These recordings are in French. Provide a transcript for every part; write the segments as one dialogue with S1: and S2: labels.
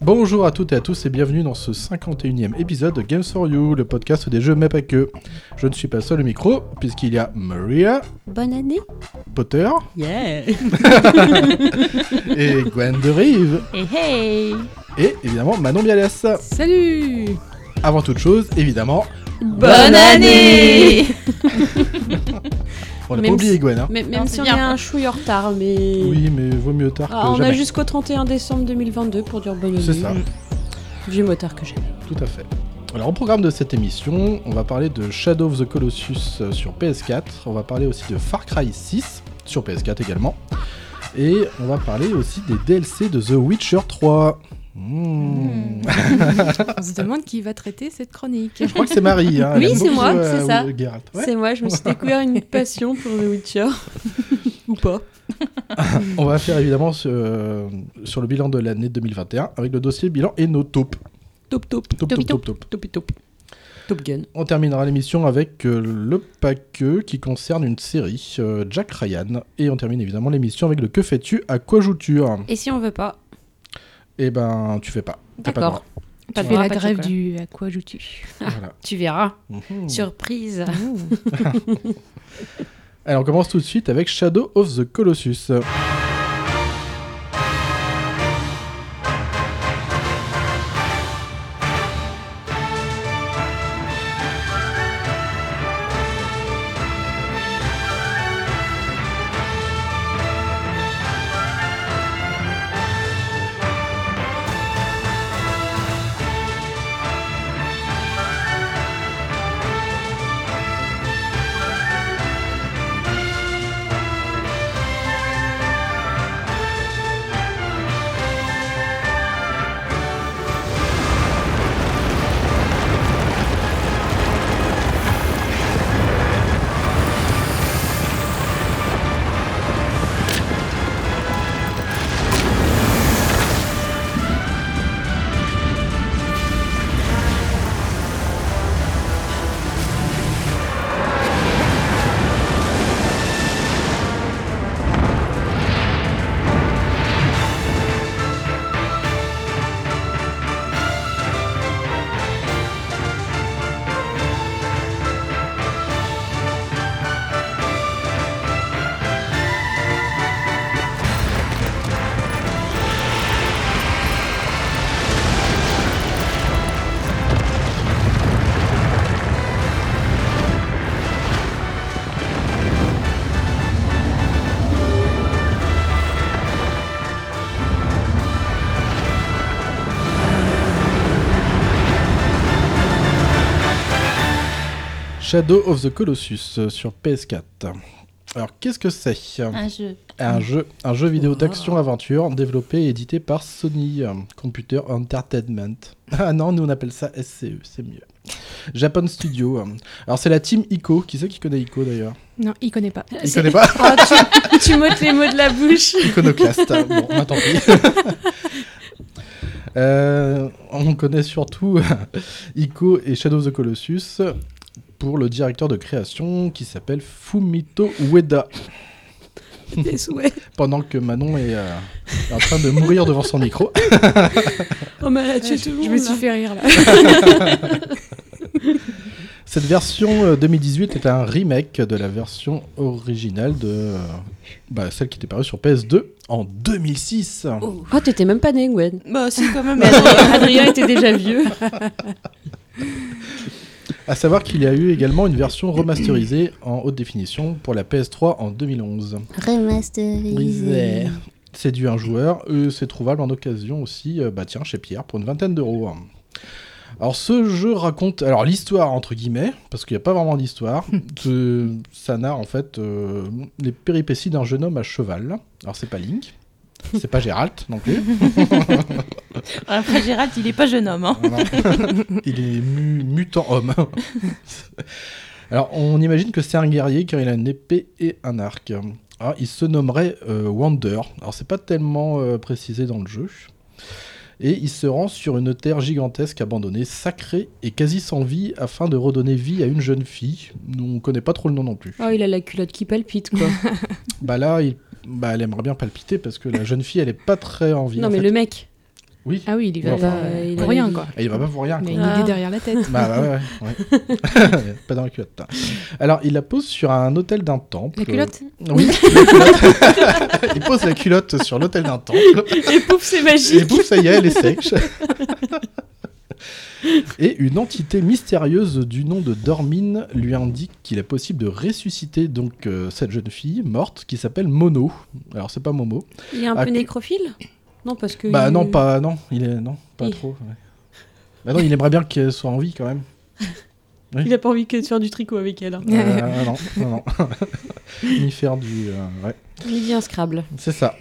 S1: Bonjour à toutes et à tous et bienvenue dans ce 51e épisode de Games for You, le podcast des jeux mais pas que. Je ne suis pas seul au micro, puisqu'il y a Maria,
S2: Bonne année
S1: Potter
S3: Yeah
S1: et Gwen de Rive
S4: Eh,
S2: Et hey
S1: et évidemment Manon Bialès.
S3: Salut
S1: Avant toute chose, évidemment,
S2: Bonne année
S1: on l'a
S3: Même
S1: pas oublié
S3: si-
S1: Gwen. hein.
S3: Même,
S2: Non,
S3: si
S2: c'est
S3: on est
S2: bien.
S3: un chouille en retard, mais...
S1: Oui, mais vaut mieux tard
S3: Ah,
S1: que
S3: on a
S1: jamais.
S3: jusqu'au 31 décembre 2022 pour dire bonne année.
S1: C'est ça.
S3: Vieux motard que j'aime.
S1: Tout à fait. Alors au programme de cette émission, on va parler de Shadow of the Colossus euh, sur PS4, on va parler aussi de Far Cry 6 sur PS4 également, et on va parler aussi des DLC de The Witcher 3. Mmh.
S5: On se demande qui va traiter cette chronique.
S1: Je crois que c'est Marie. hein, elle
S3: Oui,
S1: aime
S3: c'est
S1: beaucoup,
S3: moi,
S1: euh,
S3: c'est ça.
S1: Will Geralt. Ouais.
S3: C'est moi, je me suis découvert une passion pour The Witcher. Ou pas.
S1: On va faire évidemment ce- euh, sur le bilan de l'année 2021 avec le dossier bilan et nos taupes.
S3: Top top,
S1: Taupe, taupe, taupe, taupe.
S3: top et top. Top Gun.
S1: On terminera l'émission avec euh, le paqueux qui concerne une série, euh, Jack Ryan. Et on termine évidemment l'émission avec le que fais-tu, à quoi joues-tu
S3: Et si on veut pas
S1: Eh ben, tu fais pas. T'as pas le
S3: D'accord.
S1: droit.
S3: Pas
S5: Tu
S3: de
S5: fais
S3: bras,
S5: la
S3: pas de
S5: grève
S3: chocolat.
S5: du à quoi joues-tu
S1: hein. Voilà.
S3: Tu verras.
S1: Mhm.
S3: Surprise.
S1: Alors on commence tout de suite avec Shadow of the Colossus. Shadow of the Colossus euh, sur PS4. Alors qu'est-ce que c'est
S2: Un jeu.
S1: Un jeu, un jeu vidéo
S3: Wow.
S1: d'action-aventure développé et édité par Sony euh, Computer Entertainment. Ah non, nous on appelle ça SCE, c'est mieux. Japan Studio. euh. Alors c'est la team ICO. Qui c'est qui connaît ICO d'ailleurs
S5: Non, il connaît pas.
S2: Euh,
S1: Il connaît pas
S3: Oh, tu, tu m'ôtes les mots de la bouche.
S1: Iconoclaste. bon, bah, tant pis. Euh, on connaît surtout Ico et Shadow of the Colossus pour le directeur de création qui s'appelle Fumito Ueda.
S3: Des souhaits.
S1: Pendant que Manon est euh, en train de mourir devant son micro.
S3: Oh, mais elle a tué
S5: je,
S3: tout le monde.
S5: je me
S3: là.
S1: hein.
S5: suis fait rire là.
S1: Cette version euh, 2018 est un remake de la version originale de euh, bah, celle qui était parue sur PS2 en 2006.
S2: Oh, t'étais même pas né, Gwen.
S3: Bah, si, quand même.
S2: Mais Adrien, Adrien était déjà vieux.
S1: À savoir qu'il y a eu également une version remasterisée en haute définition pour la PS3 en 2011.
S2: Remasterisé.
S1: C'est du un joueur, euh, c'est trouvable en occasion aussi, euh, bah tiens, chez Pierre, pour une vingtaine d'euros. Alors ce jeu raconte, alors l'histoire entre guillemets, parce qu'il n'y a pas vraiment d'histoire, de- ça narre en fait euh, les péripéties d'un jeune homme à cheval. Alors c'est pas Link, c'est pas Gérald non plus.
S4: Après, Ah, Gérald, il est pas jeune homme. Hein.
S1: Voilà. il est mu- mutant homme. Alors, on imagine que c'est un guerrier car il a une épée et un arc. Alors, il se nommerait euh, Wander. Alors, c'est pas tellement euh, précisé dans le jeu. Et il se rend sur une terre gigantesque abandonnée, sacrée et quasi sans vie, afin de redonner vie à une jeune fille. Nous, on connaît pas trop le nom non plus.
S2: Oh, il a la culotte qui palpite, quoi.
S1: Bah là, il- bah, elle aimerait bien palpiter parce que la jeune fille, elle est pas très en vie.
S2: non,
S1: en
S2: mais
S1: fait.
S2: le mec.
S1: Oui,
S5: Ah oui, il y
S1: Ouais,
S5: va
S1: enfin,
S5: pas
S2: ouais.
S5: pour rien quoi.
S1: et il va pas pour rien.
S5: Il
S1: quoi.
S5: y a une
S3: Ah.
S5: idée derrière la tête.
S1: Bah, bah ouais, ouais, ouais. pas dans la culotte. hein. Alors, il la pose sur un hôtel d'un temple. Euh,
S5: La culotte
S1: Oui, la culotte. il pose la culotte sur l'hôtel d'un temple.
S3: Et pouf, c'est
S1: Et
S3: magique.
S1: boum, ça y est, elle est sèche. Et une entité mystérieuse du nom de Dormine lui indique qu'il est possible de ressusciter donc euh, cette jeune fille morte qui s'appelle Mono. Alors c'est pas Momo.
S2: Il est un
S1: Ah,
S2: peu
S1: que-
S2: nécrophile Non, parce que.
S1: Bah
S2: il-
S1: non, pas non, il est non, pas
S2: Il-
S1: trop. ouais. Bah non, il aimerait bien qu'elle soit en vie quand même.
S3: Il a pas envie que de faire du tricot avec elle. hein.
S1: Euh, non, non, non. Ni faire du. euh, ouais.
S2: Il dit un Scrabble.
S1: C'est ça.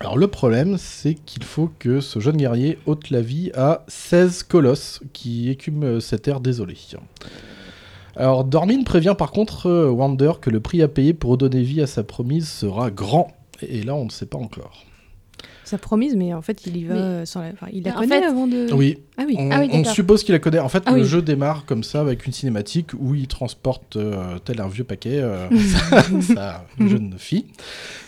S1: Alors le problème, c'est qu'il faut que ce jeune guerrier ôte la vie à 16 colosses qui écument euh, cette ère désolée. Alors Dormine prévient par contre euh, Wander que le prix à payer pour redonner vie à sa promise sera grand. Et là, on ne sait pas encore.
S5: Ça promise, mais en fait, il y va
S2: Mais-
S5: euh, sans la. enfin, il la
S2: En
S5: connaît
S2: fait-
S5: avant de.
S1: Oui,
S5: Ah oui.
S1: on,
S2: Ah oui,
S1: on
S2: d'accord.
S1: suppose qu'il la connaît. En fait,
S2: Ah
S1: le
S2: oui.
S1: jeu démarre comme ça avec une cinématique où il transporte euh, tel un vieux paquet euh, sa jeune fille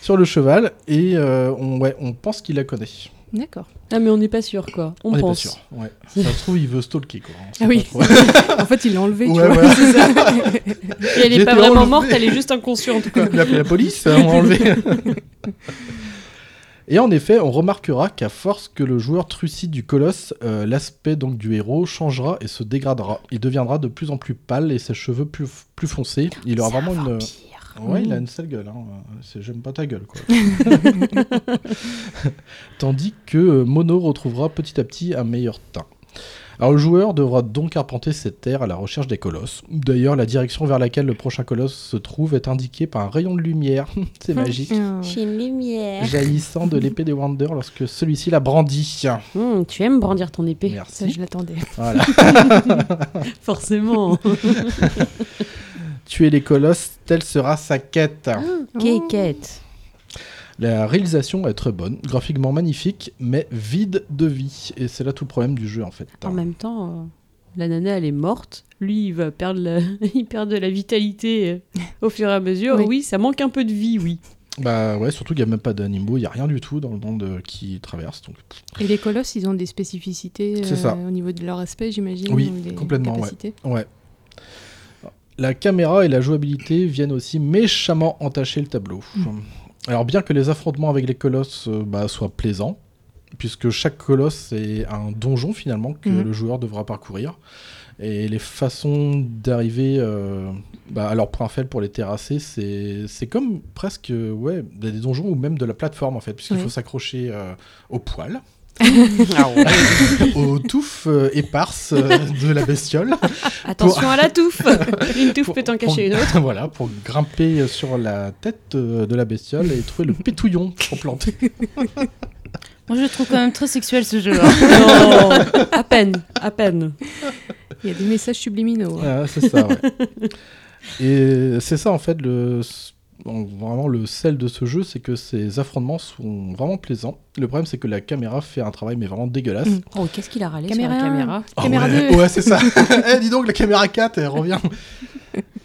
S1: sur le cheval et euh, on, ouais, on pense qu'il la connaît.
S5: D'accord.
S2: Ah, mais on n'est pas sûr, quoi. On,
S1: est pas
S2: pense.
S1: sûr. Ouais. Ça se trouve, il veut stalker quoi. On sait
S5: Ah oui.
S1: pas trop.
S5: en fait, il l'a enlevé.
S1: Ouais,
S5: tu vois.
S1: ouais.
S5: C'est ça.
S2: Et elle
S1: J'étais
S2: est pas vraiment
S1: enlevé.
S2: morte, elle est juste inconsciente, quoi.
S1: Il a appelé la police, hein, on l'a enlevé. Et en effet, on remarquera qu'à force que le joueur trucide du colosse, euh, l'aspect donc du héros changera et se dégradera. Il deviendra de plus en plus pâle et ses cheveux plus, plus foncés. Il aura vraiment une. euh, Ouais, il a une sale gueule. hein. C'est j'aime pas ta gueule, quoi. Tandis que euh, Mono retrouvera petit à petit un meilleur teint. Alors le joueur devra donc arpenter cette terre à la recherche des colosses. D'ailleurs, la direction vers laquelle le prochain colosse se trouve est indiquée par un rayon de lumière. C'est magique.
S5: Ah.
S2: une lumière.
S1: Jaillissant de l'épée des Wander lorsque celui-ci la brandit.
S2: Hum, tu aimes brandir ton épée.
S5: Ça,
S1: Merci.
S5: je l'attendais.
S1: Voilà.
S2: Forcément.
S1: Tuer les colosses, telle sera sa quête.
S2: Oh. Kékette.
S1: La réalisation est très bonne, graphiquement magnifique, mais vide de vie. Et c'est là tout le problème du jeu en fait.
S3: Oh,
S2: En même temps, euh, la nana, elle est morte. Lui, il va perdre la... il perd de la vitalité euh, au fur et à mesure.
S5: Oui.
S2: Oui. ça manque un peu de vie, oui.
S1: Bah ouais, surtout qu'il n'y a même pas d'animaux, il n'y a rien du tout dans le monde euh, qui traverse. Donc...
S5: Et les colosses, ils ont des spécificités
S1: C'est
S5: euh,
S1: ça.
S5: au niveau de leur aspect, j'imagine.
S1: Oui,
S5: ou des
S1: complètement, ouais.
S5: capacités.
S1: Ouais. La caméra et la jouabilité viennent aussi méchamment entacher le tableau. Alors bien que les affrontements avec les colosses euh, bah, soient plaisants, puisque chaque colosse est un donjon finalement que
S5: Mhm.
S1: le joueur devra parcourir, et les façons d'arriver euh, bah, à leur point faible pour les terrasser, c'est c'est comme presque euh, ouais, des des donjons ou même de la plateforme en fait, puisqu'il
S5: Oui.
S1: faut s'accrocher euh, au poil. aux touffes euh, éparses euh, de la bestiole.
S2: Attention à la touffe Une touffe
S1: Pour-
S2: peut en
S1: pour-
S2: cacher une autre.
S1: voilà, pour grimper sur la tête euh, de la bestiole et trouver le pétouillon pour planter.
S4: Moi, je le trouve quand même très sexuel ce jeu. hein.
S2: Non, à peine, à peine.
S5: Il y a des messages subliminaux. hein.
S1: Ah, c'est ça, ouais. Et c'est ça, en fait, le, Donc, vraiment, le sel de ce jeu, c'est que ces affrontements sont vraiment plaisants. Le problème, c'est que la caméra fait un travail, mais vraiment dégueulasse.
S2: Oh, qu'est-ce qu'il a râlé
S5: Caméra
S2: sur la
S5: un.
S2: caméra
S1: Ah
S5: Caméra
S1: ouais,
S5: 2.
S1: ouais, c'est ça. Eh, dis donc, la caméra 4, elle revient.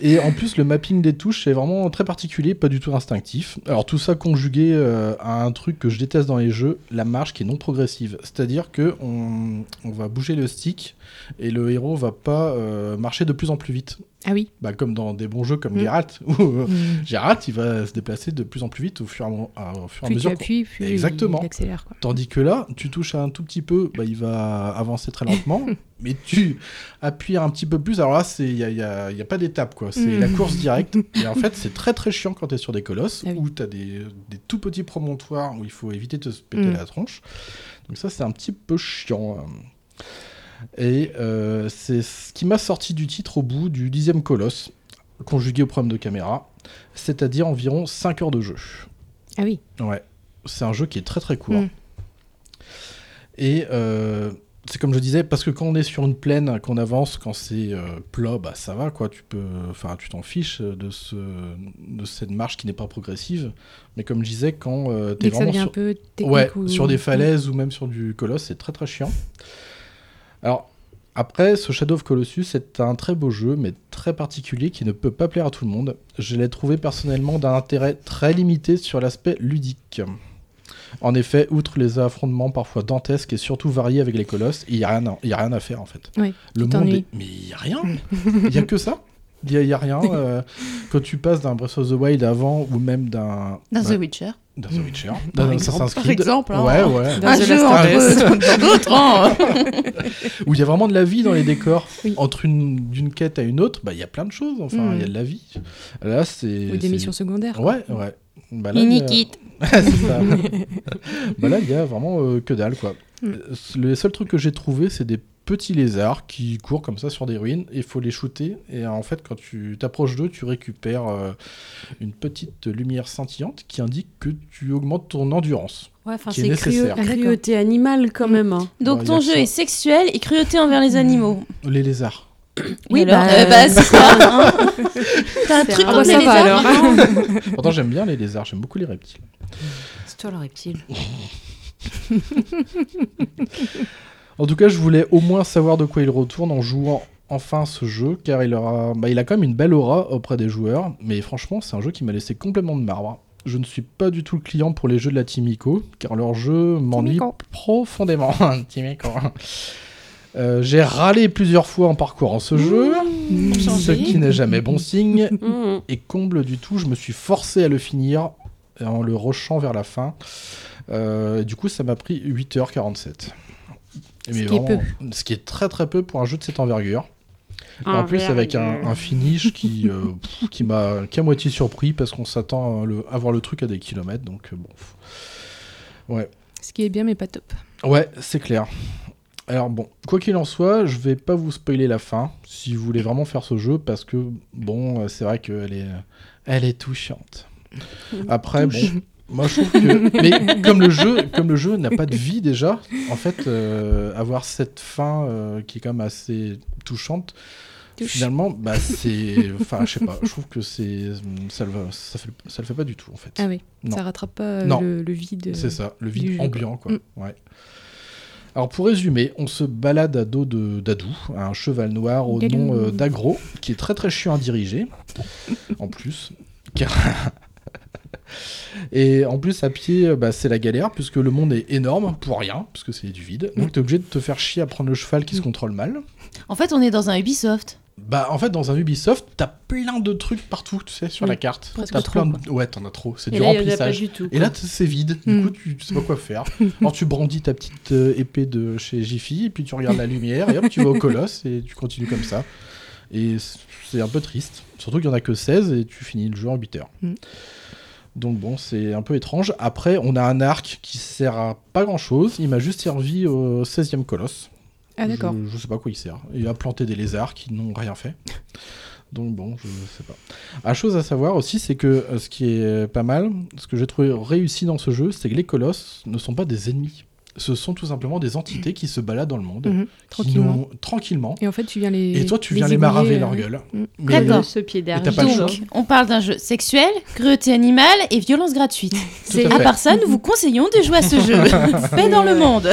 S1: Et en plus, le mapping des touches est vraiment très particulier, pas du tout instinctif. Alors, tout ça conjugué euh, à un truc que je déteste dans les jeux, la marche qui est non progressive. C'est-à-dire que on, on va bouger le stick et le héros va pas euh, marcher de plus en plus vite.
S5: Ah oui.
S1: Bah, comme dans des bons jeux comme
S5: Mm.
S1: Geralt, où euh,
S5: Mmh.
S1: Geralt, il va se déplacer de plus en plus vite au fur et à, mo- à- au fur et à
S5: Plus tu
S1: mesure. qu'on-
S5: appuies, plus
S1: Exactement.
S5: il accélère. Quoi.
S1: Tandis que là, tu touches à un tout petit peu, bah, il va avancer très lentement, mais tu appuies un petit peu plus. Alors là, il n'y a, y a- y a pas d'étape, quoi. C'est
S5: Mm.
S1: la course directe. Et en fait, c'est très très chiant quand tu es sur des colosses,
S5: Ah oui.
S1: où tu as des, des tout petits promontoires où il faut éviter de se péter
S5: Mm.
S1: la tronche. Donc ça, c'est un petit peu chiant. hein. Et euh, c'est ce qui m'a sorti du titre au bout du dixième colosse, conjugué au problème de caméra, c'est-à-dire environ 5 heures de jeu.
S5: Ah oui.
S1: Ouais, c'est un jeu qui est très très court.
S5: Mm.
S1: Et euh, c'est comme je disais, parce que quand on est sur une plaine, qu'on avance, quand c'est euh, plat, bah ça va quoi, tu peux, enfin tu t'en fiches de, ce, de cette marche qui n'est pas progressive. Mais comme je disais, quand euh, t'es
S5: Dès que ça
S1: vraiment
S5: devient un
S1: sur,
S5: peu technique.
S1: ouais,
S5: ou- Mm.
S1: sur des falaises ou même sur du colosse, c'est très très chiant. Alors après, ce Shadow of Colossus est un très beau jeu, mais très particulier qui ne peut pas plaire à tout le monde. Je l'ai trouvé personnellement d'un intérêt très limité sur l'aspect ludique. En effet, outre les affrontements parfois dantesques et surtout variés avec les colosses, il n'y a, rien à- il y a rien à faire en fait.
S5: Oui,
S1: le
S5: tu
S1: monde
S5: t'ennuies.
S1: est... Mais il n'y a rien Il n'y a que ça Il n'y a, rien. euh, quand tu passes d'un Breath of the Wild avant ou même d'un...
S4: Dans
S1: bah,
S4: The Witcher.
S1: dans The Witcher,
S4: Par
S1: dans
S4: exemple,
S1: Assassin's
S4: par
S1: Creed.
S4: exemple, hein.
S1: ouais, ouais.
S2: Dans The Last
S1: of Us.
S4: d'autres. hein.
S1: Où il y a vraiment de la vie dans les décors.
S5: Oui.
S1: Entre une d'une quête à une autre, bah il y a plein de choses. Enfin, il y a de la vie. Là, c'est.
S5: Ou des
S1: c'est-
S5: missions secondaires.
S1: Ouais, ouais. Bah, là, il y
S4: Mini
S1: a-
S4: kit.
S1: c'est ça. bah là, il y a vraiment euh, que dalle, quoi. Euh,
S5: Mm.
S1: Les seuls trucs que j'ai trouvé, c'est des petits lézards qui courent comme ça sur des ruines et il faut les shooter. Et en fait, quand tu t'approches d'eux, tu récupères euh, une petite lumière scintillante qui indique que tu augmentes ton endurance.
S2: Ouais, enfin,
S1: Qui est
S2: c'est
S1: nécessaire.
S2: cruau- cruauté animale quand même. hein.
S4: Donc
S1: Bon, il y a
S4: ton jeu
S1: ça.
S4: est sexuel et cruauté envers les animaux.
S1: Les lézards.
S2: Oui,
S4: Et alors
S2: bah,
S4: Euh, bah, c'est ça. hein. T'as un
S2: C'est
S4: truc
S2: un-
S4: contre les
S5: ça va
S4: lézards
S5: alors.
S1: Pourtant, j'aime bien les lézards, j'aime beaucoup les reptiles.
S2: C'est toi le reptile.
S1: En tout cas, je voulais au moins savoir de quoi il retourne en jouant enfin ce jeu, car il, aura... bah, il a quand même une belle aura auprès des joueurs, mais franchement, c'est un jeu qui m'a laissé complètement de marbre. Je ne suis pas du tout le client pour les jeux de la Team Ico, car leur jeu m'ennuie
S5: Ico.
S1: profondément. Team Ico. Euh, J'ai râlé plusieurs fois en parcourant ce jeu, ce qui n'est jamais bon signe,
S2: Mhm.
S1: et comble du tout, je me suis forcé à le finir euh, en le rushant vers la fin. Euh, du coup, ça m'a pris 8h47.
S5: Ce qui est
S1: Ce qui est très très peu pour un jeu de cette envergure. Et
S2: Mm.
S1: en
S2: Ah,
S1: plus, avec un, un finish qui, euh, pff, qui m'a qu'à moitié surpris parce qu'on s'attend à, le- à voir le truc à des kilomètres. Donc, euh, bon.
S5: Ce qui est bien, mais pas top.
S1: Ouais, c'est clair. Alors bon, quoi qu'il en soit, je vais pas vous spoiler la fin si vous voulez vraiment faire ce jeu parce que bon, euh, c'est vrai qu'elle est, elle est touchante. Après, bon, moi je trouve que, mais comme le jeu, comme le jeu n'a pas de vie déjà, en fait, euh, avoir cette fin euh, qui est quand même assez touchante,
S5: Touche.
S1: finalement, bah c'est, enfin, je sais pas, je trouve que c'est, ça le, ça fait, ça le fait pas du tout en fait.
S5: Ah oui.
S1: Non.
S5: Ça rattrape pas euh,
S1: Non.
S5: le, le vide. euh.
S1: C'est ça, le
S5: du
S1: vide
S5: jeu, quoi.
S1: ambiant, quoi. Ouais. Alors pour résumer, on se balade à dos de d'Adou, un cheval noir au
S5: Gadou.
S1: nom euh, d'Agro, qui est très très chiant à diriger, en plus. Car- Et en plus à pied, euh, bah, c'est la galère, puisque le monde est énorme, pour rien, puisque c'est du vide. Donc t'es obligé de te faire chier à prendre le cheval qui se contrôle mal.
S4: En fait, on est dans un Ubisoft.
S1: Bah en fait dans un Ubisoft, t'as plein de trucs partout, tu sais, sur la carte.
S5: Presque
S1: T'as
S5: trop,
S1: plein de... Ouais, t'en as trop, c'est
S2: Et
S1: du
S2: là, il y en a pas
S1: remplissage.
S2: du tout.
S1: Et là, t- c'est vide. Du
S5: Mm.
S1: coup, tu tu sais pas quoi faire. Alors, tu brandis ta petite euh, épée de chez Jiffy, et puis tu regardes la lumière, et hop, tu vas au colosse, et tu continues comme ça. Et c- c'est un peu triste. Surtout qu'il y en a que 16, et tu finis le jeu en 8 heures.
S5: Mm.
S1: Donc bon, c'est un peu étrange. Après, on a un arc qui sert à pas grand-chose. Il m'a juste servi au 16e colosse.
S5: Ah d'accord.
S1: Je, je sais pas à quoi il sert. Il a planté des lézards qui n'ont rien fait. Donc bon, je sais pas. Ah, chose à savoir aussi, c'est que euh, ce qui est pas mal, ce que j'ai trouvé réussi dans ce jeu, c'est que les colosses ne sont pas des ennemis. ce sont tout simplement des entités qui se baladent dans le
S2: Mmh.
S1: monde,
S5: Mhm,
S1: qui
S5: tranquillement.
S1: nous- tranquillement.
S5: Et en fait, tu viens les.
S1: Et toi, tu viens les
S5: ébouiller,
S1: maraver
S5: euh,
S1: leur gueule.
S2: mmh.
S5: mm.
S1: Mais-
S6: D'accord.
S2: Ce pied
S1: t'as
S2: derrière.
S1: pas le
S6: Donc, on parle d'un jeu sexuel, cruauté animale et violence gratuite.
S1: Tout à
S6: À
S1: fait.
S6: part ça, nous vous conseillons de jouer à ce jeu. Paix dans le monde.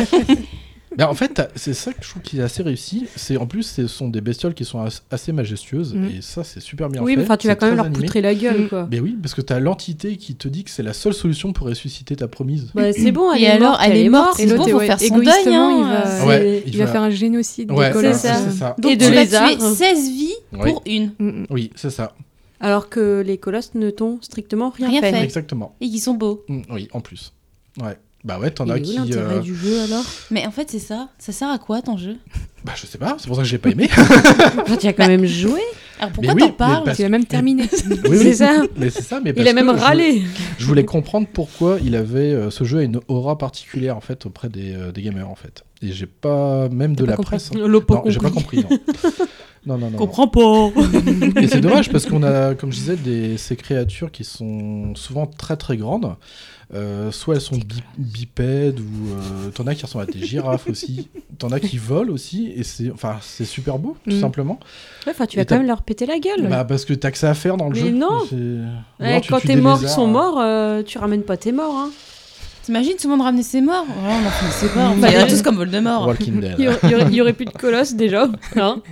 S1: Ben, en fait, t'as- c'est ça que je trouve qui est assez réussi. C'est en plus, ce sont des bestioles qui sont as- assez majestueuses
S5: Mm.
S1: et ça, c'est super bien
S2: Mmh. Oui,
S1: fait.
S2: mais enfin, tu
S1: c'est
S2: vas quand même
S1: très
S2: leur
S1: animé.
S2: poutrer la gueule,
S5: Mm.
S2: quoi.
S1: Ben oui, parce que t'as l'entité qui te dit que c'est la seule solution pour ressusciter ta promise.
S2: Bah, c'est bon, elle
S6: Et
S2: est
S6: alors,
S2: morte.
S6: Oh, elle est morte.
S5: Et
S6: C'est bon,
S5: l'autre,
S6: faut
S5: ouais,
S6: faire son
S5: égoïstement,
S6: deuil. hein.
S5: il va-
S6: C'est-
S1: Ouais,
S5: Il va faire un génocide
S1: Ouais,
S5: des colosses.
S6: c'est ça.
S5: euh,
S1: c'est ça.
S6: Donc
S2: Et
S6: tu
S2: de
S6: vas
S2: lézard.
S6: tuer 16 vies
S1: Oui.
S6: pour une.
S5: mm, mm.
S1: Oui, c'est ça.
S2: Alors que les colosses ne t'ont strictement rien,
S6: Rien fait.
S2: fait.
S1: Exactement.
S6: Et qui sont beaux.
S1: Mm, Oui, en plus. Ouais. Bah ouais, t'en
S2: Il est
S1: as
S2: où
S1: qui.
S2: l'intérêt
S1: euh,
S2: du jeu alors
S6: Mais en fait, c'est ça. Ça sert à quoi ton jeu
S1: Bah je sais pas, c'est pour ça que j'ai pas aimé.
S2: Enfin, Tu as quand même joué,
S6: Alors pourquoi
S1: oui,
S6: t'en
S1: mais
S6: parles
S1: parce-
S5: Tu l'as même terminé.
S1: Oui,
S2: c'est
S1: oui.
S2: ça
S1: Mais c'est ça, mais
S2: Il
S1: parce
S2: a même
S1: que je-
S2: râlé
S1: Je voulais comprendre pourquoi il avait euh, ce jeu a une aura particulière en fait auprès des, euh, des gamers en fait. Et j'ai pas même de
S5: pas
S1: la
S5: compris.
S1: presse. hein.
S2: L'opo
S1: Non, j'ai pas compris. Non, non, non. non, non.
S6: comprends pas.
S1: Et c'est dommage parce qu'on a, comme je disais, des, ces créatures qui sont souvent très très grandes. Euh, soit elles sont bi- bipèdes ou euh, t'en as qui ressemblent à des girafes aussi. T'en as qui volent aussi et c'est enfin c'est super beau tout
S5: Mm.
S1: simplement.
S2: Ouais, Enfin, tu
S1: Et
S2: vas
S1: t'as-
S2: quand même leur péter la gueule.
S1: Bah parce que t'as que ça à faire dans le
S2: Ah, Mais
S1: jeu.
S2: non.
S1: C'est- Ou
S2: Eh,
S1: alors tu
S2: quand
S1: tues
S2: t'es
S1: des
S2: mort, ils
S1: lézards,
S2: sont
S1: hein.
S2: morts, euh, tu ramènes pas tes morts. Hein.
S6: T'imagines tout le monde ramener ses morts Voilà, on en finissait pas. On dirait tous comme Voldemort.
S1: Walking Dead.
S2: Il y, aurait- il y aurait- il y aurait plus de colosses déjà. hein.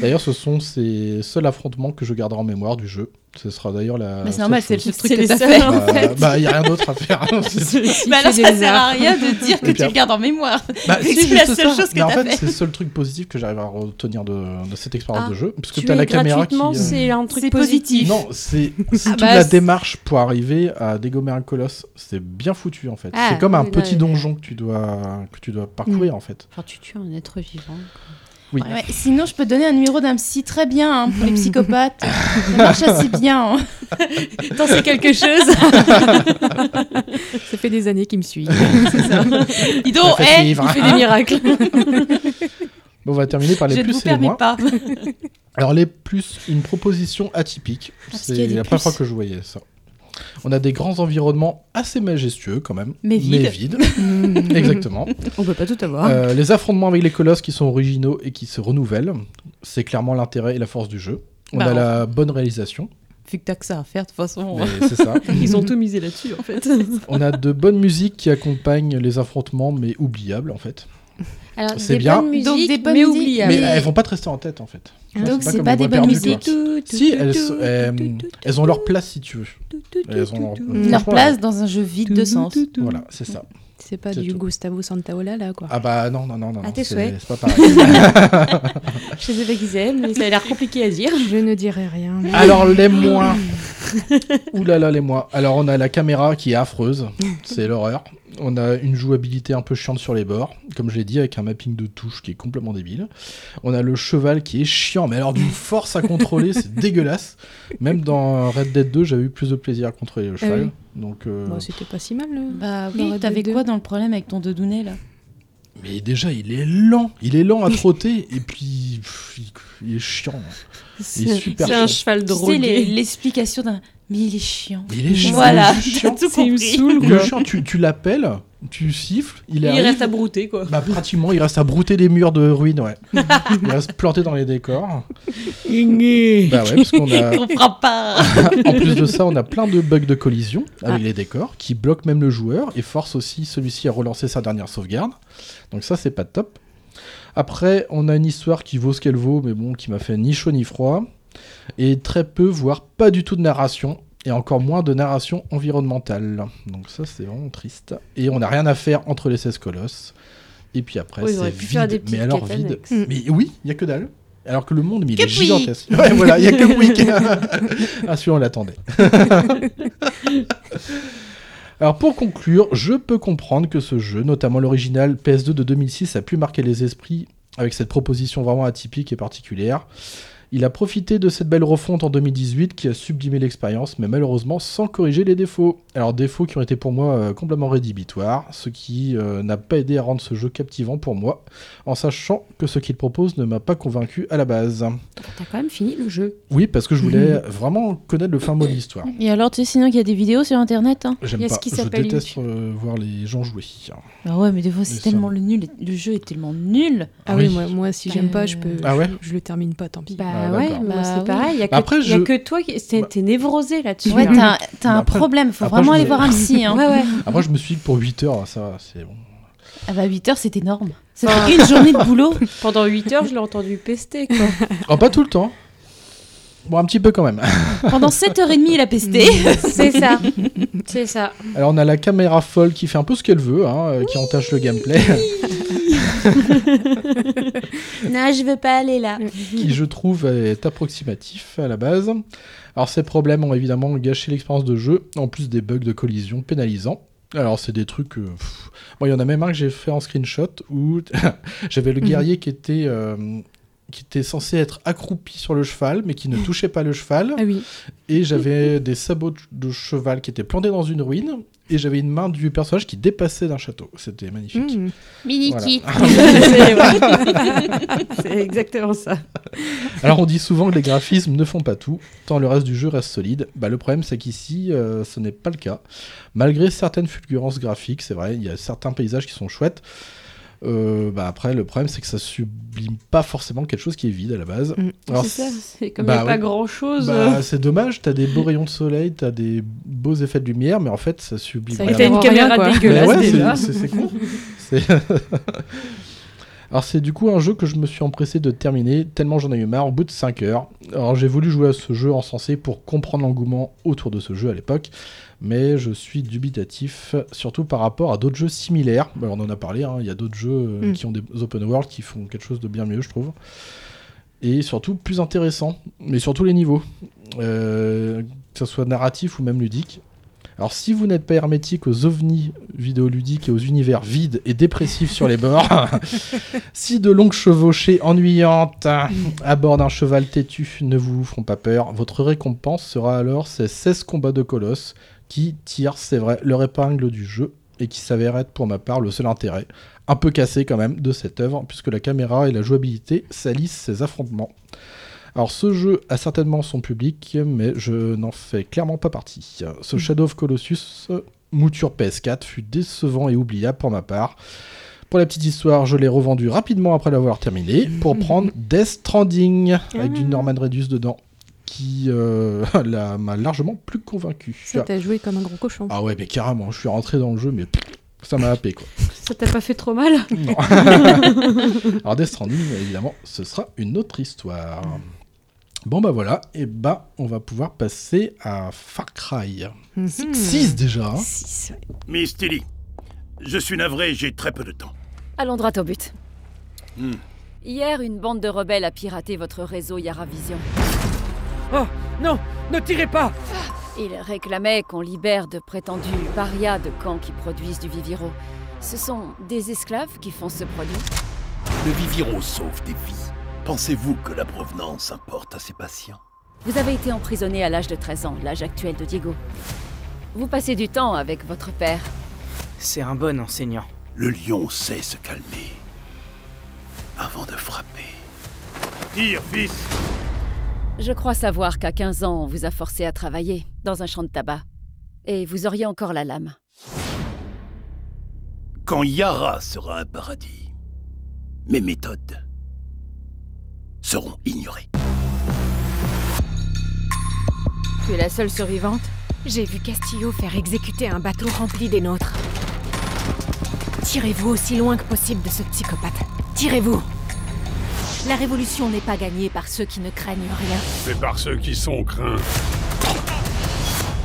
S1: D'ailleurs, ce sont ces seuls affrontements que je garderai en mémoire du jeu. Ce sera d'ailleurs la.
S6: Bah, c'est normal, c'est le
S1: seule
S6: seul truc
S2: C'est
S6: que
S2: les
S6: t'as
S2: seuls,
S6: fait.
S2: hein.
S1: chose.
S2: en
S1: Bah,
S2: fait.
S1: bah, y a rien d'autre à faire. C'est-
S6: Bah alors
S5: Tu fais
S6: ça
S5: des
S6: sert à rien de dire que
S1: Et puis
S6: tu le
S1: après-
S6: gardes en mémoire.
S1: bah,
S6: C'est
S1: si,
S6: la
S1: juste
S6: seule
S1: ça.
S6: chose que
S1: Mais en
S6: t'as
S1: fait,
S6: fait.
S1: c'est le seul truc positif que j'arrive à retenir de, de cette expérience
S2: Ah,
S1: de jeu. Parce que
S2: Tuer
S1: t'as la caméra qui.
S2: gratuitement,
S1: euh,
S2: c'est un truc
S6: C'est Ah
S2: positif.
S6: positif.
S1: Non, c'est c'est toute
S2: bah,
S1: la
S2: c'est-
S1: démarche pour arriver à dégommer un colosse. C'est bien foutu en fait.
S2: Ah,
S1: c'est comme un
S2: oui,
S1: petit
S2: oui.
S1: donjon que tu dois que tu dois parcourir
S6: Mm.
S1: en fait.
S2: Enfin, tu tues un être vivant.
S6: Ouais, ouais. Sinon, je peux te donner un numéro d'un psy très bien hein, pour les psychopathes. ça marche assez bien. hein.
S2: T'en sais quelque chose
S5: Ça fait des années qu'il me suit.
S6: Dis donc,
S1: Ça fait
S6: eh,
S1: vivre.
S6: il
S2: Ah,
S6: fait des miracles.
S1: Bon, on va terminer par les
S6: je ne vous
S1: plus et les
S6: permets
S1: moins.
S6: pas.
S1: Alors les plus, une proposition atypique.
S6: parce
S1: C'est
S6: qu'il y a des
S1: la première
S6: plus.
S1: fois que je voyais ça. On a des grands environnements assez majestueux quand même.
S6: Mais
S1: vides. Exactement.
S2: On peut pas tout
S5: Ah.
S2: avoir.
S1: Euh, les affrontements avec les colosses qui sont originaux et qui se renouvellent, c'est clairement l'intérêt et la force du jeu. On
S6: Bah,
S1: a
S6: on-
S1: la bonne réalisation,
S6: Vu que t'as que ça à faire, de toute façon.
S1: mais c'est ça.
S2: Ils ont tout misé là-dessus en fait.
S1: On a de bonnes musiques qui accompagnent les affrontements, mais oubliables en fait.
S2: Alors,
S1: C'est
S2: des
S1: bien.
S2: bonnes musiques,
S6: Donc, hein. des bonnes
S2: mais
S6: musiques,
S2: oubliables.
S1: Mais
S6: mais-
S1: elles vont pas te rester en tête en fait. Tu vois,
S6: Donc,
S1: pas
S6: c'est
S1: comme
S6: pas des
S1: les voix
S6: bonnes
S1: perdues,
S6: musiques.
S1: quoi. Si, elles, sont- euh, elles ont leur place si tu veux. Elles ont leur-
S6: Leur
S1: Franchement,
S6: place Mm. dans un jeu vide de sens.
S1: Voilà, c'est ça.
S5: C'est pas
S1: C'est
S5: du
S1: tout.
S5: Gustavo Santaola là quoi.
S1: Ah bah non, non, non, non.
S2: À
S1: non,
S2: tes
S1: c'est-
S2: souhaits.
S1: C'est pas pareil.
S2: Je sais pas qu'ils aiment, mais ça a l'air compliqué à dire.
S5: Je ne dirai rien.
S1: Alors les moins. Ouh là là les moins. Alors on a la caméra qui est affreuse, c'est l'horreur. On a une jouabilité un peu chiante sur les bords, comme je l'ai dit, avec un mapping de touches qui est complètement débile. On a le cheval qui est chiant, mais alors d'une force à contrôler, c'est dégueulasse. Même dans Red Dead 2, j'avais eu plus de plaisir à contrôler le cheval.
S5: oui.
S1: Donc, euh,
S5: Bon, c'était pas si mal. hein. le-
S6: Bah
S5: Dans
S6: oui,
S5: Red
S6: t'avais
S5: Dead
S6: quoi dans le problème avec ton dedounet là
S1: mais déjà il est lent, il est lent à trotter et puis pff, il, il est chiant. hein. Il est super
S2: C'est un
S1: chiant.
S2: cheval
S6: Tu sais, les-
S2: drogué.
S6: l'explication d'un. Mais il est chiant.
S1: Il est chiant.
S6: Voilà,
S1: il est
S6: t'as
S1: chiant.
S6: tout
S2: C'est une
S6: compris.
S2: soule
S1: Il est
S2: quoi.
S1: chiant, tu, tu l'appelles, tu siffles, il
S2: Il
S1: arrive.
S2: reste à brouter quoi.
S1: Bah pratiquement, il reste à brouter les murs de ruines, ouais. il reste planté dans les décors. Bah ouais, parce qu'on a...
S6: Il comprend pas.
S1: En plus de ça, on a plein de bugs de collision
S2: Ah.
S1: avec les décors qui bloquent même le joueur et forcent aussi celui-ci à relancer sa dernière sauvegarde. Donc ça, c'est pas top. Après, on a une histoire qui vaut ce qu'elle vaut, mais bon, qui m'a fait ni chaud ni froid. Et très peu, voire pas du tout de narration. Et encore moins de narration environnementale. Donc ça, c'est vraiment triste. Et on n'a rien à faire entre les 16 colosses. Et puis après,
S2: Oui, ils
S1: c'est
S2: auraient pu faire des
S1: vide. Mais
S2: petites
S1: alors,
S2: quêtes
S1: vide.
S2: annexes.
S1: Mais oui, il n'y a que dalle. Alors que le monde, mais il
S6: Que
S1: est
S6: Pouic.
S1: gigantesque. Ouais, voilà, il n'y a que Pouic. ah, celui on l'attendait. Alors pour conclure, je peux comprendre que ce jeu, notamment l'original PS2 de 2006, a pu marquer les esprits avec cette proposition vraiment atypique et particulière. Il a profité de cette belle refonte en 2018 qui a sublimé l'expérience, mais malheureusement sans corriger les défauts. Alors défauts qui ont été pour moi euh, complètement rédhibitoires, ce qui euh, n'a pas aidé à rendre ce jeu captivant pour moi, en sachant que ce qu'il propose ne m'a pas convaincu à la base.
S2: T'as quand même fini le jeu.
S1: Oui, parce que je
S5: Mhm.
S1: voulais vraiment connaître le fin mot de l'histoire.
S4: Et alors, tu sais, sinon, il y a des vidéos sur internet. Hein.
S1: J'aime
S3: Il y a ce
S1: pas,
S3: qui
S1: je
S3: s'appelle
S1: déteste euh, voir les gens jouer.
S6: Ah ouais, mais des fois,
S1: Mais
S6: c'est
S1: ça-
S6: tellement le nul. Le jeu est tellement nul.
S5: Ah oui,
S1: Oui.
S5: moi, moi, si j'aime pas, je peux.
S1: Ah ouais
S5: je, je le termine pas, tant pis.
S2: Bah
S1: Ah,
S2: ouais,
S1: d'accord.
S2: moi,
S4: Bah
S2: c'est
S4: oui.
S2: pareil. Il y a, que,
S1: Après,
S2: y a
S1: je- Bah
S2: que toi qui. c'est- T'es névrosé là-dessus.
S4: Ouais,
S2: hein.
S4: t'as un- t'as
S1: Mais
S4: un
S1: après-
S4: problème. Faut
S1: après,
S4: vraiment
S1: je
S4: aller
S1: vous
S4: voir un psy. Hein.
S2: Ouais, ouais.
S1: Après, je me suis dit que pour 8 heures, ça va, c'est bon.
S4: Ah bah, 8 heures, c'est énorme. C'est une journée de boulot.
S2: Pendant 8 heures, je l'ai entendu pester. Quoi.
S1: Oh, pas tout le temps. Bon, un petit peu quand même.
S4: Pendant 7h30, il a pesté.
S2: c'est ça. C'est ça.
S1: Alors on a la caméra folle qui fait un peu ce qu'elle veut, hein, euh, qui entache le gameplay,
S2: Non, je veux pas aller là.
S1: qui je trouve est approximatif à la base. Alors ces problèmes ont évidemment gâché l'expérience de jeu, en plus des bugs de collision pénalisants. Alors c'est des trucs... euh, pff. Moi il y en a même un que j'ai fait en screenshot où j'avais le guerrier qui était... euh, qui était censé être accroupi sur le cheval, mais qui ne touchait pas le cheval.
S5: Ah oui.
S1: Et j'avais des sabots de- de cheval qui étaient plantés dans une ruine. Et j'avais une main du personnage qui dépassait d'un château. C'était magnifique.
S5: Mmh.
S4: Mini
S1: Voilà.
S4: kit.
S2: C'est exactement ça.
S1: Alors on dit souvent que les graphismes ne font pas tout, tant le reste du jeu reste solide. Bah, le problème c'est qu'ici euh, ce n'est pas le cas. Malgré certaines fulgurances graphiques, c'est vrai, il y a certains paysages qui sont chouettes. Euh, bah, après le problème c'est que ça sublime pas forcément quelque chose qui est vide à la base.
S5: Mm.
S1: Alors,
S2: C'est ça. C'est comme il
S1: bah
S2: n'y a pas euh,
S1: oui.
S2: grand chose.
S1: bah, c'est dommage, t'as des beaux rayons de soleil, t'as des beaux effets de lumière, mais en fait ça sublime
S5: Ça
S1: rien.
S2: T'as
S5: éteint
S2: une
S5: vraiment rien,
S2: caméra
S5: quoi.
S1: Mais
S2: dégueulasse
S1: ouais, c'est-
S2: déjà.
S1: c'est- c'est con. C'est- Alors c'est du coup un jeu que je me suis empressé de terminer, tellement j'en ai eu marre au bout de 5 heures. Alors j'ai voulu jouer à ce jeu encensé pour comprendre l'engouement autour de ce jeu à l'époque, mais je suis dubitatif, surtout par rapport à d'autres jeux similaires. Alors, on en a parlé, hein, il y a d'autres jeux euh,
S5: Mm.
S1: qui ont des open world qui font quelque chose de bien mieux je trouve. Et surtout plus intéressant, mais surtout les niveaux, Euh, que ce soit narratif ou même ludique. Alors si vous n'êtes pas hermétique aux ovnis vidéoludiques et aux univers vides et dépressifs sur les bords, si de longues chevauchées ennuyantes à bord d'un cheval têtu ne vous feront pas peur, votre récompense sera alors ces 16 combats de colosses qui tirent, c'est vrai, leur épingle du jeu et qui s'avère être pour ma part le seul intérêt, un peu cassé quand même, de cette œuvre, puisque la caméra et la jouabilité salissent ces affrontements. Alors ce jeu a certainement son public, mais je n'en fais clairement pas partie. Ce Shadow of Colossus, euh, mouture PS4, fut décevant et oubliable pour ma part. Pour la petite histoire, je l'ai revendu rapidement après l'avoir terminé pour prendre Death Stranding avec du Norman Redus dedans, qui euh, l'a- m'a largement plus convaincu.
S5: Ça, t'as joué comme un gros cochon.
S1: Ah ouais, mais carrément, je suis rentré dans le jeu, mais ça m'a happé quoi.
S2: Ça t'a pas fait trop mal
S1: Non. Alors Death Stranding, évidemment, ce sera une autre histoire. Bon bah voilà, et bah on va pouvoir passer à Far Cry.
S5: Mhm.
S1: 6 déjà. hein.
S5: Six, ouais.
S7: Miss Tilly, je suis navré, j'ai très peu de temps.
S8: Allons droit au but.
S7: Hmm.
S8: Hier, une bande de rebelles a piraté votre réseau Yaravision.
S9: Oh, Ne tirez pas
S8: Ils réclamaient qu'on libère de prétendus parias de camps qui produisent du viviro. Ce sont des esclaves qui font ce produit
S7: Le viviro sauve des vies. Pensez-vous que la provenance importe à ses patients
S8: Vous avez été emprisonné à l'âge de 13 ans, l'âge actuel de Diego. Vous passez du temps avec votre père.
S9: C'est un bon enseignant.
S7: Le lion sait se calmer avant de frapper. Tire, fils
S8: Je crois savoir qu'à 15 ans, on vous a forcé à travailler dans un champ de tabac. Et vous auriez encore la lame.
S7: Quand Yara sera un paradis, mes méthodes seront ignorées.
S8: Tu es la seule survivante
S9: J'ai vu Castillo faire exécuter un bateau rempli des nôtres. Tirez-vous aussi loin que possible de ce psychopathe. Tirez-vous La révolution n'est pas gagnée par ceux qui ne craignent rien.
S7: C'est par ceux qui sont craints.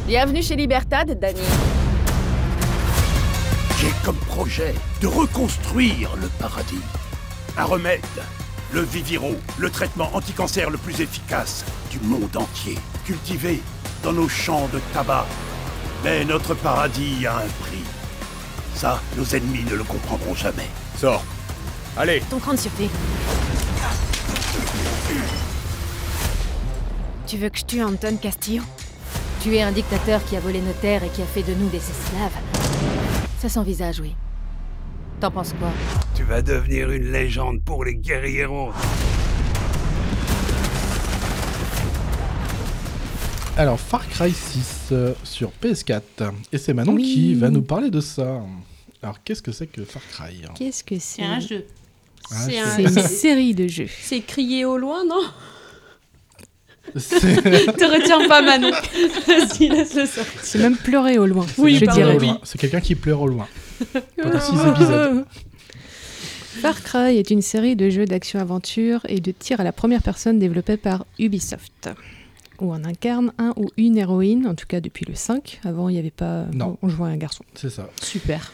S8: Bienvenue chez Libertad, Danny.
S7: J'ai comme projet de reconstruire le paradis. Un remède, le Viviro, le traitement anticancer le plus efficace du monde entier, cultivé dans nos champs de tabac. Mais notre paradis a un prix. Ça, nos ennemis ne le comprendront jamais. Sors. Allez,
S9: Ton cran de sûreté. Tu veux que je tue Anton Castillo Tu es un dictateur qui a volé nos terres et qui a fait de nous des esclaves. Ça s'envisage, oui. T'en penses quoi
S10: Tu vas devenir une légende pour les guerrieros.
S1: Alors, Far Cry 6 euh, sur PS4. Et c'est Manon
S3: Oui.
S1: qui va nous parler de ça. Alors, qu'est-ce que c'est que Far Cry hein?
S3: Qu'est-ce que c'est
S6: C'est un jeu.
S1: Ah,
S3: C'est
S1: je
S3: un-
S1: sais.
S3: une
S5: série de jeux.
S3: C'est crier au loin, non
S1: C'est-
S3: Te retiens pas, Manon. Vas-y, laisse-le sortir.
S5: C'est même pleurer au loin,
S3: Oui,
S5: je
S3: pardon,
S5: dirais.
S3: oui.
S1: C'est quelqu'un qui pleure au loin. Pendant six épisodes.
S5: Far Cry est une série de jeux d'action-aventure et de tir à la première personne développés par Ubisoft, où on incarne un ou une héroïne, en tout cas depuis le 5. Avant, il n'y avait pas.
S1: Non.
S5: On jouait un garçon.
S1: C'est ça.
S5: Super.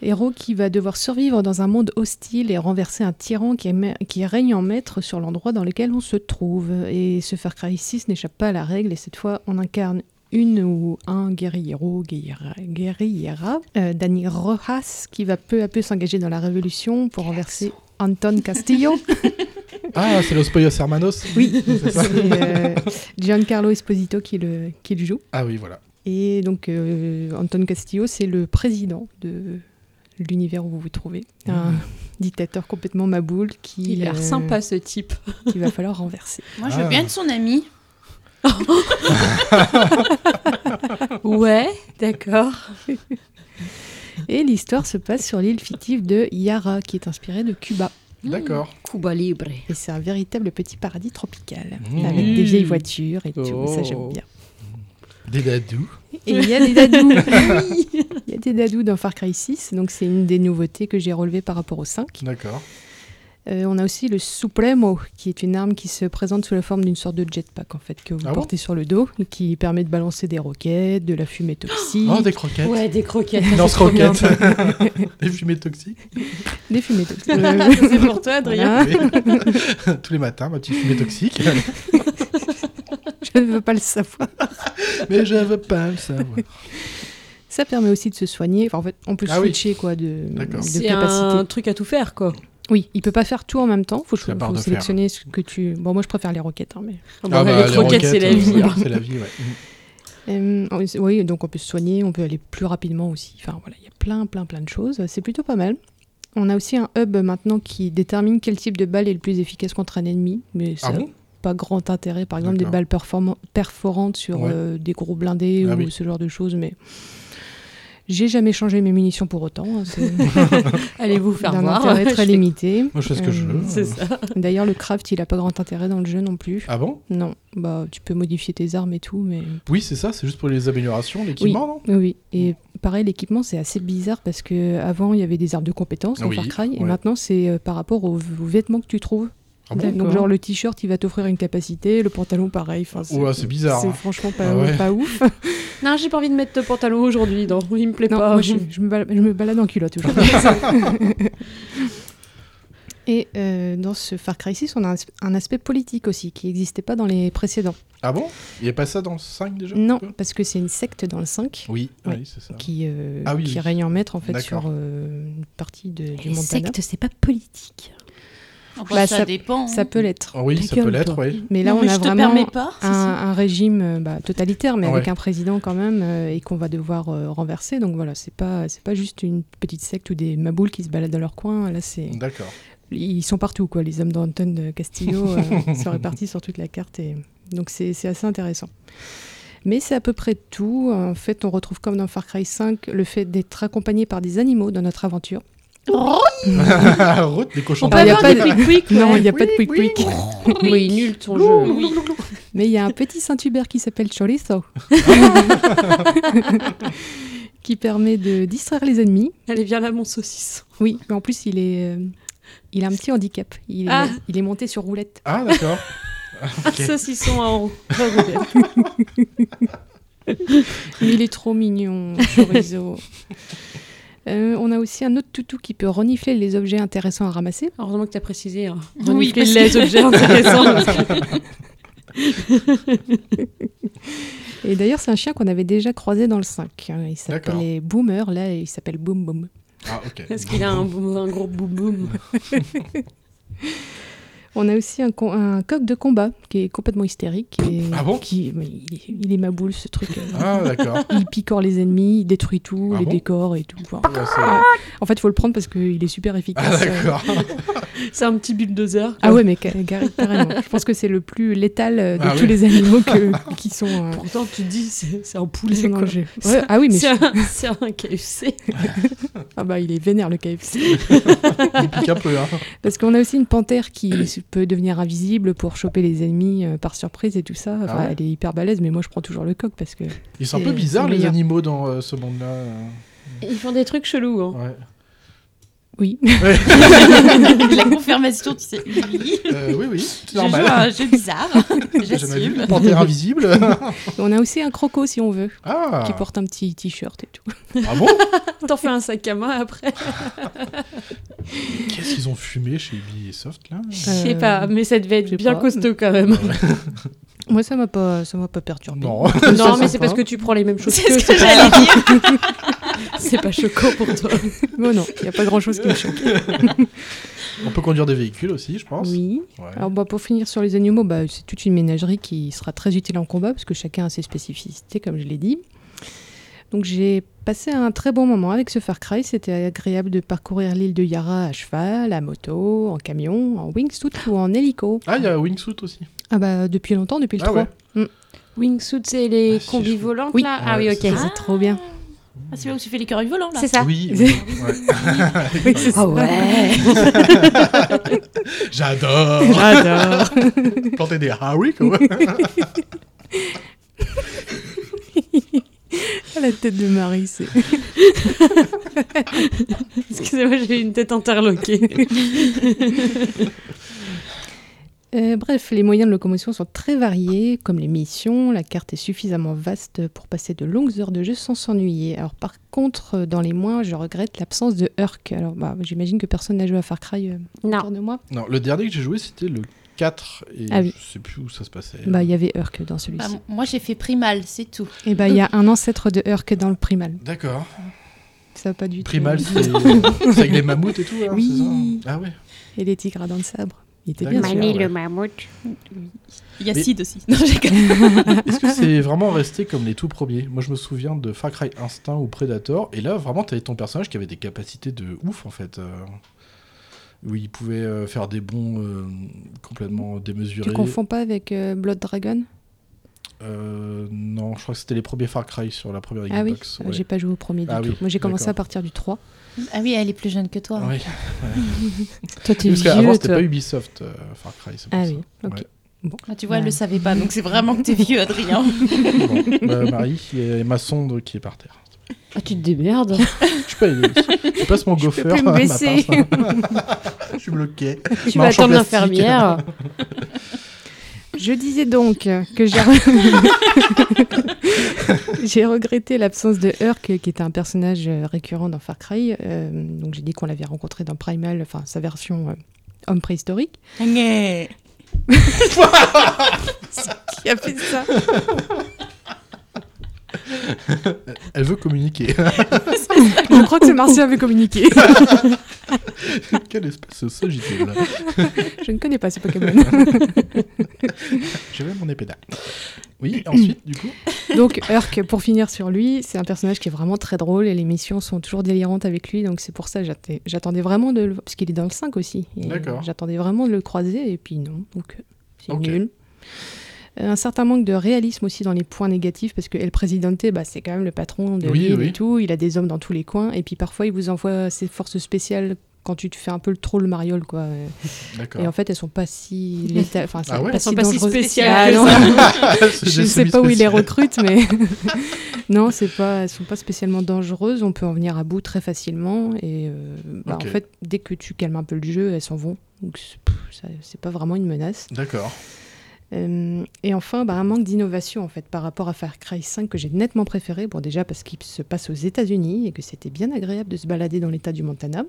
S5: Héros qui va devoir survivre dans un monde hostile et renverser un tyran qui, est ma- qui règne en maître sur l'endroit dans lequel on se trouve. Et ce Far Cry 6 n'échappe pas à la règle et cette fois on incarne une ou un guerriero, guerriera, guerriera, euh, Dani Rojas, qui va peu à peu s'engager dans la révolution pour renverser Anton Castillo.
S1: Ah, c'est Los Pollos Hermanos
S5: Oui,
S1: C'est ça.
S5: c'est euh, Giancarlo Esposito qui le, qui le joue.
S1: Ah oui, voilà.
S5: Et donc, euh, Anton Castillo, c'est le président de l'univers où vous vous trouvez. Un
S3: Mhm.
S5: dictateur complètement maboule qui.
S3: Il a l'air
S5: euh,
S3: sympa, ce type.
S5: Qu'il va falloir renverser.
S6: Moi, je
S1: Ah,
S6: veux bien être son ami.
S3: Ouais, d'accord.
S5: Et l'histoire se passe sur l'île fictive de Yara, qui est inspirée de Cuba.
S1: D'accord.
S5: Cuba Libre. Et c'est un véritable petit paradis tropical,
S1: Mmh.
S5: avec des vieilles voitures et tout, ça
S1: Oh.
S5: j'aime bien.
S1: Des dadous.
S5: Et il y a des dadous. Il y a des dadous dans Far Cry 6, donc c'est une des nouveautés que j'ai relevées par rapport au 5.
S1: D'accord.
S5: Euh, on a aussi le Supremo, qui est une arme qui se présente sous la forme d'une sorte de jetpack, en fait, que vous
S1: Ah bon
S5: portez sur le dos, et qui permet de balancer des roquettes, de la fumée toxique.
S1: Oh, des croquettes.
S5: croquettes
S1: Lance-croquettes. Des fumées toxiques.
S5: Des fumées toxiques.
S3: C'est pour toi, Adrien.
S1: Oui. Tous les matins, ma petite fumée toxique.
S5: Je ne veux pas le savoir.
S1: Mais je veux pas le savoir.
S5: Ça permet aussi de se soigner. Enfin, en fait, on peut
S1: Ah oui.
S5: switcher, quoi, de, de
S1: D'accord.
S5: capacité.
S2: C'est un truc à tout faire, quoi.
S5: Oui, il peut pas faire tout en même temps. Faut,
S2: la
S5: cho-
S2: barre
S5: faut
S2: de fer.
S5: sélectionner ce que tu. Bon, moi je préfère les roquettes, hein, mais.
S2: Ah bah, Ah bah, les les croquettes, roquettes, c'est la vie,
S1: hein. c'est la vie, ouais.
S5: Euh, on- oui, donc on peut se soigner, on peut aller plus rapidement aussi. Enfin voilà, il y a plein, plein, plein de choses. C'est plutôt pas mal. On a aussi un hub maintenant qui détermine quel type de balle est le plus efficace contre un ennemi, mais ça
S1: Ah
S5: n'a
S1: bon
S5: pas grand intérêt. Par exemple, des
S1: D'accord.
S5: balles performan- perforantes sur
S1: Ouais.
S5: euh, des gros blindés
S1: Ah
S5: ou
S1: oui.
S5: ce genre de choses, mais j'ai jamais changé mes munitions pour autant. hein, c'est-
S2: Allez vous faire
S5: D'un
S2: voir.
S5: intérêt
S2: Je
S5: très
S2: fais-
S5: limité.
S1: Moi, je fais ce que je veux. C'est
S2: ça.
S5: D'ailleurs, le craft, il a pas grand intérêt dans le jeu non plus.
S1: Ah bon
S5: Non. Bah, tu peux modifier tes armes et tout, mais.
S1: Oui, c'est ça, c'est juste pour les améliorations,
S5: Oui,
S1: l'équipement, non
S5: oui, oui. Et pareil, l'équipement, c'est assez bizarre parce que avant il y avait des arbres de compétences dans
S1: Oui,
S5: Far Cry, et
S1: ouais.
S5: maintenant, c'est euh, par rapport aux, aux vêtements que tu trouves.
S1: Ah bon
S5: Donc, genre, le t-shirt, il va t'offrir une capacité, le pantalon, pareil. Enfin,
S1: Ouah, c'est bizarre,
S5: C'est
S1: hein.
S5: franchement pas,
S1: Ah ouais.
S5: pas ouf.
S2: Non, j'ai pas envie de mettre de pantalon aujourd'hui, donc il me plaît
S5: Non,
S2: pas.
S5: moi, je, je me balade, je me balade en culotte aujourd'hui. Et euh, dans ce Far Cry 6, on a un, un aspect politique aussi qui n'existait pas dans les précédents.
S1: Ah bon Il n'y a pas ça dans 5 déjà
S5: Non, parce que c'est une secte dans le 5.
S1: Oui,
S5: Ouais.
S1: oui, c'est ça.
S5: Qui, euh,
S1: Ah oui,
S5: qui
S1: oui.
S5: règne en maître en fait
S1: D'accord.
S5: sur euh, une partie de, du
S6: les
S5: Montana.
S6: sectes,
S5: c'est pas politique.
S6: Enfin, ça dépend, hein.
S5: Ça peut l'être.
S1: Ah oui,
S5: Ta
S1: ça peut
S5: gueule,
S1: l'être,
S5: toi.
S1: oui.
S5: Mais là,
S6: Non,
S5: on
S6: mais
S5: a
S6: je te
S5: vraiment
S6: permets pas, si,
S5: un,
S6: si.
S5: un régime euh, bah, totalitaire, mais avec
S6: Ouais.
S5: un président quand même, euh, et qu'on va devoir euh, renverser. Donc voilà, c'est pas c'est pas juste une petite secte ou des maboules qui se baladent dans leur coin. Là, c'est
S1: D'accord.
S5: ils sont partout, quoi. Les hommes d'Anton de Castillo euh, sont répartis sur toute la carte. Et... Donc c'est c'est assez intéressant. Mais c'est à peu près tout. En fait, on retrouve comme dans Far Cry 5 le fait d'être accompagné par des animaux dans notre aventure.
S1: Route des cochons
S5: Enfin, y a pas de-
S2: quick-quick,
S5: Non,
S2: ouais.
S5: il n'y a pas de
S2: Oui,
S5: quick quick.
S2: Oui, nul ton jeu. Oui.
S5: Mais il y a un petit Saint-Hubert qui s'appelle Chorizo. qui permet de distraire les ennemis.
S3: Elle est bien là, mon saucisson.
S5: Oui, mais en plus, il est. euh, Il a un petit handicap. Il est,
S3: Ah.
S5: il est monté sur roulette.
S1: Ah, d'accord.
S3: Un saucisson en roue.
S5: Mais il est trop mignon, chorizo. Euh, on a aussi un autre toutou qui peut renifler les objets intéressants à ramasser.
S2: Heureusement que tu as précisé. hein.
S5: Oui,
S2: Renifler
S5: parce
S2: les
S5: que-
S2: objets intéressants. Parce
S5: Et d'ailleurs, c'est un chien qu'on avait déjà croisé dans le 5. hein. Il
S2: D'accord.
S5: s'appelait Boomer, là, il s'appelle Boom Boom.
S1: Ah, ok.
S2: qu'il a un, boum- un gros boum boum
S5: On a aussi un, con- un coq de combat qui est complètement hystérique. et
S1: Ah bon
S5: qui, mais il, est- il est ma boule, ce truc.
S1: Ah, d'accord.
S5: Il picore les ennemis, il détruit tout,
S1: Ah
S5: les
S1: bon
S5: décors et tout. Enfin,
S1: Ouais, c'est-
S5: ouais. En fait, il faut le prendre parce qu'il est super efficace.
S1: Ah, d'accord.
S2: C'est un petit bulldozer. quoi.
S5: Ah ouais, mais ca- gar- carrément. Je pense que c'est le plus létal euh, de
S2: Ah
S5: tous
S2: oui.
S5: les animaux que- qui sont. euh,
S2: Pourtant, tu te dis, c'est c'est un poulet.
S5: Ils sont
S2: quoi.
S5: mangés. Ouais,
S2: C'est-
S5: ah oui, mais
S2: C'est
S5: je-
S2: un, c'est un KFC.
S5: Ah bah il est vénère le KFC.
S1: Il pique un peu, hein.
S5: Parce qu'on a aussi une panthère qui se- peut devenir invisible pour choper les ennemis euh, par surprise et tout ça. Enfin,
S1: Ah ouais.
S5: Elle est hyper balèze, mais moi je prends toujours le coq parce que.
S1: Ils sont un
S5: c'est-
S1: peu
S5: c'est
S1: bizarres, les
S5: meilleur.
S1: animaux, dans euh, ce monde-là. euh.
S2: Ils font des trucs chelous. Hein.
S1: Ouais.
S5: Oui.
S6: La confirmation, tu sais. Oui,
S1: Euh, oui, oui, c'est
S6: Je
S1: normal.
S6: joue à un jeu bizarre. Ah,
S1: J'ai jamais vu
S6: J'assume.
S1: une panthère invisible.
S5: On a aussi un croco si on veut,
S1: Ah.
S5: qui porte un petit t-shirt et tout.
S1: Ah bon
S2: T'en fais un sac à main après.
S1: Qu'est-ce qu'ils ont fumé chez Ubisoft, là
S2: Je sais
S5: Euh,
S2: pas, mais ça devait être bien costaud quand même.
S5: Moi ça m'a pas, ça m'a pas perturbé.
S1: Non.
S2: Non, mais c'est parce que tu prends les mêmes choses
S5: C'est
S2: que
S5: ce que
S2: c'est pas
S5: j'allais
S2: grave.
S5: C'est pas choquant pour toi. Bon non, il y a pas grand chose qui me choque.
S1: On peut conduire des véhicules aussi, je pense.
S5: Oui.
S1: Ouais.
S5: Alors bah, pour finir sur les animaux, bah, c'est toute une ménagerie qui sera très utile en combat parce que chacun a ses spécificités, comme je l'ai dit. Donc j'ai passé un très bon moment avec ce Far Cry. C'était agréable de parcourir l'île de Yara à cheval, à moto, en camion, en wingsuit ou en hélico.
S1: Ah, il y a Wingsuit aussi.
S5: Ah bah depuis longtemps, depuis le
S1: Ah
S5: 3.
S2: Wingsuit, c'est les combis volants
S5: Hmm. Oui.
S2: là Ah oui, ok.
S5: C'est trop bien.
S6: Ah, c'est là où tu fais les coris volants, là.
S2: C'est ça.
S1: Oui,
S5: oui,
S1: ouais.
S5: c'est ça.
S2: Ah ouais.
S1: J'adore
S5: J'adore.
S1: Planter des haricots
S5: Ah, La tête de Marie, c'est...
S2: Excusez-moi, j'ai une tête interloquée.
S5: Euh, bref, les moyens de locomotion sont très variés, comme les missions. La carte est suffisamment vaste pour passer de longues heures de jeu sans s'ennuyer. Alors par contre, euh, dans les moins, je regrette l'absence de Herc. Alors bah, j'imagine que personne n'a joué à Far Cry euh, autour de moi.
S1: Non, le dernier que j'ai joué, c'était le 4, et
S5: Ah oui.
S1: je sais plus où ça se passait.
S5: Bah il y avait Herc dans
S6: Bah,
S5: celui-ci.
S6: moi, j'ai fait Primal, c'est tout.
S5: Et bah il y a un ancêtre de Herc dans le Primal.
S1: D'accord.
S5: Ça va pas du tout.
S1: Primal, c'est c'est avec les mammouths et tout, hein,
S5: Oui.
S1: c'est ça Ah ouais.
S5: Et les tigres à dents de sabre. Il était bien
S1: D'accord.
S5: sûr.
S1: Mani, le
S2: mammouth.
S6: Il y a
S1: Mais-
S6: Sid aussi. Non, j'ai
S1: Est-ce que c'est vraiment resté comme les tout premiers Moi, je me souviens de Far Cry Instinct ou Predator, et là, vraiment, t'avais ton personnage qui avait des capacités de ouf, en fait. euh, où il pouvait euh, faire des bonds euh, complètement démesurés.
S5: Tu confonds pas avec euh, Blood Dragon
S1: Euh, non, je crois que c'était les premiers Far Cry sur la première
S5: Ah oui,
S1: Xbox.
S5: euh,
S1: Bah, ouais.
S5: j'ai pas joué au premier du
S1: Ah
S5: tout.
S1: oui,
S5: Moi j'ai commencé à
S1: d'accord.
S5: partir du 3.
S6: Ah oui, elle est plus jeune que toi.
S1: Oui.
S5: Toi t'es
S1: Parce
S5: vieux.
S1: qu'avant, c'était
S5: toi.
S1: pas Ubisoft, euh, Far Cry. c'est pour
S5: Ah
S1: ça.
S5: oui, ok.
S1: Ouais.
S6: Ah, tu vois, elle
S5: Ouais.
S6: le savait pas, donc c'est vraiment que t'es vieux, Adrien.
S1: Bon, bah, Marie, il y a ma sonde qui est par terre.
S2: Ah, tu te démerdes.
S1: Je peux aller- je passe mon
S2: Je peux
S1: gopher.
S2: plus me
S1: ma
S2: baisser.
S1: pince. je suis bloqué.
S2: Tu vas
S1: Manche en
S2: attendre
S1: plastique.
S2: l'infirmière.
S5: Je disais donc euh, que j'ai re- j'ai regretté l'absence de Herc, euh, qui était un personnage euh, récurrent dans Far Cry. Euh, donc j'ai dit qu'on l'avait rencontré dans Primal, enfin sa version euh, homme préhistorique.
S6: Nyeh.
S5: Qui a fait ça
S1: Elle veut communiquer.
S5: Je crois que c'est Martien avait communiqué.
S1: Quelle espèce de sagittaire
S5: Je ne connais pas ce Pokémon.
S1: J'ai même mon épée d'âne. Oui, et ensuite, du coup.
S5: Donc Herc, pour finir sur lui, c'est un personnage qui est vraiment très drôle et les missions sont toujours délirantes avec lui. Donc c'est pour ça que j'attendais- j'attendais vraiment de le... Parce qu'il est dans le 5 aussi. et
S1: D'accord.
S5: J'attendais vraiment de le croiser et puis non. Donc euh, c'est
S1: Ok.
S5: nul. Euh, Un certain manque de réalisme aussi dans les points négatifs parce que El Presidente, bah, c'est quand même le patron de
S1: Oui,
S5: l'île
S1: oui.
S5: et tout. Il a des hommes dans tous les coins et puis parfois il vous envoie ses forces spéciales quand tu te fais un peu le troll mariole quoi. Euh,
S1: D'accord.
S5: Et en fait elles sont pas si létales, enfin c'est
S1: Ah ouais
S5: pas
S1: Elles
S5: si
S2: sont pas si
S5: dangereuses.
S2: spéciales
S5: Ah,
S2: que
S5: non.
S1: ça.
S5: Je
S1: J'ai
S5: sais pas où il les
S1: semi-spécial.
S5: recrute mais non c'est pas elles sont pas spécialement dangereuses. On peut en venir à bout très facilement et euh, bah,
S1: Ok.
S5: en fait dès que tu calmes un peu le jeu elles s'en vont donc c'est- pff, ça- c'est pas vraiment une menace.
S1: D'accord.
S5: Euh, et enfin, bah, un manque d'innovation en fait par rapport à Far Cry 5 que j'ai nettement préféré. Bon, déjà parce qu'il se passe aux États-Unis et que c'était bien agréable de se balader dans l'État du Montana.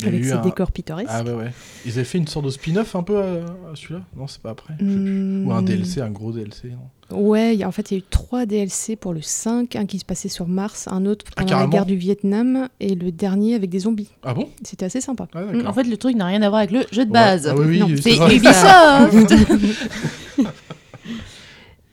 S1: Il y a
S5: Avec
S1: eu
S5: ses
S1: un-
S5: décors pittoresques.
S1: Ah ouais, ouais. Ils avaient fait une sorte de spin-off un peu à, à celui-là Non, c'est pas après. Je- je- Ou un
S5: Hmm.
S1: DLC, un gros DLC. Non
S5: Ouais, il y a- en fait, il y a eu trois DLC pour le 5, un qui se passait sur Mars, un autre pendant la
S1: carrément
S5: guerre du Vietnam, et le dernier avec des zombies.
S1: Ah bon Ah,
S5: C'était assez sympa.
S1: d'accord.
S6: En fait, le truc n'a rien à voir avec le jeu de base.
S5: Ouais. Ah oui, oui,
S6: Non,
S5: oui,
S6: c'est
S5: c'est vrai.
S6: Ubisoft.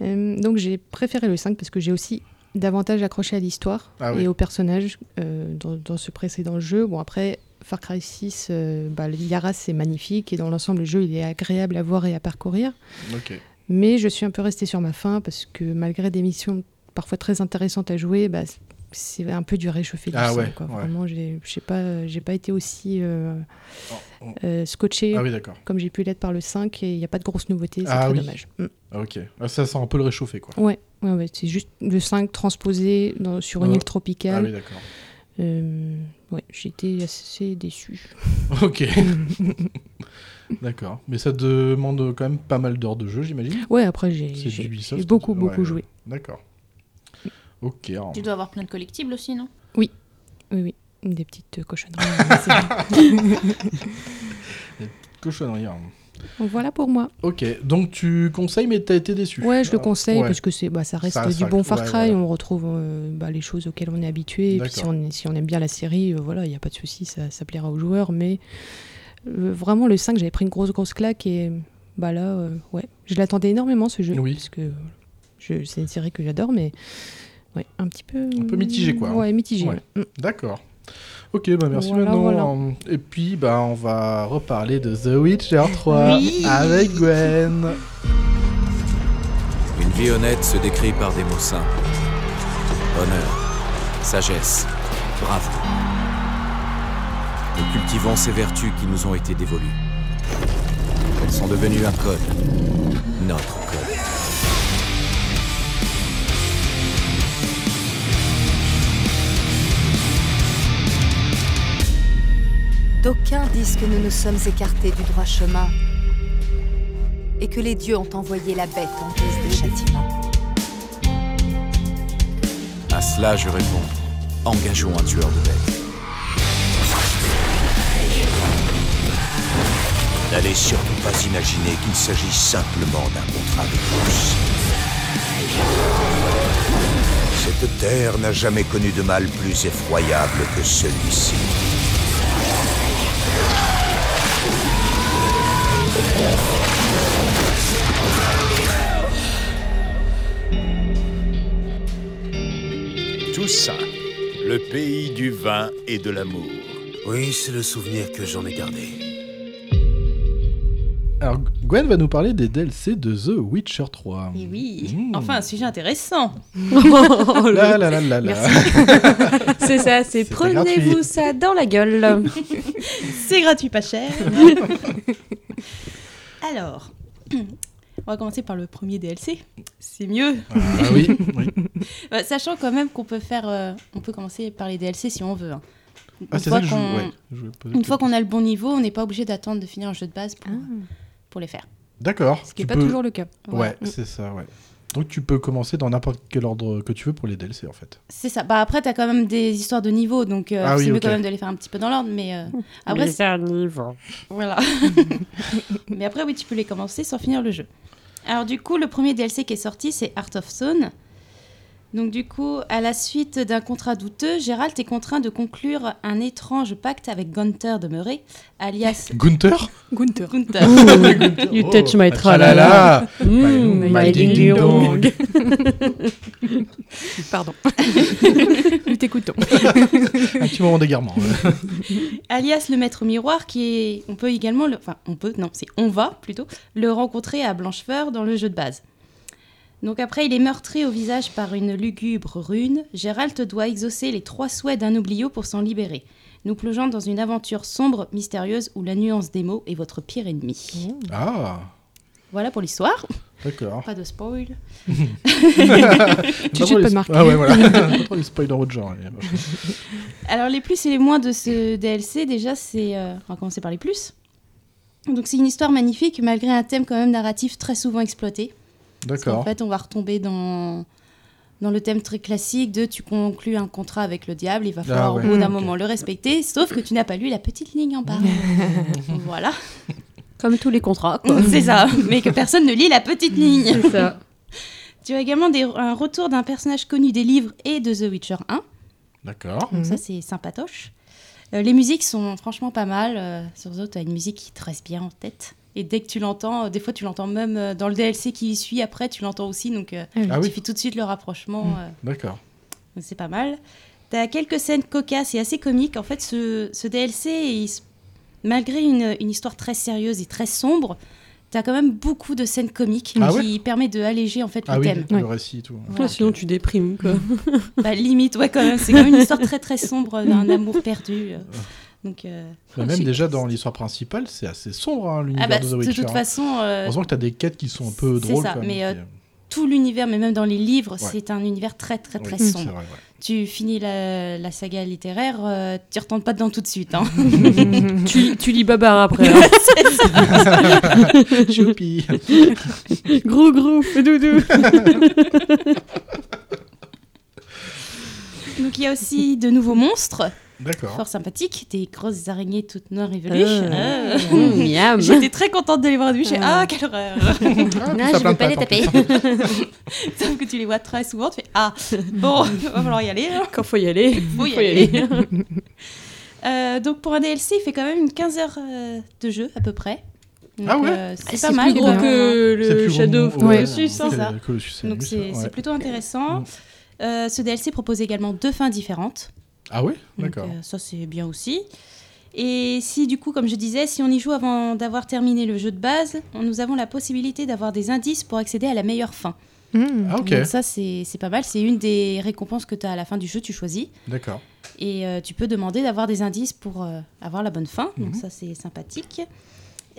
S5: Euh, donc j'ai préféré le 5 parce que j'ai aussi davantage accroché à l'histoire
S6: Ah
S5: et
S6: oui.
S5: aux personnages euh, dans, dans ce précédent jeu. Bon après, Far Cry 6, euh, bah, Yara c'est magnifique et dans l'ensemble le jeu il est agréable à voir et à parcourir.
S1: Ok.
S5: Mais je suis un peu restée sur ma faim parce que malgré des missions parfois très intéressantes à jouer, bah, c- c'est un peu du réchauffé du
S1: Ah
S5: sang,
S1: ouais,
S5: quoi.
S1: ouais.
S5: Vraiment, j'ai j'ai pas, j'ai pas été aussi euh, euh, scotché
S1: Oh, Ah oui, d'accord.
S5: comme j'ai pu l'être par le 5 et il n'y a pas de grosses nouveautés, c'est
S1: Ah
S5: très
S1: oui.
S5: dommage. Mm.
S1: Ah, ok. Ah, ça sent un peu le réchauffé, quoi.
S5: Ouais, ouais, ouais, c'est juste le 5 transposé dans- sur une
S1: Ah.
S5: île tropicale.
S1: Ah oui, d'accord.
S5: Euh, ouais, j'étais assez déçu.
S1: Ok. D'accord. Mais ça demande quand même pas mal d'heures de jeu, j'imagine.
S5: Ouais, après, j'ai-
S1: C'est
S5: j'ai-
S1: Ubisoft,
S5: j'ai beaucoup,
S1: ouais,
S5: beaucoup
S1: ouais.
S5: joué.
S1: D'accord. Ok. alors.
S6: tu dois avoir plein de collectibles aussi, non
S5: Oui, oui, oui. Des petites euh, cochonneries. mais c'est-
S1: Cochonnerie. hein.
S5: voilà pour moi.
S1: Ok. Donc tu conseilles, mais t'as été déçu.
S5: Ouais, je le
S1: Ah,
S5: conseille
S1: ouais.
S5: parce que c'est, bah, ça reste
S1: Ça-
S5: du
S1: ça-
S5: bon Far
S1: ouais,
S5: Cry.
S1: voilà.
S5: On retrouve euh, bah, les choses auxquelles on est habitué. Et puis si
S1: D'accord.
S5: on, est- si on aime bien la série, euh, voilà, il n'y a pas de souci, ça, ça plaira aux joueurs. Mais euh, vraiment, le 5, j'avais pris une grosse, grosse claque. Et bah, là, euh, ouais, je l'attendais énormément ce jeu. Parce que euh, je- c'est une série que j'adore, mais ouais, un petit peu.
S1: Un peu mitigé, quoi. hein.
S5: Ouais, mitigé.
S1: Ouais.
S5: Mm.
S1: D'accord. Ok, bah merci
S5: Voilà,
S1: Manon.
S5: voilà.
S1: Et puis, bah, on va reparler de The Witcher 3 avec Gwen.
S11: Une vie honnête se décrit par des mots simples. Honneur, sagesse, bravo. Nous cultivons ces vertus qui nous ont été dévolues. Elles sont devenues un code. Notre code.
S12: D'aucuns disent que nous nous sommes écartés du droit chemin et que les dieux ont envoyé la bête en guise de châtiment.
S11: À cela, je réponds. Engageons un tueur de bêtes.
S13: N'allez surtout pas imaginer qu'il s'agit simplement d'un contrat de force. Cette terre n'a jamais connu de mal plus effroyable que celui-ci.
S14: Toussaint, le pays du vin et de l'amour.
S15: Oui, c'est le souvenir que j'en ai gardé.
S1: Alors, Gwen va nous parler des DLC de The Witcher 3.
S6: Et oui.
S5: Mmh.
S6: Enfin, un sujet intéressant.
S2: Oh,
S1: Ah là, là, là, là, là.
S3: C'est ça, c'est
S1: C'était
S3: prenez-vous
S1: gratuit.
S3: ça dans la gueule.
S6: c'est gratuit, pas cher. Alors, on va commencer par le premier DLC. C'est mieux.
S1: Ah oui, oui.
S6: Euh, Sachant quand même qu'on peut faire, euh, on peut commencer par les DLC si on veut. hein. Une
S1: Ah, c'est
S6: fois
S1: ça que je-
S6: qu'on-
S1: ouais, je voulais poser
S6: Une
S1: toute
S6: fois qu'on a le bon niveau, on n'est pas obligé d'attendre de finir un jeu de base pour,
S1: Ah.
S6: pour les faire.
S1: D'accord.
S6: Ce qui
S1: tu
S6: est pas
S1: peux-
S6: toujours le cas.
S1: Ouais,
S6: Voilà. Mm.
S1: c'est ça, ouais. Donc tu peux commencer dans n'importe quel ordre que tu veux pour les DLC en fait.
S6: C'est ça. Bah après, t'as quand même des histoires de niveau, donc euh,
S1: Ah
S6: c'est
S1: oui,
S6: mieux
S1: ok.
S6: quand même de les faire un petit peu dans l'ordre, mais euh, après.
S3: Les
S6: c'est- Voilà. mais après, oui, tu peux les commencer sans finir le jeu. Alors du coup, le premier DLC qui est sorti, c'est Art of Stone. Donc du coup, à la suite d'un contrat douteux, Gérald est contraint de conclure un étrange pacte avec Gunther de Murray, alias...
S1: Gunther
S6: Gunther.
S3: Gunther. You touch
S1: Ah
S3: my
S1: Bah,
S3: tralala. Mm, my ding dong.
S5: Pardon.
S6: Nous t'écoutons.
S1: Un petit moment d'égarement. ouais.
S6: alias le maître miroir qui est on peut également le enfin on peut non c'est on va plutôt le rencontrer à Blanchefeur dans le jeu de base. Donc après il est meurtri au visage par une lugubre rune, Gérald doit exaucer les trois souhaits d'un oubliot pour s'en libérer, nous plongeant dans une aventure sombre, mystérieuse où la nuance des mots est votre pire ennemi.
S1: Ah,
S6: Voilà pour l'histoire.
S1: d'accord.
S6: Mmh. Pas de spoil.
S1: Pas trop les- Ah ouais, voilà. Pas trop les spoilers autre genre. les vaches.
S6: Alors les plus et les moins de ce DLC, déjà, c'est... euh, on va commencer par les plus. Donc c'est une histoire magnifique, malgré un thème quand même narratif très souvent exploité. Parce qu'en
S1: D'accord.
S6: fait, on va retomber dans, dans le thème très classique de tu conclus un contrat avec le diable, il
S1: Ah
S6: va falloir
S3: ouais.
S6: au bout d'un
S3: Mm.
S6: moment le respecter, sauf que tu n'as pas lu la petite ligne en bas. voilà.
S2: Comme tous les contrats, quoi.
S6: C'est ça, mais que personne ne lit la petite ligne.
S2: C'est ça.
S6: Tu as également des- un retour d'un personnage connu des livres et de The Witcher 1.
S1: D'accord.
S6: Donc ça, c'est sympatoche. Euh, les musiques sont franchement pas mal. Euh, sur Zo, tu as une musique qui te reste bien en tête. Et dès que tu l'entends, euh, des fois, tu l'entends même euh, dans le DLC qui suit après, tu l'entends aussi. Donc, euh,
S1: Ah oui. Ah
S6: tu
S1: oui.
S6: fais tout de suite le rapprochement.
S2: Mm.
S6: euh,
S1: D'accord.
S6: donc c'est pas mal. T'as quelques scènes cocasses et assez comiques. En fait, ce, ce DLC, il s- malgré une, une histoire très sérieuse et très sombre, t'as quand même beaucoup de scènes comiques
S1: Ah
S6: qui
S1: ouais
S6: permet de alléger en fait
S1: Ah
S6: le
S1: oui,
S6: thème.
S1: le récit et tout.
S6: Voilà.
S2: Sinon, tu déprimes, quoi.
S6: Bah, limite, ouais, quand même. C'est quand même une histoire très très sombre d'un amour perdu. euh. Donc, euh,
S1: Mais même déjà dans l'histoire principale, c'est assez sombre hein, l'univers
S6: Ah bah,
S1: de The
S6: de
S1: Witcher.
S6: toute
S1: hein.
S6: façon, euh,
S1: Heureusement que t'as des quêtes qui sont un peu
S6: C'est
S1: drôles.
S6: ça,
S1: quand même,
S6: mais euh,
S1: qui, euh,
S6: tout l'univers, mais même dans les livres,
S1: Ouais.
S6: c'est un univers très très
S1: Oui,
S6: très
S1: c'est
S6: sombre.
S1: vrai, ouais.
S6: Tu finis la, la saga littéraire, euh, tu retournes pas dedans tout de suite. hein.
S2: tu, tu lis Babar après. hein.
S6: C'est ça.
S1: Choupi.
S2: Gros gros, fais doudou.
S6: Donc il y a aussi de nouveaux monstres.
S1: D'accord.
S6: Fort sympathiques, des grosses araignées toutes noires et velues.
S2: Ah.
S6: Ah.
S2: Mm, miam.
S6: J'étais très contente de les voir de vue. J'ai
S2: Ah.
S6: ah quelle horreur.
S2: Ah, puis Non, ça je veux plante pas pas, les tant taper. pis.
S6: Sauf que tu les vois très souvent, tu fais ah bon, va falloir y aller. hein.
S2: Quand faut y aller,
S6: faut y
S2: faut y
S6: aller.
S2: aller.
S6: Euh, donc pour un DLC, il fait quand même une 15 heures euh, de jeu à peu près. Donc,
S2: Ah ouais
S6: euh,
S2: Ah,
S6: C'est
S2: c'est
S6: pas mal
S2: plus gros
S6: hein.
S2: que le C'est plus gros Shadow of que- Colossus,
S6: Ouais,
S2: hein.
S6: c'est ça.
S2: que le Colossus, c'est
S6: Donc
S2: lui,
S6: c'est
S2: ça, ouais.
S6: c'est plutôt intéressant. Euh, ce DLC propose également deux fins différentes.
S1: Ah oui
S6: Donc,
S1: D'accord.
S6: euh, ça, c'est bien aussi. Et si, du coup, comme je disais, si on y joue avant d'avoir terminé le jeu de base, on- nous avons la possibilité d'avoir des indices pour accéder à la meilleure fin. Hmm.
S1: Ah, ok.
S6: Donc ça, c'est c'est pas mal. C'est une des récompenses que tu as à la fin du jeu, tu choisis.
S1: D'accord.
S6: Et euh, tu peux demander d'avoir des indices pour euh, avoir la bonne fin. Donc
S1: Mhm.
S6: ça, c'est sympathique.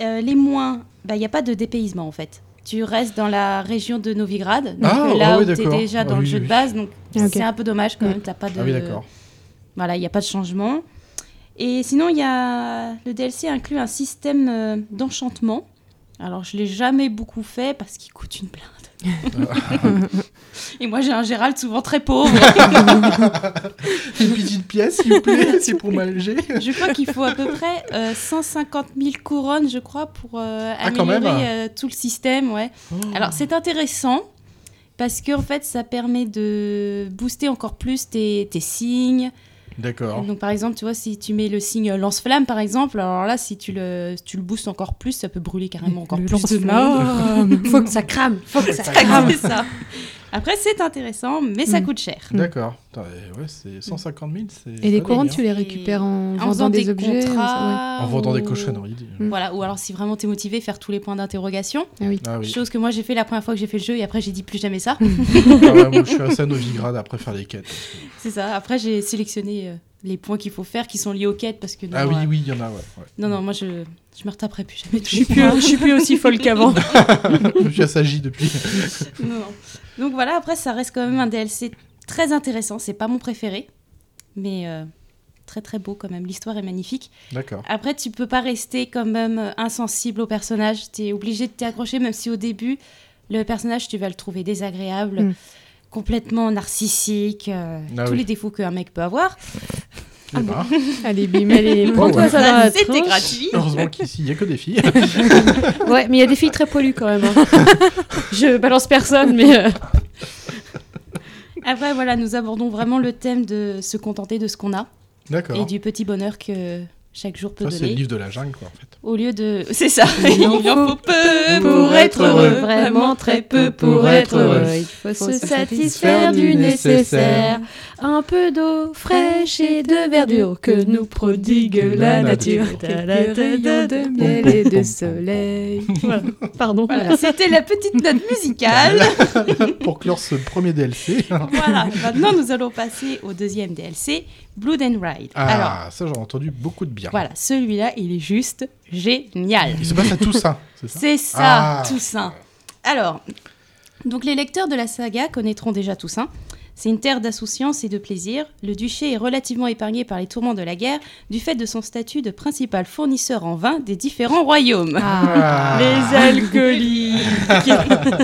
S6: Euh, les moins, il n'y a pas de dépaysement, en fait. Tu restes dans la région de Novigrad, donc
S1: Ah,
S6: euh, là
S1: ah oui,
S6: où tu es
S1: d'accord.
S6: déjà
S1: Ah
S6: dans le
S1: oui,
S6: jeu de
S1: oui.
S6: base. Donc
S1: Ok.
S6: c'est un peu dommage quand
S1: Mm.
S6: même. T'as pas de...
S1: Ah oui, d'accord.
S6: Voilà, il n'y a pas de changement. Et sinon, il y a... le DLC inclut un système euh, d'enchantement. Alors, je l'ai jamais beaucoup fait parce qu'il coûte une blinde. Et moi, j'ai un Gérald souvent très pauvre.
S1: Une petite pièce, s'il vous plaît, c'est pour m'alléger.
S6: Je crois qu'il faut à peu près euh, 150 000 couronnes, je crois, pour euh,
S1: Ah, quand
S6: améliorer
S1: même. Oh.
S6: euh, tout le système. Ouais. Alors, c'est intéressant parce que en fait, ça permet de booster encore plus tes, tes signes.
S1: D'accord.
S6: Donc, par exemple, tu vois, si tu mets le signe lance-flamme, par exemple, alors là, si tu le, tu le boostes encore plus, ça peut brûler carrément encore plus de monde.
S2: lance-flamme. Faut que ça crame, faut que ça
S6: C'est
S2: crame. Mm.
S6: ça. Après, c'est intéressant, mais ça coûte cher.
S1: D'accord. Putain, et Ouais, c'est 150 000, c'est.
S5: Et les
S1: pas
S5: couronnes,
S1: dingue,
S5: tu
S1: hein.
S5: les récupères en,
S6: en
S5: vendant
S6: faisant
S5: des,
S6: des,
S5: objets. en-
S6: contrats.
S5: ouais.
S1: En vendant des
S6: ou-
S1: cochonneries, dis-
S6: Mm. Voilà, ou alors si vraiment t'es motivé, faire tous les points d'interrogation.
S1: oui. Ah oui.
S6: Chose que moi j'ai fait la première fois que j'ai fait le jeu et après j'ai dit plus jamais ça.
S2: Mm.
S1: Ah ouais, moi, je suis assez à Novigrad après faire les quêtes.
S6: C'est ça, après j'ai sélectionné euh, les points qu'il faut faire qui sont liés aux quêtes parce que. non,
S1: Ah oui,
S6: euh,
S1: oui, il y en a, ouais. ouais.
S6: Non, non, moi je, je me retaperai plus jamais.
S2: Je suis plus- je suis plus aussi folle qu'avant.
S1: je suis assagi depuis.
S6: Non, non. Donc voilà, après ça reste quand même un DLC très intéressant, c'est pas mon préféré, mais euh, très très beau quand même, l'histoire est magnifique.
S1: D'accord.
S6: Après, tu peux pas rester quand même euh, insensible au personnage. Tu es obligé de t'y accrocher, même si au début, le personnage, tu vas le trouver désagréable,
S5: Mm.
S6: complètement narcissique, euh,
S5: Ah
S6: tous
S5: oui.
S6: les défauts qu'un mec peut avoir.
S1: Eh ben.
S5: Allez, bim, allez,
S1: Oh,
S5: prends-toi
S1: ouais.
S5: ça dans
S2: Ah,
S5: la
S6: C'était
S5: tronche.
S6: gratuit.
S1: Heureusement qu'ici, il n'y a que des filles.
S2: Ouais, mais il y a des filles très pollues quand même. hein. Je balance personne, mais. euh,
S6: Après, voilà, nous abordons vraiment le thème de se contenter de ce qu'on a.
S1: D'accord.
S6: Et du petit bonheur que chaque jour peut
S1: Ça,
S6: donner.
S1: c'est le livre de la jungle, quoi, en fait.
S6: Au lieu de. C'est ça,
S2: Il
S6: il
S2: en
S6: en
S2: faut
S6: faut peu
S2: pour
S6: pour
S2: être
S6: être
S2: heureux.
S6: heureux. Vraiment très peu pour être heureux.
S2: Il faut se
S3: satisfaire du nécessaire.
S2: Un peu d'eau fraîche et de verdure que nous prodigue la nature. Ta la
S5: Quelques
S2: ta ta
S5: rayons
S2: ta.
S5: de miel et de soleil.
S2: Voilà. Pardon.
S6: Voilà, c'était la petite note musicale.
S1: Pour clore ce premier DLC.
S6: Voilà, maintenant nous allons passer au deuxième DLC, Blood and Ride.
S1: Ah,
S6: Alors,
S1: ça, j'en ai entendu beaucoup de bien.
S6: voilà, celui-là, il est juste génial.
S1: Il se passe à Toussaint, c'est ça
S6: C'est ça,
S1: Ah.
S6: Toussaint. Alors, donc les lecteurs de la saga connaîtront déjà Toussaint. C'est une terre d'assouciance et de plaisir. Le duché est relativement épargné par les tourments de la guerre du fait de son statut de principal fournisseur en vin des différents royaumes.
S2: Ah.
S6: Les alcooliques
S1: Ah,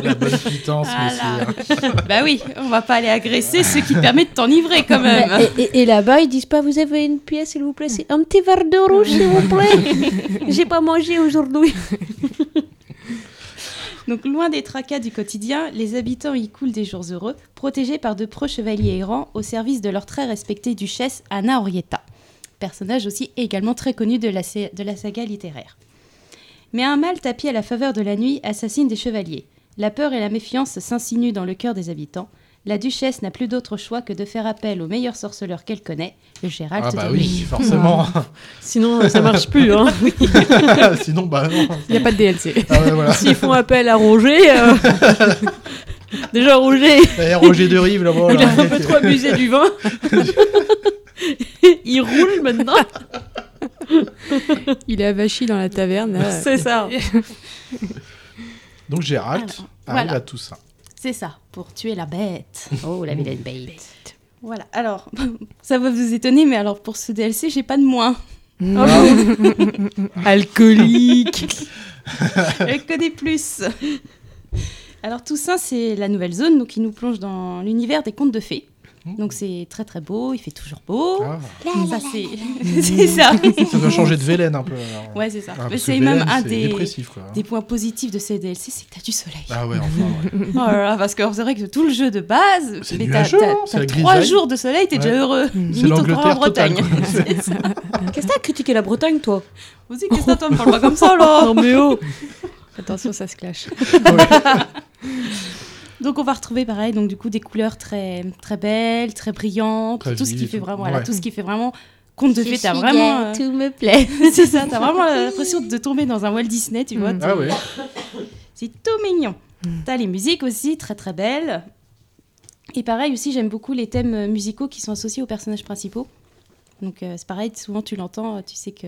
S1: La bonne pitance,
S6: Ah, Voilà.
S1: monsieur.
S6: Bah oui, on va pas aller agresser ce qui permet de t'enivrer quand même.
S2: Bah, Et, et- et là-bas, ils disent pas Vous avez une pièce, s'il vous plaît C'est un petit verre de rouge, s'il vous plaît J'ai pas mangé aujourd'hui.
S6: Donc loin des tracas du quotidien, les habitants y coulent des jours heureux, protégés par de preux chevaliers errants au service de leur très respectée duchesse Anna Henrietta, personnage aussi également très connu de la, sé- de la saga littéraire. Mais un mal tapis à la faveur de la nuit assassine des chevaliers. La peur et la méfiance s'insinuent dans le cœur des habitants. La duchesse n'a plus d'autre choix que de faire appel au meilleur sorceleur qu'elle connaît, le Gérald
S1: Ah bah
S6: de
S1: oui,
S6: Rivie.
S1: forcément.
S2: Sinon, ça marche plus. Hein.
S1: Sinon, bah non.
S2: Il n'y a pas de DLC.
S1: Ah ouais, voilà.
S2: S'ils font appel à Roger. euh, Déjà, Roger.
S1: Eh, Roger de Rive, là-bas.
S2: Il
S1: là.
S2: a un peu trop abusé du vin. Il roule maintenant.
S5: Il est avachi dans la taverne. là.
S2: C'est ça.
S1: Donc Gérald arrive
S6: voilà.
S1: à tout ça.
S6: C'est ça, pour tuer la bête. Oh, la vilaine bête. Voilà, alors, ça va vous étonner, mais alors pour ce DLC, j'ai pas de moins.
S2: Alcoolique.
S6: Elle connaît plus. Alors tout ça, c'est la nouvelle zone, donc il nous plonge dans l'univers des contes de fées.
S1: Oh.
S6: Donc c'est très très beau, il fait toujours beau. Ça c'est c'est ça.
S1: Ah. Ça doit changer de Vélène un peu. alors.
S6: Ouais, c'est ça.
S1: Ah, parce
S6: Mais
S1: que
S6: c'est
S1: Vélène,
S6: même un
S1: c'est
S6: des,
S1: dépressif, quoi.
S6: des points positifs de ces DLC, c'est que t'as du soleil.
S1: Ah ouais, enfin, ouais.
S6: Oh là là, parce que c'est vrai que tout le jeu de base,
S1: C'est
S6: mais t'as
S1: nuageux, hein, c'est
S6: t'as
S1: la
S6: trois
S1: grisaille.
S6: jours de soleil, t'es
S1: Ouais.
S6: déjà heureux.
S1: C'est
S6: Limite, on te croit en
S1: l'Angleterre totale,
S6: Bretagne.
S1: quoi.
S6: C'est ça.
S2: Qu'est-ce que t'as critiqué la Bretagne, toi
S6: Vas-y, qu'est-ce que t'attends Me parle pas comme ça, là
S2: Non, mais oh
S5: Attention, ça se clash.
S6: Donc on va retrouver pareil, donc du coup des couleurs très très belles, très brillantes,
S2: Très
S6: tout ce qui
S2: vives et
S6: fait
S2: tout.
S6: vraiment, voilà,
S2: Ouais.
S6: tout ce qui fait vraiment conte de
S2: Je
S6: fées, t'as
S2: suis
S6: vraiment, euh,
S2: gay, tout me plaît.
S6: c'est ça, t'as vraiment l'impression de tomber dans un Walt Disney, tu vois.
S1: Mm.
S6: t'es-
S1: Ah ouais.
S6: C'est tout mignon.
S2: Mm.
S6: T'as les musiques aussi très très belles. Et pareil aussi, j'aime beaucoup les thèmes euh, musicaux qui sont associés aux personnages principaux. Donc euh, c'est pareil, souvent tu l'entends, euh, tu sais que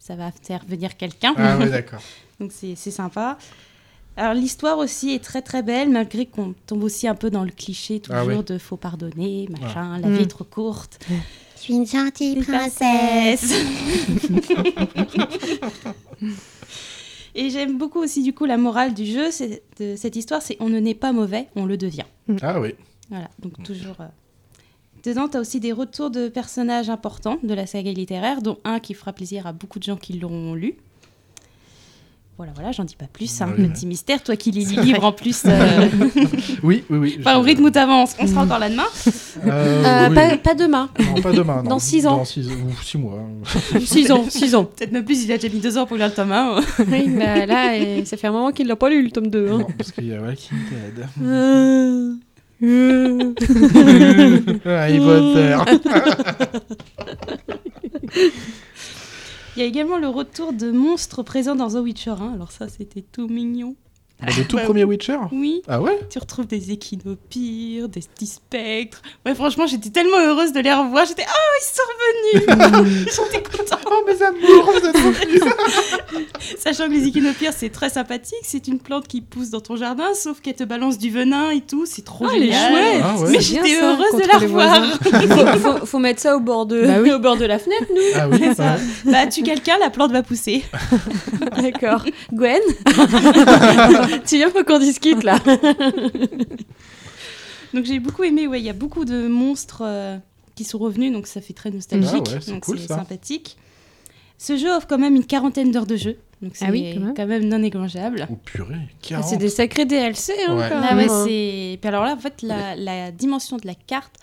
S6: ça va faire venir quelqu'un.
S1: Ah ouais, d'accord.
S6: Donc c'est c'est sympa. Alors l'histoire aussi est très très belle, malgré qu'on tombe aussi un peu dans le cliché toujours
S1: Ah ouais.
S6: de faut pardonner, machin,
S2: Ouais.
S6: la vie
S2: Mm.
S6: est trop courte.
S2: Je suis une gentille
S6: princesse. Et j'aime beaucoup aussi du coup la morale du jeu, c'est- de cette histoire, c'est on ne naît pas mauvais, on le devient.
S1: Ah oui.
S6: Voilà, donc toujours. euh. Dedans, tu as aussi des retours de personnages importants de la saga littéraire, dont un qui fera plaisir à beaucoup de gens qui l'auront lu. Voilà, voilà, j'en dis pas plus, c'est un
S1: Oui.
S6: petit mystère, toi qui lis
S1: C'est
S6: les
S1: vrai.
S6: livres en plus. euh,
S1: Oui, oui, oui.
S6: Enfin, au rythme où t'avances, on sera encore là demain.
S1: Euh, Euh, oui. pas- pas
S2: demain.
S1: Non, pas demain. Non.
S6: Dans six ans.
S1: Dans 6 mois.
S2: Six ans, six ans.
S6: Peut-être même plus, il a déjà mis deux ans pour lire le tome 1.
S2: Oui, bah là, et ça fait un moment qu'il l'a pas lu, le tome 2. Hein.
S1: Parce qu'il y a Walking Dead.
S2: Euh, euh.
S1: Harry Potter.
S6: Mm. Il y a également le retour de monstres présents dans The Witcher 1. Alors, ça, c'était tout mignon.
S1: Dans le tout
S6: Ouais.
S1: premier Witcher
S6: Oui.
S1: Ah ouais
S6: Tu retrouves des échinopires, des petits spectres. Ouais, franchement, j'étais tellement heureuse de les revoir. J'étais, oh, ils sont revenus J'étais contente
S1: Oh, mes amours, vous êtes revenus
S6: Sachant que les échinopires, c'est très sympathique. C'est une plante qui pousse dans ton jardin, sauf qu'elle te balance du venin et tout. C'est trop
S2: Ah, elle est
S6: génial.
S2: chouette. Ah ouais.
S6: Mais
S2: C'est bien
S6: j'étais
S2: ça,
S6: heureuse de
S2: contre
S6: la
S2: les
S6: revoir
S2: voisins. Faut- faut- faut mettre ça au bord de- Bah oui. au bord de la fenêtre, nous. Ah oui,
S6: C'est ça.
S2: ouais.
S6: Bah, tu quelqu'un, la plante va pousser.
S2: D'accord. Gwen Tu viens, faut qu'on discute là.
S6: Donc j'ai beaucoup aimé, ouais, il y a beaucoup de monstres euh, qui sont revenus, donc ça fait très nostalgique,
S2: Ah ouais, c'est
S6: donc
S2: cool,
S6: c'est
S2: ça.
S6: sympathique. Ce jeu offre quand même une quarantaine d'heures de jeu, donc c'est
S2: Ah oui, quand même.
S6: quand même non négligeable.
S1: Oh purée,
S2: Ah, C'est des sacrés DLC, hein,
S1: Ouais.
S2: quand
S6: Ah ouais,
S2: même.
S6: c'est... Puis alors là, en fait, la, la dimension de la carte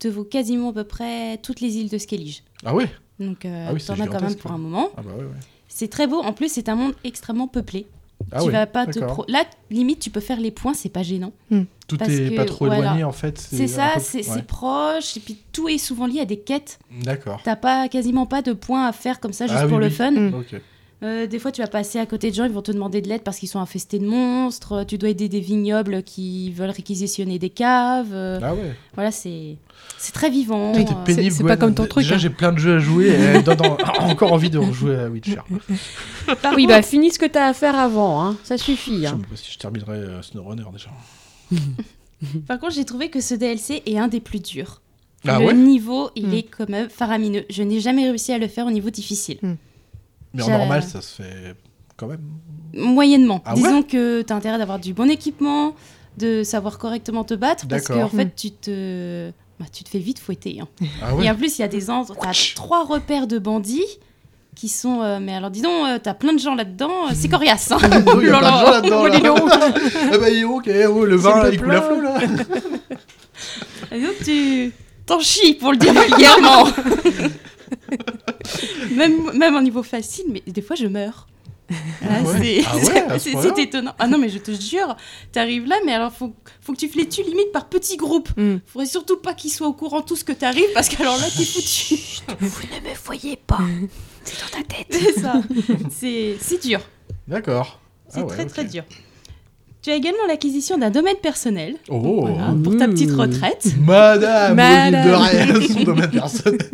S6: te vaut quasiment à peu près toutes les îles de Skellige.
S1: Ah ouais
S6: Donc euh,
S1: Ah oui, c'est
S6: t'en as quand même
S1: gigantesque,
S6: pour
S1: ouais.
S6: un moment.
S1: Ah bah ouais, ouais.
S6: C'est très beau. En plus, c'est un monde extrêmement peuplé.
S1: Ah
S6: tu
S1: oui,
S6: vas pas te
S1: d'accord.
S6: pro- Là, limite, tu peux faire les points, c'est pas gênant.
S1: Hmm. Tout
S6: Parce
S1: est
S6: que,
S1: pas trop
S6: voilà.
S1: éloigné, en fait, c'est
S6: C'est
S1: un
S6: ça,
S1: peu-
S6: c'est c'est
S1: ouais.
S6: proche, et puis tout est souvent lié à des quêtes.
S1: D'accord.
S6: T'as pas quasiment pas de points à faire comme ça juste
S1: Ah oui,
S6: pour le
S1: oui.
S6: fun.
S1: Mm. Ok.
S6: Euh, des fois, tu vas passer à côté de gens, ils vont te demander de l'aide parce qu'ils sont infestés de monstres. Tu dois aider des vignobles qui veulent réquisitionner des caves. euh,
S1: Ah ouais.
S6: Voilà, c'est c'est très vivant.
S1: Putain, t'es
S6: euh,
S1: pénible, Gwen. Déjà,
S6: hein.
S1: j'ai plein de jeu jeux à jouer et dans- dans- encore envie de rejouer à Witcher.
S6: Par
S2: oui,
S6: contre-
S2: bah finis ce que t'as à faire avant, hein. ça suffit. hein.
S1: Je terminerai euh, SnowRunner déjà.
S6: Par contre, j'ai trouvé que ce DLC est un des plus durs.
S1: Ah
S6: le
S1: ouais
S6: niveau, il
S1: Mm.
S6: est quand même faramineux. Je n'ai jamais réussi à le faire au niveau difficile.
S1: Mais en
S6: J'ai-
S1: normal, ça se fait quand même.
S6: Moyennement.
S1: Ah ouais
S6: Disons que tu as intérêt d'avoir du bon équipement, de savoir correctement te battre, parce qu'en
S1: D'accord.
S6: fait, tu te... bah, tu te fais vite fouetter. hein.
S1: Ah ouais
S6: Et en plus, il y a des anses, tu as trois repères de bandits qui sont... euh, Mais alors, dis donc, euh, t'as plein de gens là-dedans, euh, c'est coriace. hein.
S1: Il y a
S6: Oh
S1: plein de
S6: là
S1: gens
S6: là.
S1: là-dedans.
S6: Oh, dis
S1: là.
S6: donc.
S1: Eh ben, il est où, ok, oh, le vin, là, il coule à flot, là.
S6: Et donc tu t'en chies pour le dire vulgairement. même, même en niveau facile, mais des fois je meurs. Là,
S3: ouais
S6: c'est-
S3: Ah ouais, à ce
S6: c'est
S3: point-là
S6: c'est étonnant. Ah non, mais je te jure, t'arrives là, mais alors faut, faut que tu les tues limite par petits groupes. Faudrait surtout pas qu'ils soient au courant de tout ce que t'arrives, parce qu'alors là, t'es foutu. Vous ne me voyez pas. C'est dans ta tête. C'est ça. C'est c'est dur.
S1: D'accord.
S6: C'est
S1: Ah ouais,
S6: très
S1: ok.
S6: très dur. Tu as également l'acquisition d'un domaine personnel.
S1: Oh.
S6: Voilà, pour ta petite retraite.
S1: Madame,
S6: Madame.
S1: Odile de Reyes, son domaine personnel.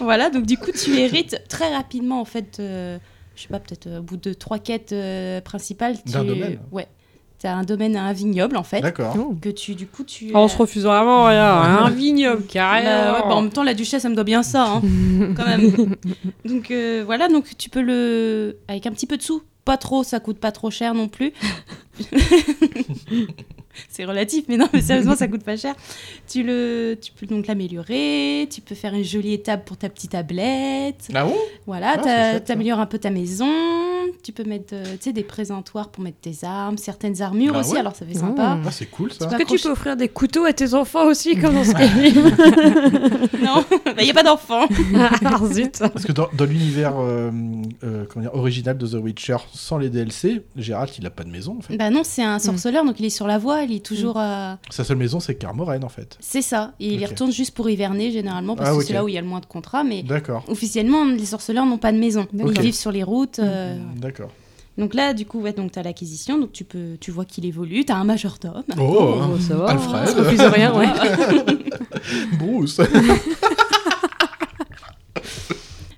S6: voilà, donc du coup, tu hérites très rapidement, en fait, euh, je sais pas, peut-être euh, au bout de trois quêtes euh, principales. tu-
S2: D'un domaine.
S6: Ouais. Tu as un domaine à un vignoble, en fait.
S2: D'accord.
S6: Que tu, du coup, tu.
S2: En
S6: euh,
S2: se refusant vraiment rien, à un vignoble,
S6: bah ouais, bah, en
S2: carrément.
S6: même temps, la duchesse, elle me doit bien ça, hein, quand même. Donc euh, voilà, donc tu peux le. Avec un petit peu de sous, pas trop, ça coûte pas trop cher non plus. c'est relatif, mais non, mais sérieusement, ça coûte pas cher. Tu, le... tu peux donc l'améliorer, tu peux faire une jolie étape pour ta petite tablette.
S3: Ah bon
S6: Voilà,
S3: Ah, c'est
S6: t'a-
S3: chouette, ça.
S6: t'améliores un peu ta maison, tu peux mettre euh, tu sais, des présentoirs pour mettre tes armes, certaines armures
S2: Ah
S6: aussi,
S2: ouais
S6: alors ça fait sympa.
S1: Ah, c'est cool ça.
S2: Est-ce que tu peux offrir des couteaux à tes enfants aussi, comme dans Skyrim
S6: Non, il
S2: Bah,
S6: n'y a pas d'enfants.
S2: Ah, zut.
S1: Parce que dans, dans l'univers euh, euh, comment dire, original de The Witcher, sans les DLC, Gérald, il a pas de maison en fait.
S6: Bah non, c'est un sorceleur, donc il est sur la voie, il est toujours à...
S1: Sa seule maison, c'est Carmoren en fait.
S6: C'est ça, et il y
S1: Ok.
S6: retourne juste pour hiverner généralement, parce
S1: Ah,
S6: que
S1: ok.
S6: c'est là où il y a le moins de contrats, mais
S1: D'accord.
S6: officiellement, les sorceleurs n'ont pas de maison.
S1: Ok. Mmh.
S6: Ils vivent sur les routes. euh,
S1: D'accord.
S6: Donc là, du coup, ouais, donc t'as l'acquisition, donc tu peux, tu vois qu'il évolue, t'as un majordome.
S1: Oh, Oh, ça va, Alfred. on se refuse rien, ouais. Bruce.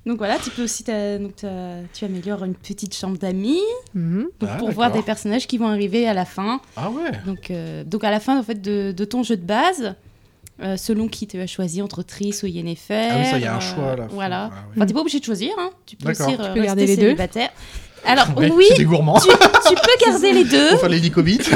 S6: donc voilà, tu peux aussi, t'as- donc t'as- tu améliores une petite chambre d'amis donc
S3: Ah,
S6: pour voir
S3: d'accord.
S6: des personnages qui vont arriver à la fin.
S1: Ah ouais.
S6: Donc, euh, donc à la fin en fait de, de ton jeu de base. euh, selon qui tu as choisi entre Triss ou Yennefer.
S1: Ah oui, ça, il y a un
S6: euh,
S1: choix à la fin.
S6: Voilà.
S1: Ah oui.
S6: Enfin, t'es pas obligé de choisir. hein. Tu peux aussi
S1: D'accord. Tu
S6: euh,
S1: peux garder
S6: rester
S1: les deux
S6: célibataire. Alors,
S1: Ouais,
S6: oui.
S1: C'est des gourmands.
S6: Tu, tu peux garder les deux.
S1: Pour faire les lycobites.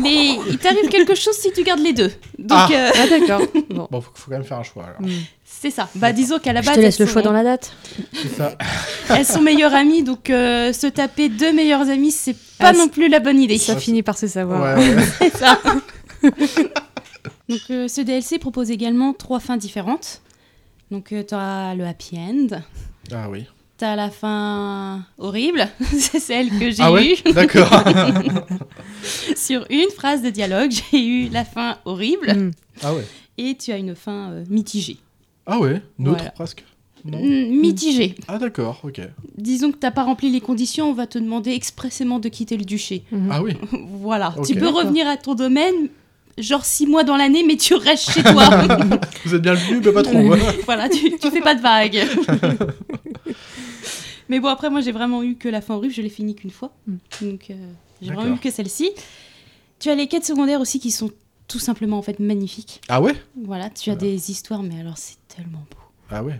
S6: Mais il t'arrive quelque chose si tu gardes les deux. Donc,
S1: ah,
S6: euh,
S1: Bon, faut, faut quand même faire un choix alors.
S6: C'est ça. Bah, disons qu'à la
S2: Je
S6: base.
S2: te laisse
S6: elles
S2: le choix dans la date.
S1: C'est ça.
S6: Elles sont meilleures amies, donc euh, se taper deux meilleures amies, c'est pas
S5: Ah,
S6: non plus la bonne idée.
S5: ça Ah, finit par se savoir.
S1: Ouais, ouais.
S6: c'est ça. donc, euh, ce DLC propose également trois fins différentes. Donc, tu as le happy end.
S1: Ah oui.
S6: T'as la fin horrible, c'est celle que j'ai
S1: Ah ouais
S6: eue.
S1: D'accord.
S6: Sur une phrase de dialogue, j'ai eu la fin horrible.
S1: Ah ouais.
S6: Et tu as une fin euh, mitigée.
S1: Ah ouais. Neutre
S6: Voilà.
S1: presque.
S6: Mm, Mitigée.
S1: Ah d'accord, ok.
S6: Disons que t'as pas rempli les conditions, on va te demander expressément de quitter le duché.
S1: Ah oui.
S6: voilà.
S1: Ok.
S6: Tu peux
S1: D'accord.
S6: revenir à ton domaine, genre six mois dans l'année, mais tu restes chez toi.
S1: Vous êtes bien le plus, mais pas trop.
S6: Euh, voilà, tu, tu fais pas de vagues. Mais bon, après, moi, j'ai vraiment eu que la fin horrible. Je l'ai fini qu'une fois. Donc, euh, j'ai vraiment eu
S3: D'accord.
S6: que celle-ci. Tu as les quêtes secondaires aussi qui sont tout simplement, en fait, magnifiques.
S1: Ah ouais
S6: Voilà, tu as des histoires, mais alors, c'est tellement beau.
S1: Ah ouais.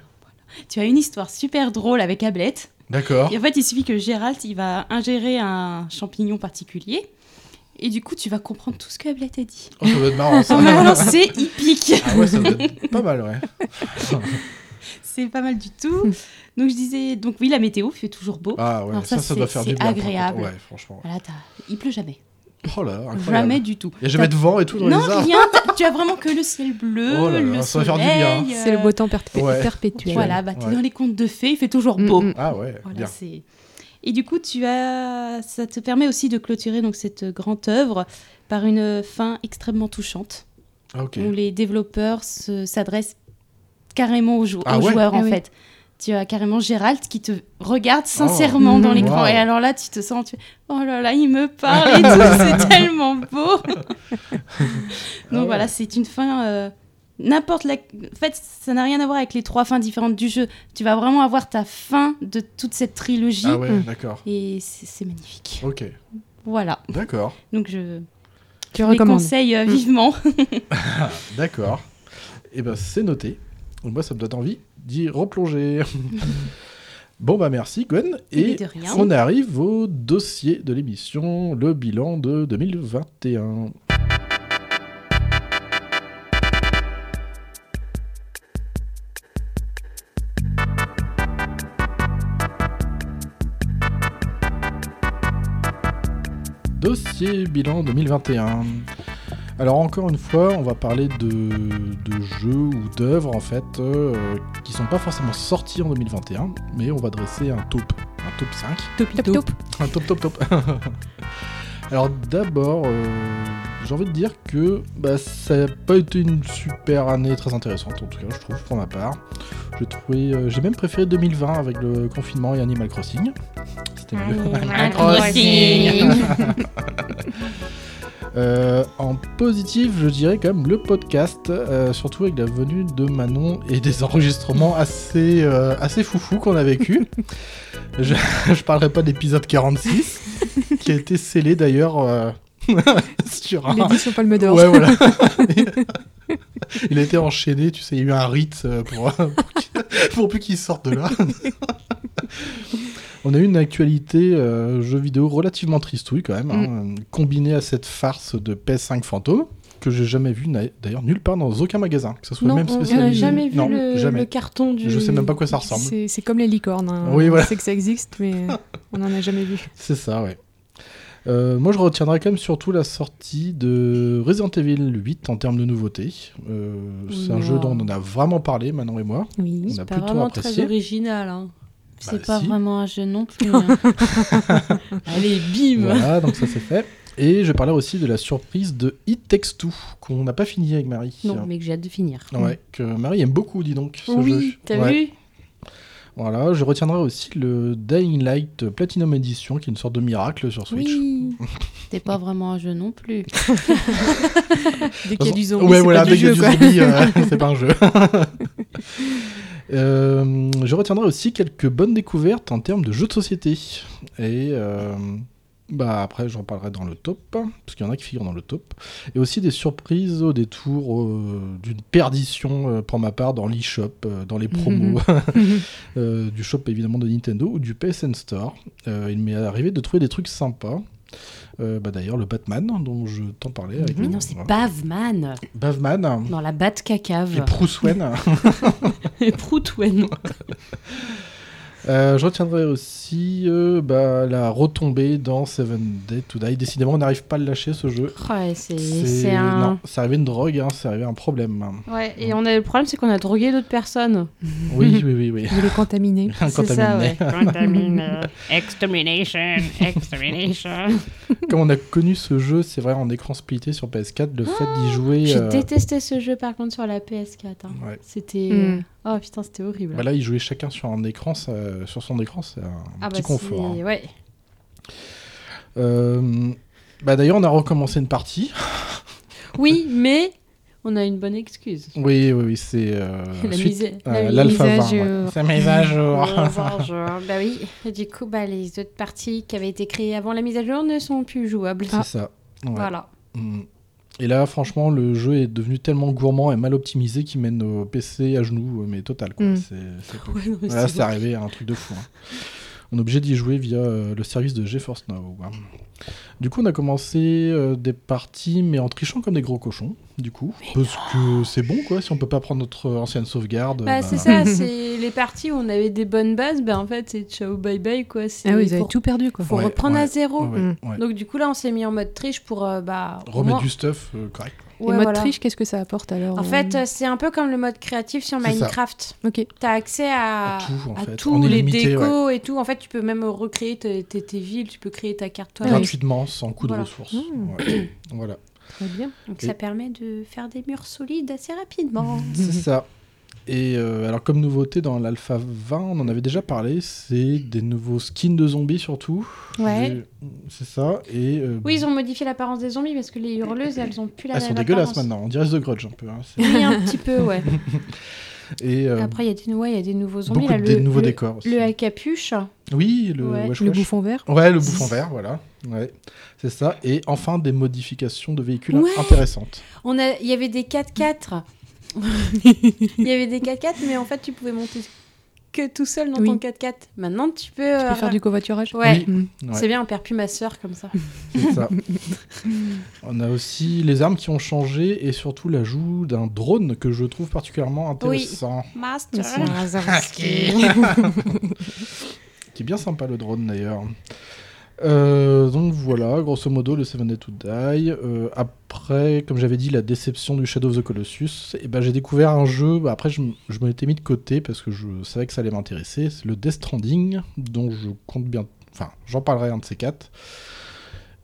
S6: Tu as une histoire super drôle avec Ablette.
S1: D'accord.
S6: Et en fait, il suffit que Gérald, il va ingérer un champignon particulier. Et du coup, tu vas comprendre tout ce que Ablette a dit.
S1: Oh, ça doit être marrant, ça.
S6: Ah, mais alors, c'est hippique.
S1: Ah ouais, ça doit être pas mal, ouais.
S6: C'est pas mal du tout. Donc je disais, donc oui, la météo fait toujours beau.
S1: Ah ouais,
S6: Alors
S1: ça, ça doit
S6: c'est-
S1: faire du
S6: c'est
S1: bien, par contre.
S6: agréable.
S1: Ouais, franchement, ouais.
S6: Voilà, t'as- il pleut jamais.
S1: Oh là, incroyable.
S6: Jamais du tout.
S1: Il a jamais
S6: T'as-
S1: de vent et tout dans
S6: non,
S1: les arbres.
S6: rien. t'as- tu as vraiment que le ciel bleu,
S1: Oh là là,
S6: le
S1: ça va faire du
S6: soleil.
S1: bien.
S6: euh,
S5: C'est le beau temps perpé-
S1: Ouais.
S5: perpétuel.
S6: Voilà, bah t'es
S1: Ouais.
S6: dans les contes de fées, il fait toujours
S5: Mm,
S6: beau.
S1: Ah ouais,
S6: Voilà,
S1: bien.
S6: Oh c'est- Et du coup, tu as, ça te permet aussi de clôturer donc cette grande œuvre par une fin extrêmement touchante,
S1: Ah, ok.
S6: où les développeurs se- s'adressent carrément aux, jou-
S1: Ah
S6: aux
S1: ouais
S6: joueurs
S1: Ah
S6: en
S1: oui.
S6: fait. Tu as carrément Gérald qui te regarde sincèrement
S3: Oh.
S1: Mmh.
S6: dans l'écran.
S3: Wow.
S6: Et alors là, tu te sens, tu fais, oh là là, il me parle et
S1: Ah
S6: tout, c'est tellement beau. Donc
S3: ouais.
S6: voilà, c'est une fin euh, N'importe la... En fait, ça n'a rien à voir avec les trois fins différentes du jeu. Tu vas vraiment avoir ta fin de toute cette trilogie.
S1: Ah ouais, d'accord.
S6: Et c'est c'est magnifique.
S1: Ok.
S6: Voilà.
S1: D'accord.
S6: Donc je,
S5: Tu
S6: je les
S5: recommandes.
S6: conseille
S1: Mmh.
S6: euh, vivement.
S1: Ah, D'accord. Et ben c'est noté. Donc, moi, ça me donne envie d'y replonger. bon, bah merci, Gwen.
S6: Mais
S1: Et
S6: de rien.
S1: on arrive au dossier de l'émission, le bilan de 2021. Dossier bilan 2021. Alors encore une fois, on va parler de, de jeux ou d'œuvres en fait euh, qui sont pas forcément sortis en 2021, mais on va dresser un top, un top 5.
S5: Top, top.
S1: Un top top top. Alors d'abord, euh, j'ai envie de dire que bah, ça n'a pas été une super année très intéressante en tout cas, je trouve pour ma part. J'ai trouvé, euh, j'ai même préféré 2020 avec le confinement et Animal Crossing.
S6: Euh,
S1: C'était
S6: Ah
S1: mieux.
S3: Animal Crossing.
S1: Euh, en positif, je dirais quand même le podcast, euh, surtout avec la venue de Manon et des enregistrements assez, euh, assez foufou qu'on a vécu. je, je parlerai pas de l'épisode 46, qui a été scellé d'ailleurs euh, sur un.
S5: L'édition Palme d'Or.
S1: Ouais, voilà. il a été enchaîné, tu sais, il y a eu un rite euh, pour, pour qu'il- pour plus qu'il sorte de là. On a eu une actualité euh, jeu vidéo relativement tristouille quand même, hein,
S2: Mm.
S1: euh, combinée à cette farce de PS5 fantôme que j'ai jamais vu na- d'ailleurs nulle part dans aucun magasin, que ce soit
S2: Non,
S1: même
S2: on- on a
S1: spécialisé.
S2: jamais vu
S1: Non,
S2: Euh, le-
S1: jamais.
S2: le carton du-
S1: Je sais même pas à quoi ça ressemble.
S5: C'est c'est comme les licornes. hein.
S1: Oui, voilà.
S5: On sait que ça existe, mais euh, on n'en a jamais vu.
S1: C'est ça, ouais. Euh, moi, je retiendrai quand même surtout la sortie de Resident Evil 8 en termes de nouveautés. Euh, c'est un
S2: Non.
S1: jeu dont on en a vraiment parlé, Manon et moi.
S5: Oui,
S1: on a
S2: C'est pas
S1: plutôt
S2: vraiment très
S1: apprécié.
S2: original. hein.
S6: C'est
S1: Bah,
S6: pas
S1: si.
S6: vraiment un jeu non plus. hein. Allez, bim
S1: Voilà, donc ça c'est fait. Et je parlais aussi de la surprise de It Takes Two, qu'on n'a pas fini avec Marie.
S2: Non, mais que j'ai hâte de finir.
S1: Ouais, que Marie aime beaucoup, dis donc. Ce
S2: Oui,
S1: jeu.
S2: t'as
S1: Ouais.
S2: vu
S1: Voilà, je retiendrai aussi le Dying Light Platinum Edition, qui est une sorte de miracle sur Switch.
S6: Oui. C'était pas vraiment un jeu non plus.
S1: De
S5: Dès
S1: toute façon- ouais, voilà, dès qu'il y a du zombie, euh, c'est pas un jeu. Euh, je retiendrai aussi quelques bonnes découvertes en termes de jeux de société. Et euh, bah après, j'en parlerai dans le top, parce qu'il y en a qui figurent dans le top. Et aussi des surprises au détour euh, d'une perdition, euh, pour ma part, dans l'e-shop, euh, dans les promos,
S3: Mhm.
S1: euh, du shop évidemment de Nintendo ou du PSN Store. Euh, il m'est arrivé de trouver des trucs sympas. Euh, bah, D'ailleurs, le Batman, dont je t'en parlais avec
S3: Mais
S1: le-
S3: non, c'est
S1: voilà.
S2: Bavman
S1: Bavman.
S2: dans la batte
S1: Et
S2: cacave.
S1: Prouswen.
S2: Et Proutwen.
S1: Euh, je retiendrai aussi euh, bah, la retombée dans Seven Days to Die. Décidément, on n'arrive pas à le lâcher ce jeu.
S2: Ouais, c'est- c'est un-
S1: Non, c'est arrivé une drogue, hein, c'est arrivé un problème.
S2: Ouais, et on a le problème, c'est qu'on a drogué d'autres personnes.
S1: Oui, oui, oui, oui.
S5: Il est contaminé.
S2: C'est ça, ouais.
S3: Contaminé. Extermination, extermination.
S1: Comme on a connu ce jeu, c'est vrai, en écran splitté sur PS4, le fait
S2: Ah,
S1: d'y jouer.
S2: J'ai
S1: euh,
S2: détesté ce jeu par contre sur la PS4. hein.
S1: Ouais.
S2: C'était.
S1: Mm.
S2: Oh putain, c'était horrible.
S1: bah là, ils jouaient chacun sur, un écran, ça- sur son écran, c'est un
S2: Ah
S1: petit
S2: bah,
S1: confort. hein.
S2: c'est- Ouais.
S1: Euh, bah, D'ailleurs, on a recommencé une partie.
S2: Oui, mais on a une bonne excuse.
S1: Oui, oui, oui, c'est euh,
S2: La
S1: suite
S2: mise-
S1: à
S2: la
S1: l'alpha
S2: mise à
S1: 20, ouais.
S2: jour.
S1: C'est mise à jour.
S2: Mise à jour. Bah oui. Et du coup, bah, les autres parties qui avaient été créées avant la mise à jour ne sont plus jouables.
S1: C'est ça. ouais.
S2: Ah. Voilà.
S1: Mm. Et là, franchement, le jeu est devenu tellement gourmand et mal optimisé qu'il mène au PC à genoux, euh, mais total. Quoi.
S2: Mm.
S1: C'est- c'est peu.
S2: Ouais, non, mais
S1: Là,
S2: c'est
S1: c'est arrivé à un truc de fou. hein. On est obligé d'y jouer via euh, le service de GeForce Now. hein. Du coup, on a commencé euh, des parties, mais en trichant comme des gros cochons, du coup. parce que c'est bon, quoi, si on peut pas prendre notre ancienne sauvegarde.
S2: Bah,
S1: bah,
S2: c'est ça, c'est les parties où on avait des bonnes bases, bah en fait c'est ciao bye bye quoi. c'est-
S5: Ah oui, ils avaient
S2: faut-
S5: tout perdu, quoi.
S2: Faut
S1: Ouais,
S2: reprendre
S1: ouais,
S2: à zéro.
S1: ouais, ouais, ouais.
S2: Donc du coup là on s'est mis en mode triche pour euh, bah. Mm. au
S1: Remettre
S2: moins-
S1: du stuff euh, correct.
S5: Et
S2: Ouais,
S5: mode
S2: voilà.
S5: triche, qu'est-ce que ça apporte alors
S2: En fait euh, c'est un peu comme le mode créatif sur
S5: C'est ça.
S2: Minecraft.
S5: Ok.
S2: T'as accès à,
S5: À tout, en
S2: à
S5: fait.
S2: tout,
S1: On est
S2: les
S1: limité,
S2: décos et tout. En fait tu peux même recréer tes, tes- tes villes, tu peux créer ta carte toi-même.
S1: Gratuitement, sans coût de
S2: Voilà.
S1: ressources.
S2: Mmh.
S1: Ouais. voilà.
S2: Très bien. Donc
S1: Et-
S3: Mhm.
S2: ça permet de faire des murs solides assez rapidement.
S1: C'est ça. Et euh, alors, comme nouveauté dans l'Alpha 20, on en avait déjà parlé, c'est des nouveaux skins de zombies surtout.
S3: Ouais.
S1: J'ai- C'est ça. Et euh,
S3: Oui, ils ont modifié l'apparence des zombies parce que les hurleuses, elles ont plus la
S1: elles
S3: même
S1: sont dégueulasses
S3: apparence.
S1: maintenant. On dirait The Grudge un peu. hein. C'est-
S3: Oui, un petit peu, ouais.
S1: Et euh,
S3: Après, il y a des nou- ouais, il y a des nouveaux zombies.
S1: Beaucoup
S3: là,
S1: de-
S3: le-
S1: des nouveaux
S3: le-
S1: décors aussi.
S3: Le à capuche.
S1: Oui, le
S3: Ouais.
S1: wesh
S3: Le
S1: wesh.
S3: bouffon vert.
S1: Ouais, le bouffon vert, voilà. Ouais, c'est ça. Et enfin, des modifications de véhicules
S3: Ouais.
S1: intéressantes.
S3: On a, il y avait des 4x4. il y avait des 4x4, mais en fait, tu pouvais monter que tout seul dans
S5: Oui.
S3: ton 4x4. Maintenant, tu peux. Tu
S5: peux faire du covoiturage.
S3: Ouais.
S1: Oui. Ouais.
S3: C'est bien, on perd plus ma soeur comme ça.
S1: C'est ça. On a aussi les armes qui ont changé et surtout l'ajout d'un drone que je trouve particulièrement
S3: Oui.
S1: intéressant.
S3: Master.
S1: Monsieur Razorski. qui est bien sympa le drone d'ailleurs. Euh, donc voilà, grosso modo, le Seven Day to Die. Euh, après, comme j'avais dit, la déception du Shadow of the Colossus, et ben, j'ai découvert un jeu. bah, après, je, m- je m'étais mis de côté parce que je savais que ça allait m'intéresser. C'est le Death Stranding, dont je compte bien. Enfin, j'en parlerai un de ces quatre.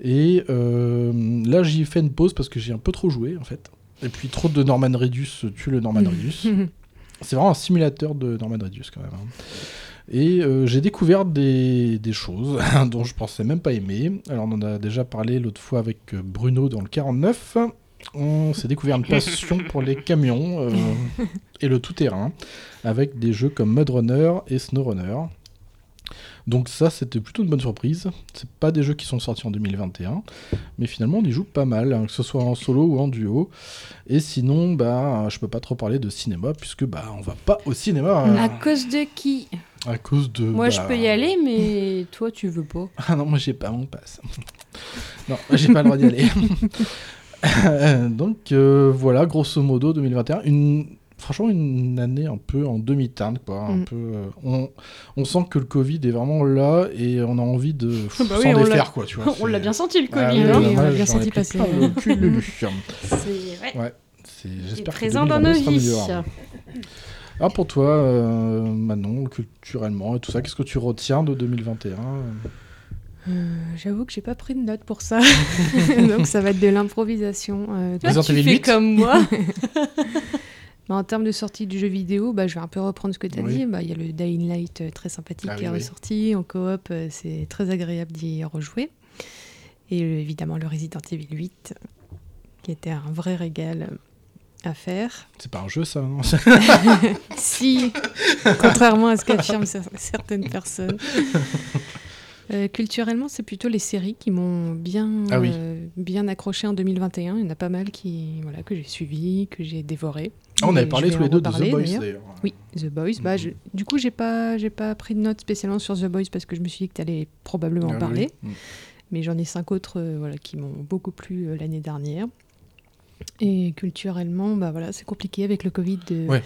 S1: Et euh, là, j'y fait une pause parce que j'ai un peu trop joué en fait. Et puis, trop de Norman Reedus tue le Norman Reedus. C'est vraiment un simulateur de Norman Reedus quand même. hein. Et euh, j'ai découvert des, des choses dont je pensais même pas aimer. Alors on en a déjà parlé l'autre fois avec euh, Bruno dans le 49. On s'est découvert une passion pour les camions euh, et le tout-terrain avec des jeux comme Mud Runner et Snow Runner. Donc ça, c'était plutôt une bonne surprise. C'est pas des jeux qui sont sortis en 2021, mais finalement on y joue pas mal, hein, que ce soit en solo ou en duo. Et sinon, bah, je peux pas trop parler de cinéma puisque bah on va pas au cinéma
S3: À
S1: hein,
S3: cause de qui
S1: à, cause de.
S3: Moi, je
S1: bah,
S3: peux y aller, mais toi, tu veux pas.
S1: Ah non, moi j'ai pas mon passe. non, j'ai pas le droit d'y aller. Euh, Donc euh, voilà, grosso modo 2021, une franchement une année un peu en demi-teinte quoi, un
S3: Mm.
S1: peu euh, on, on sent que le Covid est vraiment là et on a envie de pff,
S3: Bah
S1: s'en
S3: oui, on l'a-
S1: défaire quoi, tu vois.
S3: on
S1: c'est-
S3: l'a bien senti, le
S1: Ah
S3: Covid,
S1: oui,
S3: hein.
S1: là,
S3: Oui, on l'a
S1: j'en
S3: bien
S1: ai
S3: senti
S1: pris
S3: passer.
S1: plein le cul, le lu.
S3: C'est vrai.
S1: Ouais. C'est- J'espère que
S3: présent dans
S1: 2022
S3: nos
S1: sera
S3: vies.
S1: meilleur. Alors pour toi, euh, Manon, culturellement et tout ça, qu'est-ce que tu retiens de 2021
S5: Euh, J'avoue que j'ai pas pris de notes pour ça. Donc ça va être de l'improvisation. euh,
S1: Resident Tu Evil fais 8. comme moi.
S5: Bah, en termes de sortie du jeu vidéo, bah, je vais un peu reprendre ce que tu as
S1: Oui.
S5: dit. Bah, Il y a le Dying Light euh, très sympathique
S1: Ah
S5: qui
S1: oui,
S5: est
S1: oui.
S5: ressorti en coop. euh, C'est très agréable d'y rejouer. Et euh, évidemment le Resident Evil 8, qui était un vrai régal euh, à faire.
S1: C'est pas un jeu ça, non
S5: si, contrairement à ce qu'affirment cer- certaines personnes. Euh, culturellement, c'est plutôt les séries qui m'ont bien,
S1: Ah oui.
S5: euh, bien accroché en 2021. Il y en a pas mal qui, voilà, que j'ai suivi, que j'ai dévoré.
S1: Ah, on avait
S5: Et
S1: parlé
S5: je vais
S1: tous les
S5: en
S1: deux de The
S5: reparler,
S1: Boys, d'ailleurs.
S5: Oui, The Boys. Bah,
S3: Mm-hmm.
S5: je- du coup, j'ai pas, j'ai pas pris de notes spécialement sur The Boys parce que je me suis dit que tu allais probablement
S3: Ah oui.
S5: en parler.
S3: Mm.
S5: Mais j'en ai cinq autres euh, voilà, qui m'ont beaucoup plu euh, l'année dernière. Et culturellement, bah voilà, c'est compliqué avec le Covid de
S3: Ouais. Mm.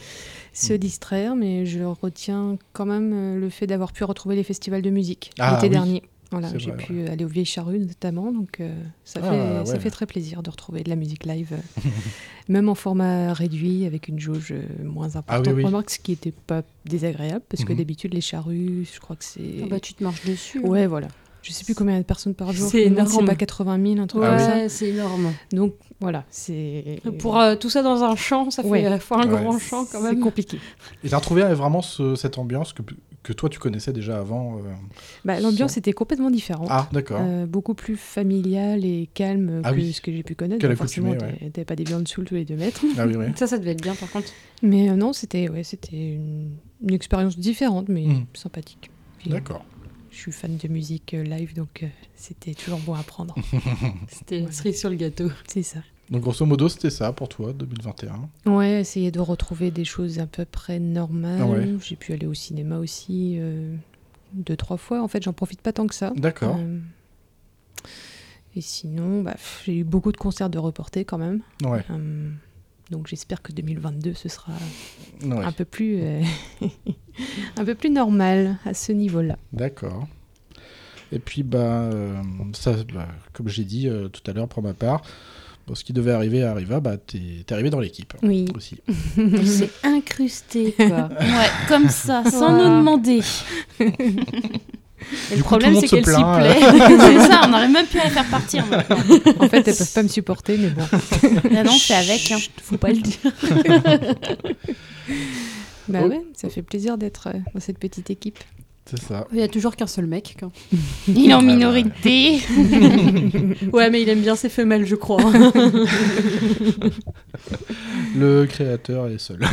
S5: se distraire, mais je retiens quand même euh, le fait d'avoir pu retrouver les festivals de musique
S3: Ah
S5: l'été
S3: oui,
S5: dernier. Voilà,
S3: c'est
S5: j'ai
S3: vrai,
S5: pu aller aux Vieilles Charrues notamment, donc euh, ça,
S3: Ah,
S5: fait, ça
S3: ouais.
S5: fait très plaisir de retrouver de la musique live, euh, même en format réduit, avec une jauge euh, moins importante.
S3: Ah oui.
S5: Remarque, ce qui n'était pas désagréable, parce que
S3: Mhm.
S5: d'habitude, les charrues, je crois que c'est.
S3: Ah bah, tu te marches dessus, hein.
S5: Ouais, voilà. Je sais plus combien de personnes par jour.
S3: C'est
S5: je me demande si
S3: énorme.
S5: pas 80 000, un truc
S3: Ouais,
S5: comme ça.
S3: c'est énorme.
S5: Donc voilà, c'est.
S3: Pour euh, tout ça dans un champ, ça fait
S5: Ouais.
S3: euh, faut un
S1: Ouais.
S3: grand champ quand
S5: C'est
S3: même.
S5: compliqué.
S1: Et t'as retrouvé euh, vraiment ce- cette ambiance que, que toi tu connaissais déjà avant euh,
S5: Bah, L'ambiance était complètement différente.
S1: Ah, d'accord.
S5: Euh, beaucoup plus familiale et calme
S1: Ah
S5: que
S1: oui.
S5: ce que j'ai pu connaître.
S1: Que
S5: Donc,
S1: l'accoutumée,
S5: forcément,
S1: ouais.
S5: t'avais- t'avais pas des viandes sous tous les deux mètres.
S1: Ah oui, ouais.
S3: Ça, ça devait être bien par contre.
S5: Mais euh, non, c'était ouais, c'était une, une expérience différente, mais
S3: Mm.
S5: sympathique. Puis,
S1: Mhm. D'accord.
S5: Je suis fan de musique euh, live, donc euh, c'était toujours bon à prendre.
S3: C'était la cerise sur le gâteau.
S5: C'est ça.
S1: Donc grosso modo c'était ça pour toi 2021.
S5: Ouais, essayer de retrouver des choses à peu près normales.
S1: Ah ouais.
S5: J'ai pu aller au cinéma aussi euh, deux, trois fois. En fait, j'en profite pas tant que ça.
S1: D'accord.
S5: Euh, et sinon, bah, pff, j'ai eu beaucoup de concerts de reportés quand même.
S1: Ouais.
S5: Euh, donc j'espère que 2022, ce sera
S1: Ouais.
S5: un, peu plus, euh, un peu plus normal à ce niveau-là.
S1: D'accord. Et puis bah, euh, ça, bah, comme j'ai dit euh, tout à l'heure pour ma part, bon, ce qui devait arriver arriva, bah t'es t'es arrivé dans l'équipe. hein,
S3: Oui.
S1: Aussi.
S3: Elle s'est incrustée, quoi.
S4: Ouais, comme ça, sans
S3: Ouais.
S4: nous demander.
S3: le problème, c'est qu'elle s'y plaît.
S4: c'est ça, on aurait même pu la faire partir. mais-
S5: en fait, elles peuvent pas me supporter, mais bon.
S4: Ah non, c'est avec. Hein.
S3: Faut pas le dire.
S5: Bah
S1: Oh.
S5: ouais, ça fait plaisir d'être euh, dans cette petite équipe.
S1: C'est ça.
S2: Il y a toujours qu'un seul mec. quoi.
S5: Il est en Ah bah.
S4: minorité.
S2: ouais, mais il aime bien ses femelles, je crois.
S1: Le créateur est seul.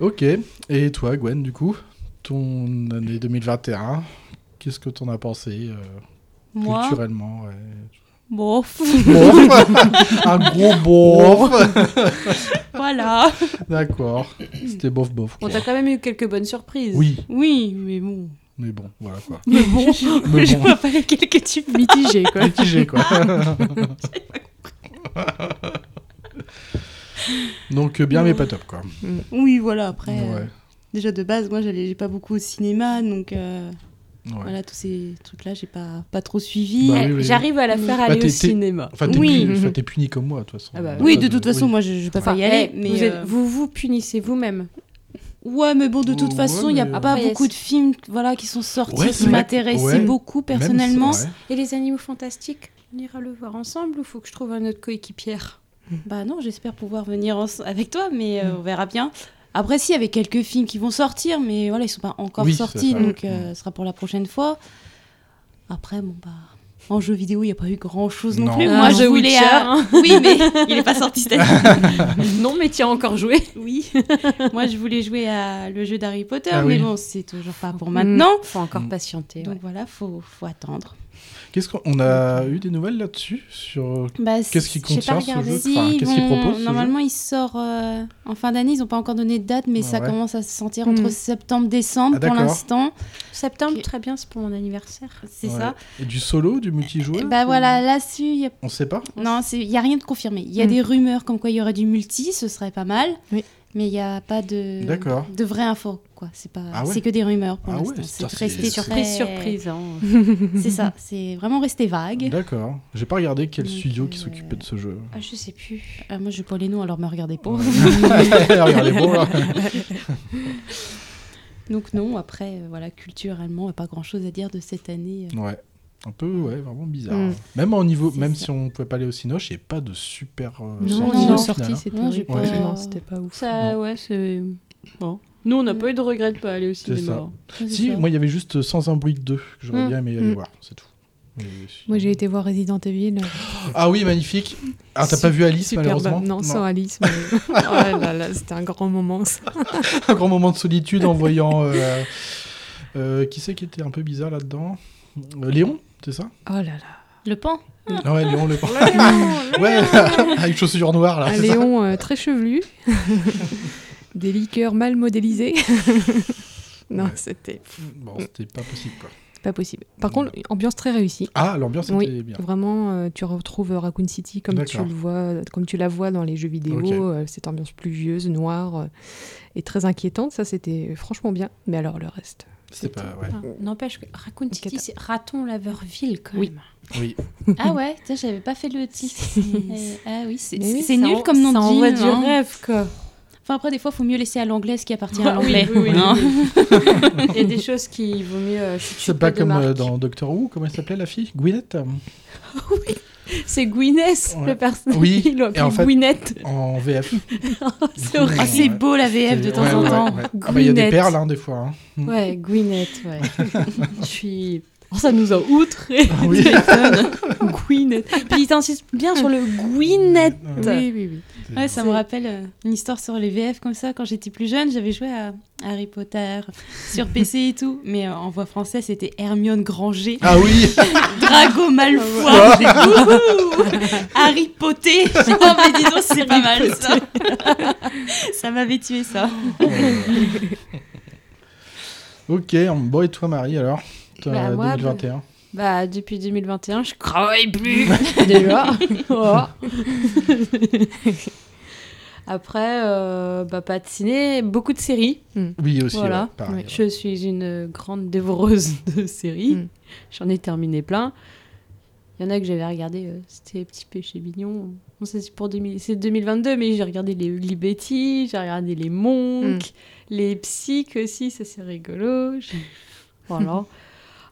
S1: ok. Et toi, Gwen, du coup, ton année 2021, qu'est-ce que t'en as pensé euh,
S6: Moi
S1: culturellement ouais.
S6: Bof.
S1: Bof. Un gros bof.
S6: Voilà.
S1: D'accord. C'était bof bof.
S2: On
S1: quoi.
S2: t'a quand même eu quelques bonnes surprises.
S1: Oui.
S2: Oui, mais bon.
S1: Mais bon, voilà quoi.
S2: Mais bon,
S1: Mais
S2: je
S1: bon.
S2: vois pas lesquelles que tu
S5: Mitigé, quoi.
S1: Mitigé, quoi. Donc euh, bien mais pas top quoi.
S6: Oui, voilà, après. euh,
S1: Ouais.
S6: déjà de base, moi, j'allais j'ai pas beaucoup au cinéma, donc. euh,
S1: Ouais.
S6: Voilà, tous ces trucs-là, j'ai pas, pas trop suivi.
S3: Eh,
S1: Bah oui, oui. Bah, t'es- t'es- Enfin, t'es
S6: oui. Mhm.
S1: puni- enfin, t'es puni comme moi, de toute façon.
S6: Ah bah,
S1: Y a
S6: oui,
S1: pas
S2: euh,
S6: de toute façon,
S1: oui.
S6: moi, je, je vais pas faire y
S2: Enfin,
S6: aller.
S2: eh,
S6: mais
S2: vous, êtes-
S6: euh,
S2: vous vous punissez vous-même.
S6: Ouais, mais bon, de toute
S2: Ouais,
S6: façon, il n'y a
S2: mais, euh,
S6: pas
S2: Après,
S6: beaucoup
S2: yes.
S6: de films voilà, qui sont sortis
S2: Ouais, c'est
S6: qui
S2: vrai.
S6: m'intéressaient
S2: Ouais.
S6: beaucoup
S2: Même, c'est
S6: personnellement.
S2: vrai. Et les animaux fantastiques, on ira le voir ensemble ou faut que je trouve un autre coéquipière
S6: Bah non, j'espère pouvoir venir ens- avec toi, mais
S2: Mm.
S6: euh, on verra bien. Après, si, avec quelques films qui vont sortir, mais voilà, ils sont pas encore
S2: Oui, c'est
S6: sortis,
S2: ça.
S6: donc
S2: Mm.
S6: euh, ce sera pour la prochaine fois. Après, bon, bah. En jeu vidéo, il n'y a pas eu grand chose non,
S2: Non.
S6: plus.
S2: Ah,
S6: Moi,
S2: The
S6: je voulais.
S2: Witcher,
S6: euh,
S2: hein.
S6: Oui, mais il n'est pas sorti cette année.
S2: Non, mais tu as encore joué.
S6: Oui. Moi, je voulais jouer à le jeu d'Harry Potter,
S1: Ah
S6: mais
S1: oui.
S6: bon, c'est toujours pas pour maintenant.
S2: Faut
S1: Mm.
S2: encore patienter.
S6: Donc voilà, faut, faut attendre.
S1: Qu'est-ce qu'on a eu des nouvelles là-dessus sur
S6: Bah,
S1: qu'est-ce qui
S6: j'ai pas
S1: contient ce
S6: regardé.
S1: jeu
S6: Si,
S1: Enfin, Qu'est-ce qu'il
S6: ils vont-
S1: propose ce
S6: Normalement, il sort euh, en fin d'année. Ils n'ont pas encore donné de date, mais
S1: Ah
S6: ça
S1: ouais.
S6: commence à se sentir entre septembre décembre
S1: Ah,
S6: pour
S1: d'accord.
S6: l'instant.
S2: Septembre, très bien, c'est pour mon anniversaire.
S6: C'est
S1: Ouais.
S6: ça.
S1: Et du solo, du multijoueur
S6: Bah
S1: ou-
S6: voilà, là-dessus, il y a...
S1: On sait pas.
S6: non, c'est- il y a rien de confirmé. Il y a
S1: Mm.
S6: des rumeurs comme quoi il y aurait du multi, ce serait pas mal. Mais il n'y a pas de
S1: D'accord.
S6: de vraies infos quoi. C'est pas,
S1: Ah ouais
S6: c'est que des rumeurs pour
S1: Ah ouais,
S6: l'instant.
S1: putain,
S6: c'est
S1: c'est-
S6: resté
S1: c'est-
S6: très-
S2: Surprise, surprise, hein.
S6: c'est ça. C'est vraiment resté vague.
S1: D'accord. J'ai pas regardé quel studio qui s'occupait de ce jeu.
S6: Ah, je sais plus. Ah, moi, je pas les noms, alors me regardez pas.
S1: Regardez hein. pas, là.
S6: Donc non, après, euh, voilà, culturellement, on a pas grand-chose à dire de cette année. euh.
S1: Ouais. Un peu, ouais, vraiment bizarre.
S6: Mm.
S1: Même en niveau, même si on pouvait pas aller au Cinoche, il n'y a pas de super euh,
S6: Non,
S1: sortie,
S6: non,
S1: au
S6: non.
S1: final, hein.
S6: Sortie, c'était Non, j'ai horrible.
S1: Ouais.
S6: pas-
S5: Non, c'était pas ouf.
S2: Ça, ouais, c'est. Bon. Nous, on n'a pas eu de regret de pas aller au
S1: C'est ça.
S2: cinéma.
S1: Si, moi, il y avait juste euh, Sans un bruit de deux que j'aurais
S5: Mm.
S1: bien aimé aller
S5: Mm.
S1: voir, c'est tout. Mais-
S5: Moi, j'ai été voir Resident Evil.
S1: Ah oui, magnifique. Ah, t'as pas vu Alice,
S5: Superbe.
S1: malheureusement
S5: Non,
S1: Non.
S5: sans Alice. mais- oh là là, c'était un grand moment, ça.
S1: un grand moment de solitude en voyant. euh, euh, qui c'est qui était un peu bizarre là-dedans Euh, Léon, c'est ça
S5: Oh là là.
S6: Le pan
S1: Ah ouais, Léon le Ouais, avec chaussures noires là.
S5: Un
S1: Ah, c'est ça
S5: Léon euh, très chevelu. Des liqueurs mal modélisées. non, c'était
S1: Bon, c'était pas possible quoi.
S5: pas possible. Par contre, ambiance très réussie.
S1: Ah, l'ambiance
S5: Oui,
S1: était bien.
S5: Vraiment, euh, tu retrouves Raccoon City comme tu
S1: D'accord.
S5: le vois, euh, comme tu la vois dans les jeux vidéo.
S1: Ok.
S5: euh, cette ambiance pluvieuse, noire euh, et très inquiétante. Ça, c'était franchement bien. Mais alors le reste.
S1: C'était pas. Ouais.
S2: Ah, N'empêche que Raccoon City, c'est raton laveurville quand
S5: Oui.
S2: même.
S1: Oui.
S6: Ah ouais, tiens, j'avais pas fait le titre. Euh, ah oui, c'est
S2: Mais oui,
S6: c'est
S2: ça
S6: nul
S2: en-
S6: comme nom
S2: ça
S6: de
S2: envoie
S6: film,
S2: du
S6: hein.
S2: rêve, quoi.
S6: Enfin après, des fois, faut mieux laisser à l'anglais ce qui appartient à
S2: Ah, oui,
S6: l'anglais.
S2: oui, oui,
S6: hein.
S2: oui, oui. Il y a des choses qui vaut mieux. euh, chuter
S1: C'est pas
S2: de
S1: comme
S2: marque.
S1: euh, dans Doctor Who, comment elle s'appelait la fille Gwyneth
S2: C'est Gwyneth,
S1: Ouais.
S2: le personnage.
S1: Oui,
S2: Ils l'ont
S1: et en
S2: appelé
S1: fait,
S2: Gwyneth.
S1: en VF.
S2: c'est horrible.
S6: Ah, c'est beau, la VF, de
S1: C'est-
S6: temps
S1: ouais,
S6: en
S1: ouais,
S6: temps.
S1: ouais. Ah bah, il y a des
S2: Gwyneth.
S1: perles hein, des fois. hein. Mm.
S2: Ouais, Gwyneth, ouais. Je suis. Oh, ça nous a outré.
S1: Ah oui.
S2: Gwyneth. Puis il t'insiste bien sur le Gwyneth.
S6: Oui, oui, oui. Ouais, ça me rappelle euh, une histoire sur les VF comme ça. Quand j'étais plus jeune, j'avais joué à Harry Potter sur PC et tout. Mais euh, en voix française, c'était Hermione Granger.
S1: Ah oui
S6: Drago Malfoy
S1: Ah ouais.
S6: J'ai- Wouhou Harry Potter J'ai oh, mais dis donc, c'est pas mal ça Ça m'avait tué ça.
S1: Ok, bon et toi Marie alors T'as
S2: Bah, moi,
S1: 2021.
S2: Bah, depuis 2021, je travaille plus déjà. Oh. Après, euh, bah, pas de ciné, beaucoup de séries.
S1: Oui, aussi,
S2: Voilà.
S1: ouais, pareil, ouais.
S2: Je suis une grande dévoreuse de séries. J'en ai terminé plein. Il y en a que j'avais regardé, euh, c'était Petit Péché Mignon. Bon, ça, c'est pour 2000 c'est 2022, mais j'ai regardé les Ugly Betty, j'ai regardé les Monks, les Psyques aussi, ça c'est rigolo. J'ai- Voilà.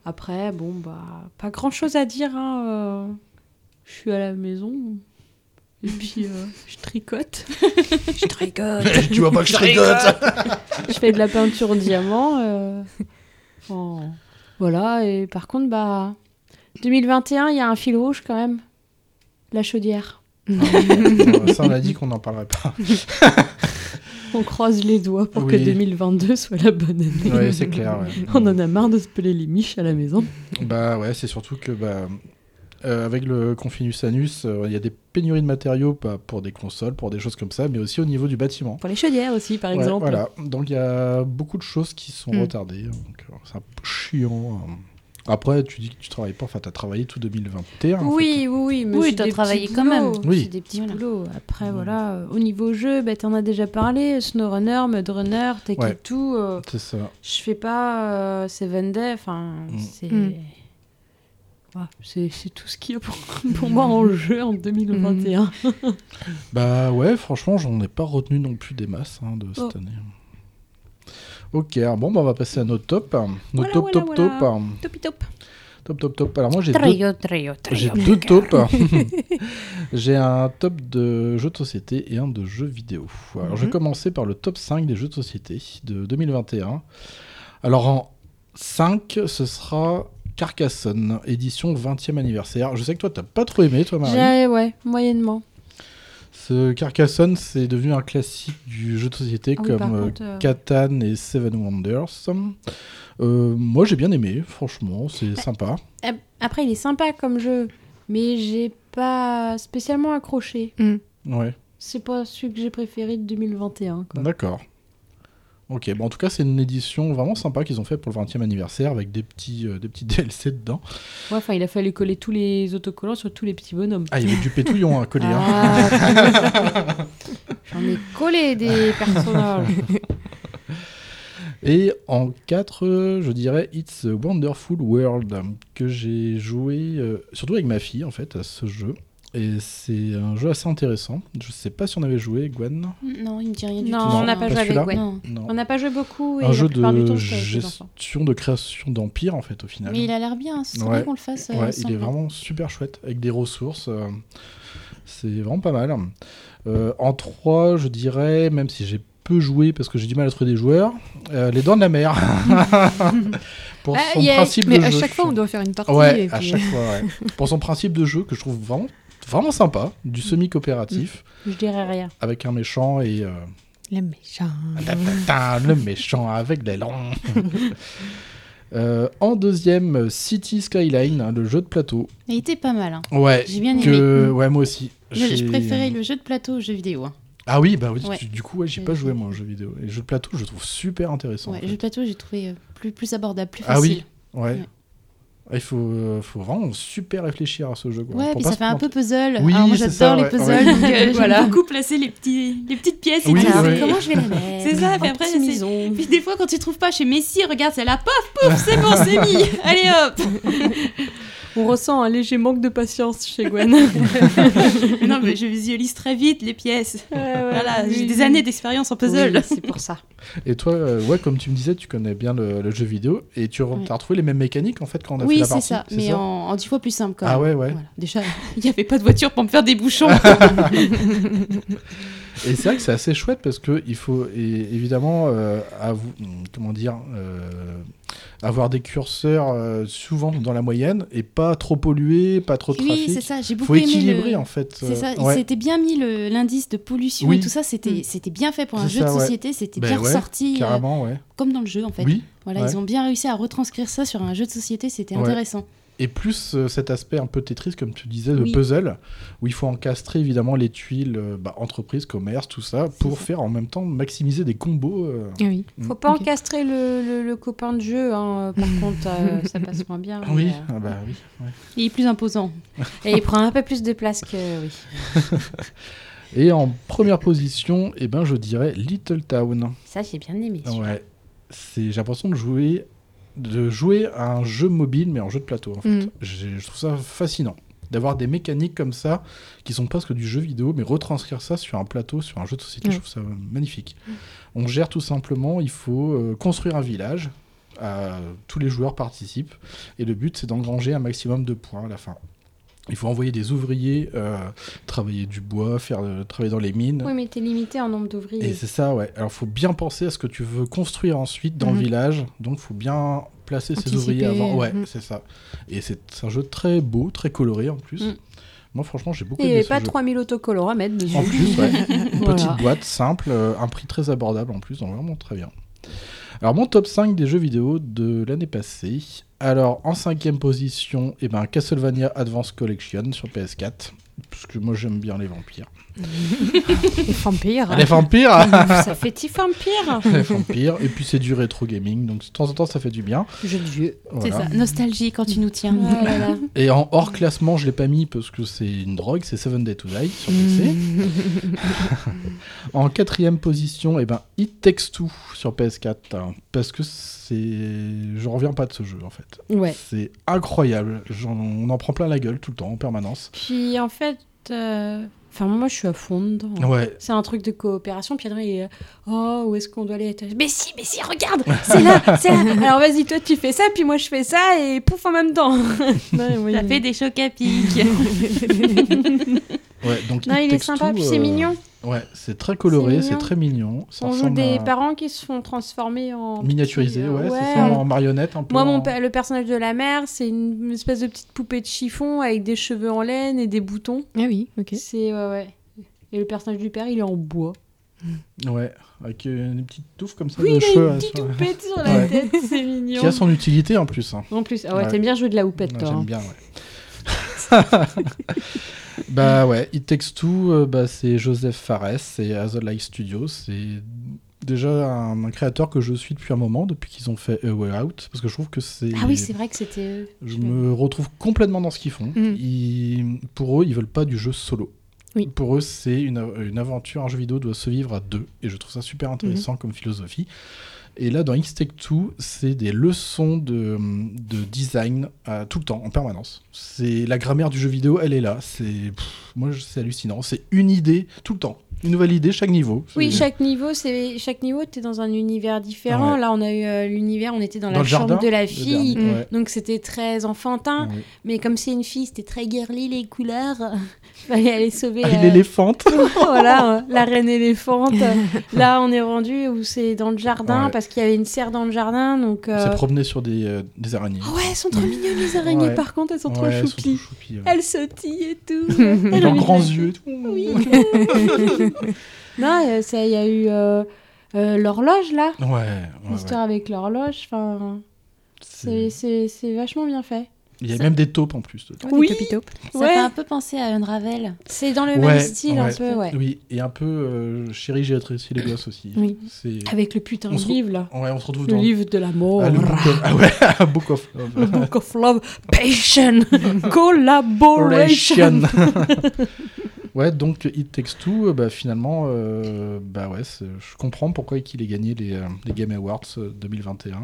S2: Après, bon, bah, pas grand chose à dire. hein, euh, Je suis à la maison. Et puis, euh, je tricote.
S3: Je tricote.
S2: Tu vois pas que je tricote. je fais de la peinture en diamant. euh, en- Voilà, et par contre, bah, 2021, il y a un fil rouge quand même. La chaudière.
S1: Euh, Ça, on a dit qu'on n'en parlerait pas.
S2: On croise les doigts pour que
S1: Oui.
S2: 2022 soit la bonne année.
S1: Ouais, c'est clair, ouais.
S2: On en a marre de se peler les miches à la maison.
S1: Bah ouais, c'est surtout que bah, euh, avec le Confinus Anus, euh, il y a des pénuries de matériaux bah, pour des consoles, pour des choses comme ça, mais aussi au niveau du bâtiment.
S2: Pour les chaudières aussi, par
S1: Ouais,
S2: exemple.
S1: Voilà, donc il y a beaucoup de choses qui sont
S2: Mm.
S1: retardées, donc euh, c'est un peu chiant. hein. Après, tu dis que tu travailles pas, enfin, t'as travaillé tout 2021. Ah, en fait.
S2: Oui, oui, oui, mais
S3: Oui,
S2: c'est
S3: t'as
S2: des
S3: travaillé
S2: petits
S3: quand même.
S2: boulots,
S1: Oui.
S2: C'est des petits boulots. Après, voilà, euh, au niveau jeu, bah, t'en as déjà parlé, SnowRunner, MudRunner,
S1: Ouais.
S2: Take tout.
S1: C'est ça.
S2: Je fais pas euh, Seven Days, enfin,
S1: Mm.
S2: c'est...
S1: Mm.
S2: Ouais, c'est c'est tout ce qu'il y a pour, pour moi en jeu en 2021.
S1: Bah ouais, franchement, j'en ai pas retenu non plus des masses hein, de cette
S2: Oh.
S1: année. Ok, alors bon, bah, on va passer à notre top. hein. Notre
S2: Voilà,
S1: top,
S2: voilà,
S1: top,
S2: voilà.
S1: top. hein.
S2: Topi top.
S1: Top, top, top. Alors moi, j'ai
S2: Trio,
S1: deux...
S2: trio, trio.
S1: J'ai deux tops. j'ai un top de jeux de société et un de jeux vidéo. Alors je vais
S15: Mhm.
S1: commencer par le top 5 des jeux de société de 2021. Alors en 5, ce sera Carcassonne, édition 20e anniversaire. Je sais que toi, t'as pas trop aimé, toi, Marie.
S2: J'ai- ouais, moyennement.
S1: Ce Carcassonne, c'est devenu un classique du jeu de société
S2: Ah oui, par
S1: comme euh,
S2: contre, euh,
S1: Catan et Seven Wonders. Euh, moi, j'ai bien aimé, franchement, c'est sympa.
S2: Ap- Après, il est sympa comme jeu, mais j'ai pas spécialement accroché.
S6: Mm.
S1: Ouais,
S2: C'est pas celui que j'ai préféré de 2021. quoi.
S1: d'accord. Ok, bon, en tout cas, c'est une édition vraiment sympa qu'ils ont fait pour le 20e anniversaire avec des petits, euh, des petits DLC dedans.
S2: Ouais, enfin, il a fallu coller tous les autocollants sur tous les petits bonhommes.
S1: Ah, il y avait du pétouillon à coller. hein.
S2: Ah, J'en ai collé des personnages.
S1: Et en 4, je dirais It's a Wonderful World, que j'ai joué euh, surtout avec ma fille en fait à ce jeu. Et c'est un jeu assez intéressant. Je sais pas si on avait joué, Gwen.
S6: Non, il me dit rien du
S2: Non,
S6: tout.
S2: on n'a pas, joué
S1: celui-là
S2: avec Gwen.
S1: Non.
S2: On n'a pas joué beaucoup. Et
S1: un
S2: la
S1: jeu
S2: plupart du temps,
S1: de
S2: j'étais avec les enfants.
S1: gestion de création d'empire en fait au final.
S6: Mais il a l'air bien, ça serait bien qu'on le fasse, euh,
S1: ouais, il
S6: ensemble.
S1: est vraiment super chouette avec des ressources. euh, c'est vraiment pas mal. Euh, en 3, je dirais, même si j'ai peu joué parce que j'ai du mal à trouver des joueurs, euh, les dents de la mer. Pour
S5: Ah,
S1: son
S5: yeah.
S1: principe
S5: Mais
S1: de
S5: à
S1: jeu,
S5: chaque
S1: je
S5: fois, on
S1: trouve.
S5: doit faire une partie,
S1: Ouais,
S5: et
S1: à
S5: puis-
S1: chaque fois. ouais. Pour son principe de jeu que je trouve vraiment, vraiment sympa,
S5: Mm.
S1: du semi-coopératif,
S2: Je dirais rien.
S1: avec un méchant et. euh,
S5: Les méchants.
S1: Tintin, le méchant avec des longs. Euh, en deuxième, City Skyline, hein, le jeu de plateau.
S6: Mais il était pas mal. hein.
S1: Ouais.
S6: J'ai bien aimé.
S1: que-
S6: Mm.
S1: Ouais, moi aussi.
S6: Je, je
S1: J'ai-
S6: préférais le jeu de plateau aux jeux vidéo. hein.
S1: Ah oui, bah oui.
S6: Ouais.
S1: du- Du coup, ouais, j'ai pas joué moi aux jeux vidéo. Et le jeu de plateau, je le trouve super intéressant.
S6: Ouais,
S1: en
S6: le
S1: fait.
S6: jeu de plateau, j'ai trouvé euh, plus, plus abordable, plus
S1: ah oui.
S6: facile.
S1: Ouais.
S6: Ouais.
S1: Ah, Il faut, euh, faut vraiment super réfléchir à ce jeu. quoi,
S6: Ouais,
S1: pour
S6: puis
S1: pas
S6: ça
S1: se
S6: fait un
S1: planter.
S6: peu puzzle.
S1: Oui,
S6: Alors moi
S1: c'est
S6: j'adore
S1: ça,
S6: les
S1: ouais, Ah
S6: puzzles,
S1: ouais.
S6: donc euh,
S2: Voilà.
S6: j'aime beaucoup placer les, petits, les petites pièces
S1: Oui,
S6: et dire,
S1: ouais.
S6: comment je vais les mettre. C'est ça, puis après c'est- Puis des fois quand tu trouves pas, je fais mais si, regarde, c'est la pof, pouf, c'est bon, c'est mis. Allez hop.
S2: On ressent un léger manque de patience chez Gwen.
S6: Mais non, mais je visualise très vite les pièces. voilà,
S2: oui,
S6: j'ai
S2: oui.
S6: des années d'expérience en puzzle.
S2: Oui, c'est pour ça.
S1: Et toi, euh, ouais, comme tu me disais, tu connais bien le, le jeu vidéo et tu re-
S6: Ouais.
S1: t'as retrouvé les mêmes mécaniques en fait quand on a fait
S6: Oui,
S1: la
S6: c'est
S1: partie.
S6: ça, mais En, en dix fois plus simple quand
S1: Ah
S6: même.
S1: ouais, ouais.
S6: Voilà. Déjà, il n'y avait pas de voiture pour me faire des bouchons.
S1: Et c'est vrai que c'est assez chouette parce que il faut é- évidemment euh, avou- hum, comment dire euh, avoir des curseurs euh, souvent dans la moyenne et pas trop pollué, pas trop de trafic.
S6: Oui, c'est ça, j'ai beaucoup
S1: Faut
S6: aimé.
S1: équilibrer
S6: le-
S1: en fait.
S6: C'est ça,
S1: euh, ouais.
S6: c'était bien mis le- l'indice de pollution
S1: Oui.
S6: et tout ça,
S2: Mm.
S6: c'était c'était bien fait pour un
S1: C'est
S6: jeu
S1: ça,
S6: de
S1: ouais.
S6: société, c'était
S1: Ben
S6: bien
S1: ouais,
S6: ressorti. euh,
S1: carrément, ouais.
S6: Comme dans le jeu en fait.
S1: Oui,
S6: Voilà,
S1: ouais.
S6: ils ont bien réussi à retranscrire ça sur un jeu de société, c'était
S1: Ouais.
S6: intéressant.
S1: Et plus euh, cet aspect un peu Tetris, comme tu disais, de
S6: Oui.
S1: puzzle, où il faut encastrer évidemment les tuiles euh, bah, entreprise, commerce, tout ça, pour faire en même temps maximiser des combos. euh. Mm.
S2: Faut pas encastrer le, le- le copain de jeu, hein. par contre, euh, ça passe moins bien.
S1: Oui,
S2: mais, euh,
S1: ah bah oui. ouais.
S6: Il est plus imposant.
S2: Et il prend un peu plus de place que oui.
S1: Et en première position, eh ben, je dirais Little Town.
S2: Ça, j'ai bien aimé.
S1: Ah Ouais. C'est, j'ai l'impression de jouer, de jouer à un jeu mobile, mais en jeu de plateau, en fait.
S2: Mm.
S1: J'ai- Je trouve ça fascinant. D'avoir des mécaniques comme ça, qui sont presque du jeu vidéo, mais retranscrire ça sur un plateau, sur un jeu de société,
S2: Ouais.
S1: je trouve ça euh, magnifique. On gère tout simplement, il faut euh, construire un village. euh, tous les joueurs participent. Et le but, c'est d'engranger un maximum de points à la fin. Il faut envoyer des ouvriers euh, travailler du bois, faire euh, travailler dans les mines.
S2: Oui, mais t'es limité en nombre d'ouvriers.
S1: Et c'est ça, ouais. Alors, faut bien penser à ce que tu veux construire ensuite dans
S2: Mhm.
S1: le village. Donc, faut bien placer ces
S2: Anticiper,
S1: ouvriers avant. Ouais,
S2: mhm.
S1: c'est ça. Et c'est un jeu très beau, très coloré en plus.
S2: Mhm.
S1: Moi, franchement, j'ai beaucoup
S2: Et il n'y
S1: aimé
S2: avait
S1: ce
S2: pas
S1: jeu.
S2: 3000 autocollants à mettre dessus.
S1: En plus, ouais. Une
S2: Voilà.
S1: petite boîte simple, euh, un prix très abordable en plus, donc vraiment très bien. Alors mon top 5 des jeux vidéo de l'année passée. Alors en cinquième position, eh ben, Castlevania Advance Collection sur PS4. Parce que moi j'aime bien les vampires.
S5: Les
S2: Ah.
S5: vampires.
S1: Les vampires hein.
S2: Ça fait petit vampire
S1: Les vampires. Et puis c'est du rétro gaming, donc de temps en temps ça fait du bien.
S2: Jeu de vieux.
S1: Voilà.
S6: C'est ça, nostalgie quand tu nous tiens.
S1: Et en hors classement, je l'ai pas mis parce que c'est une drogue, c'est Seven Day to Die
S2: Mm.
S1: sur PC. en quatrième position, et ben, It Takes Two sur PS4. hein, parce que c'est. Je reviens pas de ce jeu en fait.
S2: Ouais.
S1: C'est incroyable. J'en- On en prend plein la gueule tout le temps, en permanence.
S2: Puis en fait, euh, enfin moi je suis à fond dedans.
S1: Ouais.
S2: C'est un truc de coopération. Puis Adrien il est là, oh où est-ce qu'on doit aller Mais si, mais si, regarde, c'est là, c'est là. Alors vas-y toi tu fais ça, puis moi je fais ça et pouf en même temps.
S6: Ça fait des chocs à pic.
S1: Ouais, donc
S2: Non,
S1: It
S2: il est
S1: Takes
S2: sympa,
S1: Two, euh,
S2: puis c'est mignon.
S1: Ouais, c'est très coloré,
S2: mignon.
S1: c'est très mignon. Ça
S2: On joue
S1: ressemble
S2: des
S1: à-
S2: parents qui se font transformer en
S1: Miniaturisé,
S2: petits, euh,
S1: ouais, c'est ça, en marionnette un peu.
S2: Moi,
S1: en-
S2: mon pe- le personnage de la mère, c'est une espèce de petite poupée de chiffon avec des cheveux en laine et des boutons.
S5: Ah oui, ok.
S2: C'est ouais, ouais. Et le personnage du père, il est en bois.
S1: Ouais, avec euh, une petite touffe comme ça
S2: Oui,
S1: de
S2: il a
S1: cheveux.
S2: une
S1: là,
S2: petite
S1: sur-
S2: toupette sur la
S1: Ouais.
S2: tête, c'est mignon.
S1: Qui a son utilité en plus. hein.
S2: En plus, ah ouais, t'aimes bien jouer de la houppette,
S1: Ouais,
S2: toi, hein.
S1: J'aime bien, ouais. bah ouais, It Takes Two, euh, bah, c'est Joseph Fares, c'est Azolite Studios, c'est déjà un, un créateur que je suis depuis un moment, depuis qu'ils ont fait A Way Out, parce que je trouve que c'est...
S2: Ah oui, c'est vrai que c'était eux.
S1: Je me retrouve complètement dans ce qu'ils font.
S2: Mm.
S1: Ils- pour eux, ils veulent pas du jeu solo.
S2: Oui.
S1: Pour eux, c'est une, une aventure, un jeu vidéo doit se vivre à deux. Et je trouve ça super
S2: Mhm.
S1: intéressant comme philosophie. Et là, dans X-Tech 2, c'est des leçons de, de design euh, tout le temps, en permanence. C'est La grammaire du jeu vidéo, elle est là. C'est pff, Moi, je- c'est hallucinant. C'est une idée tout le temps. Une nouvelle idée chaque niveau.
S2: Oui,
S1: C'est-
S2: chaque niveau, c'est chaque niveau, t'es dans un univers différent.
S1: Ouais.
S2: Là, on a eu euh, l'univers, on était dans,
S1: Dans
S2: la
S1: le
S2: chambre
S1: jardin,
S2: de la
S1: le
S2: fille, Mm.
S1: dernier, ouais.
S2: donc c'était très enfantin.
S1: Ouais.
S2: Mais comme c'est une fille, c'était très girly les couleurs. Fallait aller sauver.
S1: Ah,
S2: euh,
S1: L'éléphante.
S2: voilà, euh, la reine éléphante. Là, on est rendu où c'est dans le jardin
S1: Ouais.
S2: parce qu'il y avait une serre dans le jardin, donc. euh, Ah
S1: On s'est promené sur des, euh, des araignées.
S2: Ouais, elles sont trop mignonnes les araignées.
S1: Ouais.
S2: Par contre, elles sont trop
S1: Ouais, elles sont
S2: choupies.
S1: trop choupies, ouais.
S2: Elles sautillent et tout.
S1: Avec
S2: Elles
S1: leurs
S2: ont
S1: grands
S2: une-
S1: yeux et tout.
S2: Oui. non, euh, ça, il y a eu euh, euh, l'horloge là.
S1: Ouais, ouais,
S2: L'histoire avec l'horloge, enfin. C'est c'est- c'est vachement bien fait.
S1: Il y a même des taupes en plus dedans.
S2: Oui.
S6: Ça
S2: Ouais.
S6: fait un peu penser à Unravel.
S2: C'est dans le
S1: Ouais,
S2: même style un
S1: ouais.
S2: peu, ouais.
S1: Oui, et un peu euh, chérie, j'ai rétréci les gosses aussi.
S2: Oui.
S1: C'est-
S2: Avec le putain
S1: On
S2: de
S1: se re-
S2: livre là.
S1: Ouais, on se retrouve
S2: Le
S1: dans
S2: livre de la mort.
S1: Ah, le book of... ah ouais, un book of love.
S2: Le Book of Love, Patient, Collaboration.
S1: ouais, donc It Takes Two, euh, bah, finalement, euh, bah ouais, c'est- je comprends pourquoi il a gagné les, euh, les Game Awards euh, 2021.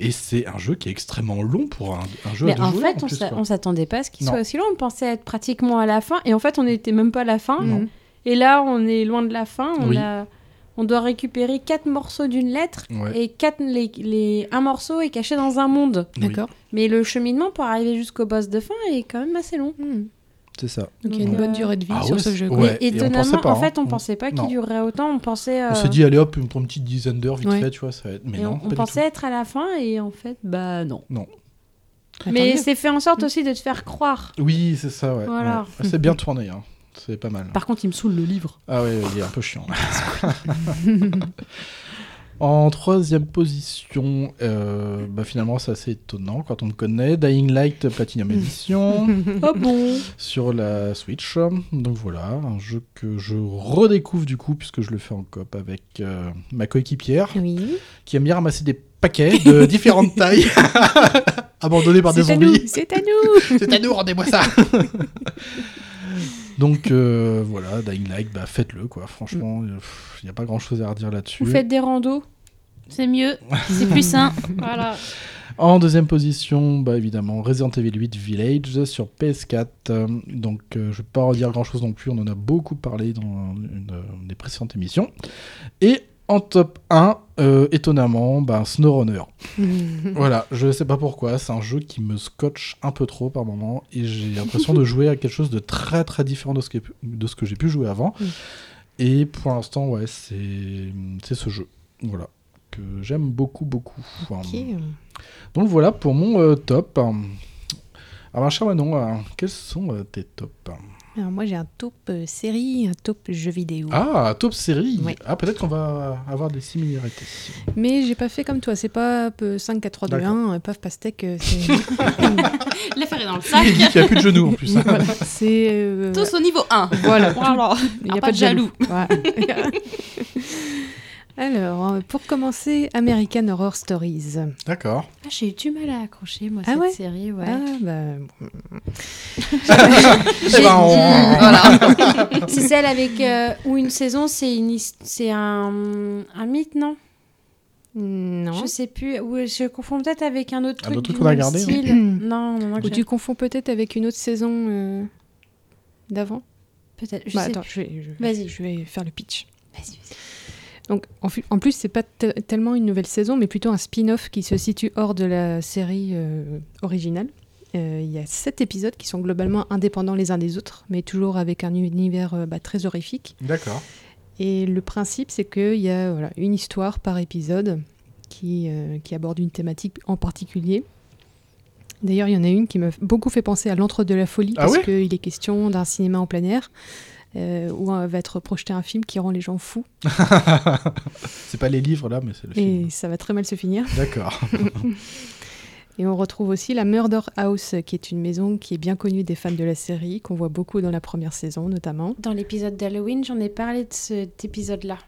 S1: Et c'est un jeu qui est extrêmement long pour un, un jeu à
S2: Mais
S1: deux
S2: en
S1: joueurs,
S2: fait, on
S1: plus,
S2: s'a-
S1: quoi.
S2: on s'attendait pas à ce qu'il
S1: Non.
S2: soit aussi long. On pensait être pratiquement à la fin. Et en fait, on n'était même pas à la fin.
S1: Non.
S2: Et là, on est loin de la fin. On,
S1: Oui.
S2: a- on doit récupérer quatre morceaux d'une lettre.
S1: Ouais.
S2: Et quatre, les, les- un morceau est caché dans un monde.
S5: D'accord.
S2: Mais le cheminement pour arriver jusqu'au boss de fin est quand même assez long.
S1: C'est ça.
S5: Mm. Donc il y a une
S2: Donc,
S5: bonne
S2: euh,
S5: durée de vie
S1: Ah
S5: sur
S1: ouais,
S5: ce jeu.
S1: c'est-
S5: quoi.
S1: ouais.
S2: Et
S1: Et on pensait
S2: étonnamment,
S1: pas,
S2: en
S1: hein.
S2: fait, on
S1: On-
S2: pensait pas
S1: non.
S2: qu'il durerait autant. On pensait.
S1: On
S2: euh,
S1: s'est dit, allez hop, pour une petite dizaine d'heures, vite
S2: Ouais.
S1: fait, tu vois, ça va être. Mais
S2: et
S1: non,
S2: on-
S1: pas
S2: on
S1: du
S2: pensait être à la fin et en fait, bah non.
S1: tout. Non.
S2: Mais
S5: mieux.
S2: c'est fait en sorte aussi de te faire croire.
S1: Oui, c'est ça, ouais.
S2: Voilà.
S1: ouais. C'est bien tourné, hein. c'est pas mal.
S2: Par contre, il me saoule le livre.
S1: Ah ouais, il est un peu chiant. en troisième position, euh, bah finalement, c'est assez étonnant quand on me connaît. Dying Light Platinum Edition.
S2: Oh bon
S1: Sur la Switch. Donc voilà, un jeu que je redécouvre du coup, puisque je le fais en coop avec euh, ma coéquipière, qui aime bien ramasser des paquets de différentes tailles, abandonnés par des
S5: C'est à nous,
S1: zombies.
S5: c'est à nous.
S1: C'est à nous, rendez-moi ça. Donc euh, voilà, Dying Light, bah, faites-le quoi. Franchement, il n'y a pas grand-chose à redire là-dessus.
S2: Vous faites des randos
S6: C'est mieux, c'est plus sain.
S2: Voilà.
S1: En deuxième position, bah, évidemment, Resident Evil 8 Village sur PS4. Euh, Donc, euh, je ne vais pas redire grand-chose non plus. On en a beaucoup parlé dans une, euh, des précédentes émissions. Et En top 1, euh, étonnamment, ben, SnowRunner.
S5: Mm.
S1: voilà, je sais pas pourquoi, c'est un jeu qui me scotche un peu trop par moment et j'ai l'impression de jouer à quelque chose de très très différent de ce que, de ce que j'ai pu jouer avant.
S5: Mm.
S1: Et pour l'instant, ouais, c'est c'est ce jeu. Voilà, que j'aime beaucoup beaucoup. Hum. Donc voilà pour mon euh, top. Alors, cher Manon, euh, quels sont euh, tes tops
S5: Alors moi j'ai un top euh, série, un top jeu vidéo.
S1: Ah, top série
S5: Ouais.
S1: Ah, peut-être qu'on va avoir des similarités.
S5: Mais j'ai pas fait comme toi, c'est pas euh, 5, 4, 3, 2,
S1: D'accord.
S5: 1, euh, paf, pastèque. euh, c'est-
S6: La faire est dans le sac.
S1: Il y a plus de genoux, en plus.
S5: Oui, voilà, c'est, euh,
S6: Tous au niveau 1.
S5: Voilà.
S6: Voilà.
S5: Il
S6: Ah,
S5: n'y a
S6: pas
S5: pas,
S6: de
S5: de
S6: jaloux.
S5: jaloux. Voilà. Alors, euh, pour commencer, American Horror Stories.
S1: D'accord.
S2: Ah, j'ai eu du mal à accrocher, moi,
S5: Ah
S2: cette
S5: ouais
S2: série, ouais.
S5: Ah, bah.
S2: J'ai-
S1: Eh
S5: ben, on-
S2: Voilà. c'est celle avec euh, où une saison, c'est une his- c'est un, un mythe, non
S5: Non.
S2: Je sais plus. Ou je confonds peut-être avec un autre
S1: Un
S2: truc.
S1: autre truc
S2: du
S1: qu'on a
S2: même
S1: regardé,
S2: style.
S5: oui.
S2: Non, non, non. que
S5: Ou
S2: j'ai-
S5: tu confonds peut-être avec une autre saison euh, d'avant
S2: Peut-être. je
S5: Bah,
S2: sais
S5: attends,
S2: plus.
S5: je vais, je-
S2: Vas-y.
S5: je vais faire le pitch.
S2: Vas-y, vas-y.
S5: Donc, en, fu- en plus, c'est pas te- tellement une nouvelle saison, mais plutôt un spin-off qui se situe hors de la série euh, originale. Euh, Il y a sept épisodes qui sont globalement indépendants les uns des autres, mais toujours avec un univers euh, bah, très horrifique.
S1: D'accord.
S5: Et le principe, c'est qu'il y a voilà, une histoire par épisode qui, euh, qui aborde une thématique en particulier. D'ailleurs, il y en a une qui m'a beaucoup fait penser à L'Entre de la folie,
S1: Ah
S5: parce
S1: ouais
S5: qu'il est question d'un cinéma en plein air, euh, où euh, va être projeté un film qui rend les gens fous.
S1: C'est pas les livres là, mais c'est le film.
S5: Et ça va très mal se finir.
S1: D'accord.
S5: Ah. Et on retrouve aussi la Murder House, qui est une maison qui est bien connue des fans de la série, qu'on voit beaucoup dans la première saison notamment.
S2: Dans l'épisode d'Halloween, j'en ai parlé de cet épisode-là.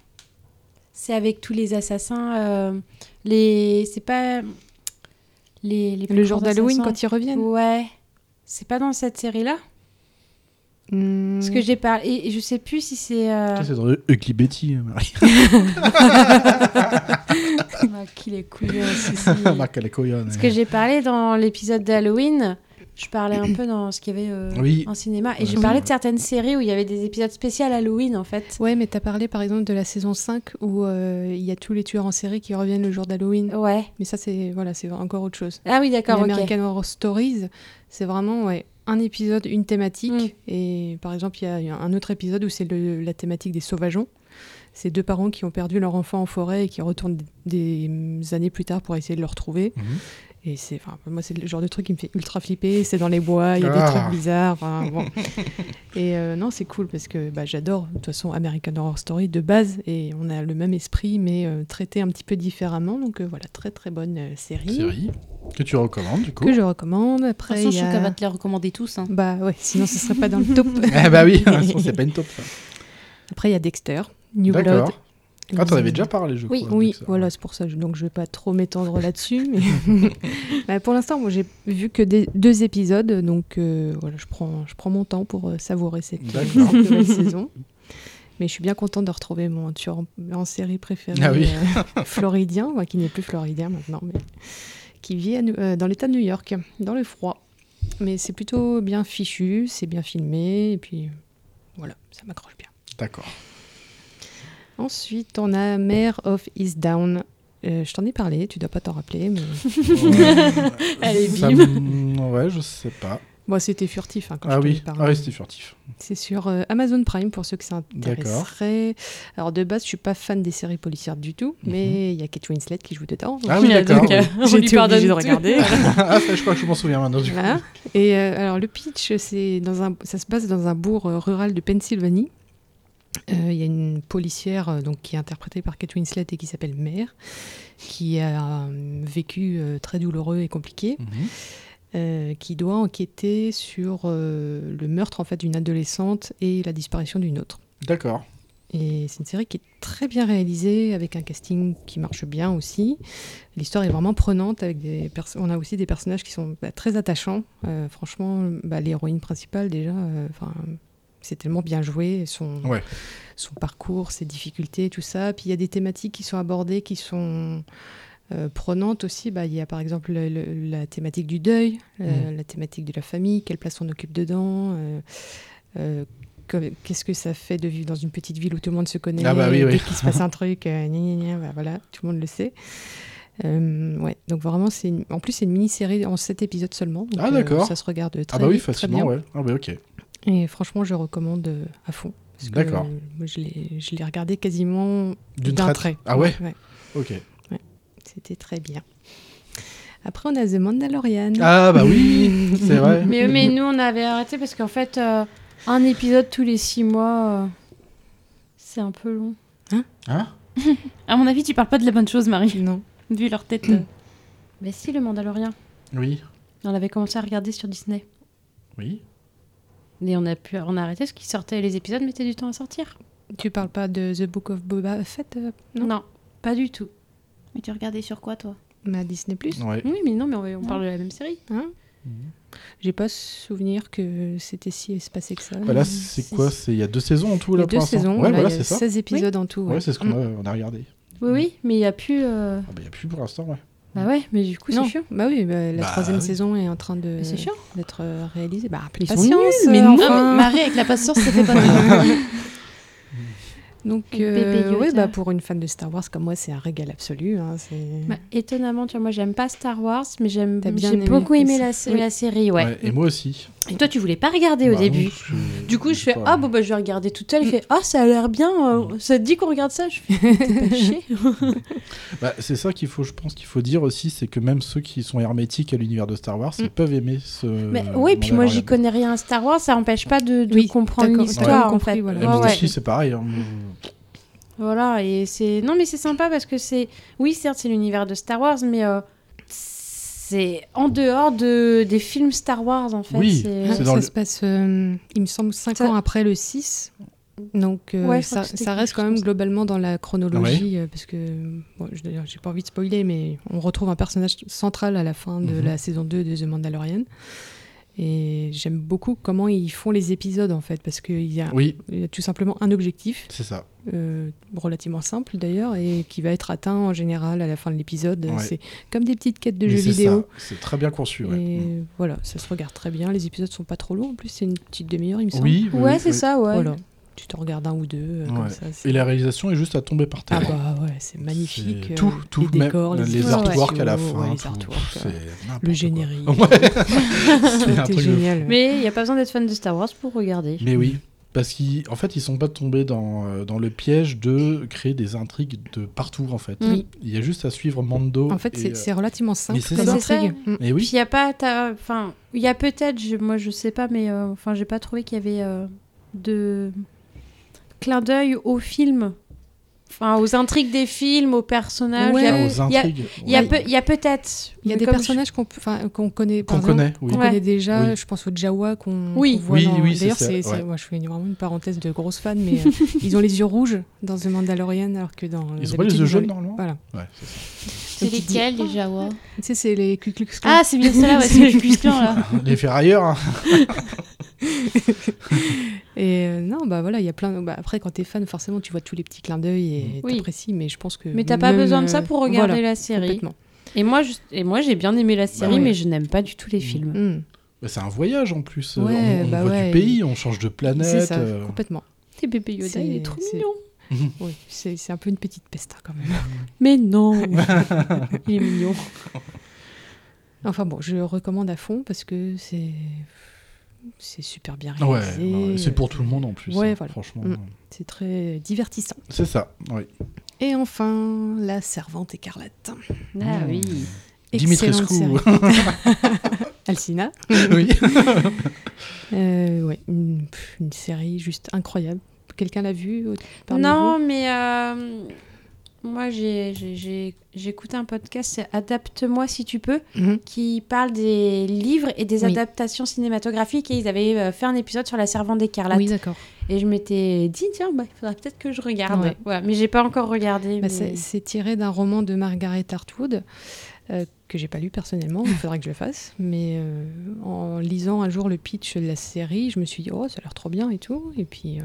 S2: C'est avec tous les assassins. euh, les. C'est pas. Les, les plus
S5: Le jour
S2: grands
S5: d'Halloween,
S2: assassins.
S5: quand ils reviennent.
S2: Ouais. C'est pas dans cette série-là Parce
S5: Mm.
S2: que j'ai parlé. Et, et je sais plus si c'est. euh,
S1: Ça, C'est dans Ugly Betty, hein, Marie.
S2: Marc, il Ah, bah, est euh, couillon, ceci.
S1: Marc, euh, elle est couillonne,
S2: Parce
S1: ouais.
S2: que j'ai parlé dans l'épisode d'Halloween. Je parlais un peu dans ce qu'il y avait euh,
S1: Oui.
S2: en cinéma. Et
S5: Ouais,
S2: j'ai
S5: c'est
S2: parlé
S5: vrai.
S2: de certaines séries où il y avait des épisodes spéciaux Halloween, en fait.
S5: Ouais, mais t'as parlé par exemple de la saison 5 où euh, il y a tous les tueurs en série qui reviennent le jour d'Halloween.
S2: Ouais.
S5: Mais ça, c'est voilà, c'est encore autre chose.
S2: Ah oui, d'accord,
S5: Mais
S2: ok.
S5: American Horror Stories, c'est vraiment ouais, un épisode, une thématique.
S2: Mm.
S5: Et par exemple, il y a- il y, a un autre épisode où c'est le- la thématique des sauvageons. C'est deux parents qui ont perdu leur enfant en forêt et qui retournent des, des années plus tard pour essayer de le retrouver. Et c'est, enfin, moi, c'est le genre de truc qui me fait ultra flipper. C'est dans les bois, il y a
S9: Ah.
S5: des trucs bizarres. enfin, bon. Et euh, non, c'est cool parce que bah, j'adore de toute façon American Horror Story de base et on a le même esprit mais euh, traité un petit peu différemment. Donc euh, voilà, très très bonne euh, série.
S1: Série que tu recommandes, du coup.
S5: Que je recommande. Après,
S6: De toute façon,
S5: il y
S6: Chouka
S5: a-
S6: va te les recommander tous. hein.
S5: Bah ouais, sinon ce serait pas dans le top.
S1: Eh bah oui, sinon, c'est pas une top. ça.
S5: Après, il y a Dexter, New Blood.
S1: D'accord. Ah, t'en
S5: Les-
S1: avais déjà parlé, je
S5: oui,
S1: crois,
S5: Oui,
S1: Dexter,
S5: voilà, c'est pour ça. je- Donc, je vais pas trop m'étendre là-dessus. Mais... Bah, pour l'instant, moi, j'ai vu que des- deux épisodes. Donc, euh, voilà, je prends, je prends mon temps pour euh, savourer cette
S1: D'accord.
S5: cette nouvelle saison. Mais je suis bien contente de retrouver mon tueur en, en série préféré,
S1: Ah oui.
S5: euh, floridien, moi, qui n'est plus floridien maintenant, mais qui vit à New- euh, dans l'État de New York, dans le froid. Mais c'est plutôt bien fichu, c'est bien filmé, et puis euh, voilà, ça m'accroche bien.
S1: D'accord.
S5: Ensuite, on a Mare of Is Down. Euh, je t'en ai parlé, tu dois pas t'en rappeler. Mais...
S1: Ça me- Ouais, je sais pas.
S5: Bon, c'était furtif hein, quand
S1: Ah
S5: je t'en ai
S1: oui.
S5: parlé.
S1: Ah oui, c'était furtif.
S5: C'est sur euh, Amazon Prime pour ceux que ça intéresserait. Alors de base, je suis pas fan des séries policières du tout, mais il y a Kate Winslet qui joue dedans. donc-
S1: Mhm. Ah oui, d'accord.
S5: Donc, euh,
S1: oui.
S5: j'ai été obligée de regarder.
S1: ah, ça, je crois que je m'en souviens maintenant. Du coup.
S5: Voilà. Et euh, alors le pitch, c'est dans un, ça se passe dans un bourg euh, rural de Pennsylvanie. Euh, Il y a une policière euh, donc, qui est interprétée par Kate Winslet et qui s'appelle Mère, qui a un vécu euh, très douloureux et compliqué,
S1: Mhm.
S5: euh, qui doit enquêter sur euh, le meurtre en fait, d'une adolescente et la disparition d'une autre.
S1: D'accord. Ah
S5: Et c'est une série qui est très bien réalisée, avec un casting qui marche bien aussi. L'histoire est vraiment prenante. Avec des perso- on a aussi des personnages qui sont bah, très attachants. Euh, franchement, bah, l'héroïne principale, déjà, euh, 'fin, c'est tellement bien joué. Son,
S1: Ouais.
S5: son parcours, ses difficultés, tout ça. Puis il y a des thématiques qui sont abordées, qui sont euh, prenantes aussi. Bah, Il y a par exemple le- le- la thématique du deuil, euh,
S1: Mhm.
S5: la thématique de la famille, quelle place on occupe dedans. euh, euh, que- qu'est-ce que ça fait de vivre dans une petite ville où tout le monde se connaît,
S1: Ah bah oui,
S5: et dès
S1: oui.
S5: qu'il se passe un truc, euh, gna gna gna, bah voilà, tout le monde le sait. Euh, ouais, donc vraiment, c'est une- en plus, c'est une mini-série en 7 épisodes seulement. donc,
S1: Ah
S5: euh,
S1: d'accord.
S5: ça se regarde très
S1: Ah bah oui,
S5: vite, très
S1: facilement,
S5: bien.
S1: ouais. Ah bah ok.
S5: Et franchement, je recommande euh, à fond. parce que,
S1: D'accord.
S5: euh, Moi, je l'ai je l'ai regardé quasiment
S1: D'une
S5: d'un
S1: traite.
S5: trait.
S1: Ah ouais Ok.
S5: Ouais. C'était très bien. Après, on a The Mandalorian.
S1: Ah bah oui, c'est vrai.
S2: Mais, mais nous, on avait arrêté parce qu'en fait, euh, un épisode tous les six mois, euh, c'est un peu long.
S1: Hein
S6: À mon avis, tu parles pas de la bonne chose, Marie.
S5: Non.
S6: Vu leur tête. euh.
S2: Mais si, le Mandalorian.
S1: Oui.
S2: On avait commencé à regarder sur Disney.
S1: Oui.
S2: Mais on a, pu, on a arrêté parce qu'ils sortaient, les épisodes mettaient du temps à sortir.
S5: Tu parles pas de The Book of Boba Fett euh,
S2: non, pas du tout.
S6: Mais tu regardais sur quoi, toi
S5: Mais à Disney Plus
S1: Ouais.
S2: Oui, mais non, mais on, on parle de la même série.
S5: J'ai pas souvenir que c'était si espacé que ça.
S1: Bah là, c'est quoi C'est il y a deux saisons en tout
S5: Il y
S1: là
S5: a
S1: pour
S5: deux
S1: l'instant.
S5: saisons,
S1: Ouais,
S5: voilà,
S1: voilà,
S5: il y a
S1: c'est ça.
S5: 16 épisodes en tout,
S1: Ouais,
S5: ouais.
S1: c'est ce qu'on a, on a regardé.
S2: Oui, oui, mais il n'y a plus. euh,
S1: Ah bah il y a plus pour l'instant, ouais.
S2: Bah ouais, mais du coup, c'est
S5: Non.
S2: chiant.
S5: Bah oui, bah, la
S1: Bah
S5: troisième
S1: oui.
S5: saison est en train de
S2: Bah, c'est chiant.
S5: d'être euh, réalisée. Bah, un peu de
S2: Ils sont
S5: patience,
S2: nuls, mais
S5: euh,
S2: non.
S5: enfin.
S2: Ah, mais Marie, avec la patience, ça fait pas de mal.
S5: Donc,
S2: Bébé
S5: euh,
S2: Yoda.
S5: ouais, bah, pour une fan de Star Wars comme moi, c'est un régal absolu. hein, c'est-
S2: Bah, étonnamment, tu vois, moi, j'aime pas Star Wars, mais j'aime
S5: T'as bien
S2: j'ai
S5: aimé
S2: beaucoup aimé
S5: aussi.
S2: la, sé-
S5: Oui.
S2: la série, ouais.
S1: Et moi aussi.
S2: Et toi, tu voulais pas regarder au
S1: Bah non,
S2: début.
S1: parce que-
S2: Du coup, je fais
S1: pas-
S2: Ah, bon, bah, je vais regarder toute seule. Il fait Ah, ça a l'air bien. euh, ça te dit qu'on regarde ça Je fais T'es pas chier.
S1: Euh, Bah, c'est ça qu'il faut, je pense qu'il faut dire aussi, c'est que même ceux qui sont hermétiques à l'univers de Star Wars, ils peuvent aimer ce.
S2: Mais oui, puis moi, j'y
S1: Mandalorian.
S2: connais rien à Star Wars, ça empêche pas de, de comprendre
S5: t'as co- t'as
S2: l'histoire, en
S5: compris,
S2: fait.
S5: voilà.
S1: Et
S2: Ouais,
S1: moi
S2: ouais.
S1: aussi, c'est pareil. hein.
S2: Voilà, et c'est. Non, mais c'est sympa parce que c'est. Oui, certes, c'est l'univers de Star Wars, mais euh, c'est en dehors de... des films Star Wars, en fait.
S5: Oui,
S2: c'est-
S5: ça se passe, euh, il me semble, 5 ans après le 6. Donc, euh,
S2: Ouais, je crois
S5: ça,
S2: que c'était
S5: ça
S2: quelque
S5: reste quand même globalement dans la chronologie, euh, parce que bon, je- d'ailleurs, j'ai pas envie de spoiler, mais on retrouve un personnage central à la fin de
S2: Mhm.
S5: la saison 2 de The Mandalorian. Et j'aime beaucoup comment ils font les épisodes, en fait, parce qu'il y, a-
S1: Oui.
S5: il y a tout simplement un objectif.
S1: C'est ça.
S5: euh, relativement simple d'ailleurs, et qui va être atteint en général à la fin de l'épisode.
S1: Ouais.
S5: C'est comme des petites quêtes de
S1: Mais
S5: jeux
S1: c'est
S5: vidéo.
S1: ça, C'est très bien conçu. ouais. Mm.
S5: Et voilà, ça se regarde très bien. Les épisodes sont pas trop longs. En plus, c'est une petite demi-heure, il me semble.
S1: Oui, oui, Ouais, oui, c'est oui. ça,
S2: Oh
S1: ouais.
S5: Voilà. Tu te regardes un ou deux. euh, comme
S1: Ouais.
S5: ça, c'est-
S1: et la réalisation est juste à tomber par terre.
S5: Ah bah ouais, c'est magnifique.
S1: C'est
S5: euh,
S1: tout- tout,
S5: les
S1: même-
S5: décors, les,
S1: les
S5: effets
S1: artworks à la
S5: spéciaux,
S1: fin,
S5: ouais, les
S1: tout,
S5: artworks,
S1: c'est
S5: euh,
S1: n'importe
S5: le générique. euh,
S1: Ouais. C'est un truc
S5: Tout est
S1: de
S5: génial.
S2: Mais il n'y a pas besoin d'être fan de Star Wars pour regarder.
S1: Mais oui, parce qu'en fait, ils sont pas tombés dans, euh, dans le piège de créer des intrigues de partout, en fait.
S2: Oui.
S1: Il y a juste à suivre Mando.
S5: En fait,
S1: et,
S5: c'est-
S1: euh,
S5: c'est relativement simple
S1: Mais c'est
S5: comme
S1: ça.
S5: intrigue.
S2: Ouais.
S1: Mais oui.
S2: Puis il n'y a pas. t'as- Enfin, il y a peut-être, je- moi je sais pas, mais euh, enfin, j'ai pas trouvé qu'il y avait euh, de clin d'œil au film. Enfin, aux intrigues des films, aux personnages.
S5: Ouais.
S2: Il y a-
S5: Ah, aux
S2: il y a-
S5: intrigues,
S2: Il y a
S5: ouais.
S2: peu- il y a peut-être.
S5: Il y a
S2: mais
S5: des
S2: comme je-
S5: personnages qu'on peut- enfin, qu'on connaît, par
S1: Qu'on connaît,
S5: exemple,
S1: oui.
S5: qu'on
S2: Ouais.
S5: connaît déjà.
S2: Oui.
S5: Je pense au Jawa qu'on
S2: Oui.
S5: qu'on voit.
S2: Oui,
S5: dans-
S2: oui, c'est
S5: D'ailleurs,
S2: ça,
S5: c'est- c'est-
S2: ouais.
S5: moi, je fais une- vraiment une parenthèse de grosse fan, mais euh, ils ont les yeux rouges dans The Mandalorian, alors que dans. euh,
S1: Ils ont pas les
S5: d'habitude,
S1: yeux
S5: dans
S1: jaunes, normalement
S5: Voilà.
S1: Ouais,
S6: C'est
S5: Donc, il dit-
S6: lesquels, les Jawa
S5: Tu sais, c'est les Ku Klux Klan.
S6: Ah, c'est bien cela, ouais, c'est le Ku Klux Klan, là.
S1: Les ferrailleurs. hein.
S5: Et euh, non, bah voilà, il y a plein. de- bah, après, quand t'es fan, forcément, tu vois tous les petits clins d'œil
S1: Mm.
S5: et
S2: Oui.
S5: t'apprécies, mais je pense que.
S2: Mais t'as pas
S5: même,
S2: besoin de ça
S5: euh,
S2: pour regarder
S5: voilà,
S2: la série.
S5: complètement. Bah
S2: Et moi, je- et moi j'ai bien aimé la série,
S1: ouais.
S2: mais je n'aime pas du tout
S5: Mm.
S2: les films.
S1: Bah, c'est un voyage en plus. euh,
S2: Ouais,
S1: on on
S2: bah
S1: voit
S2: ouais.
S1: du pays, on change de planète.
S5: C'est ça,
S1: euh,
S5: complètement.
S2: T'es bébé Yoda, il est trop mignon.
S5: Oui, c'est c'est un peu une petite peste hein, quand même.
S2: Mais non Il est mignon.
S5: Enfin bon, je recommande à fond parce que c'est c'est super bien
S1: bah Ouais,
S5: réalisé.
S1: ouais, c'est pour tout le monde en plus,
S5: Ouais,
S1: hein,
S5: voilà.
S1: franchement.
S5: Mm. C'est très divertissant.
S1: C'est ça, oui.
S5: Et enfin, La Servante écarlate.
S2: Ah oui.
S5: Excellente
S1: Dimitrescu.
S5: série. Alcina.
S1: Oui.
S5: Euh, ouais, une, pff, une série juste incroyable. Quelqu'un l'a vue au- parmi
S2: non,
S5: vous
S2: mais euh, moi, j'ai- j'ai- j'ai j'ai écouté un podcast, c'est Adapte-moi si tu peux, qui parle des livres et des
S5: Mhm. Oui.
S2: adaptations cinématographiques. Et ils avaient euh, fait un épisode sur La Servante écarlate.
S5: Oui, d'accord.
S2: Et je m'étais dit, tiens, bah, il faudra peut-être que je regarde.
S5: Ouais.
S2: Voilà, mais j'ai pas encore regardé.
S5: Bah,
S2: mais-
S5: c'est- C'est tiré d'un roman de Margaret Atwood euh, que j'ai pas lu personnellement. Il faudrait que je le fasse, mais euh, en lisant un jour le pitch de la série, je me suis dit oh ça a l'air trop bien et tout, et puis euh,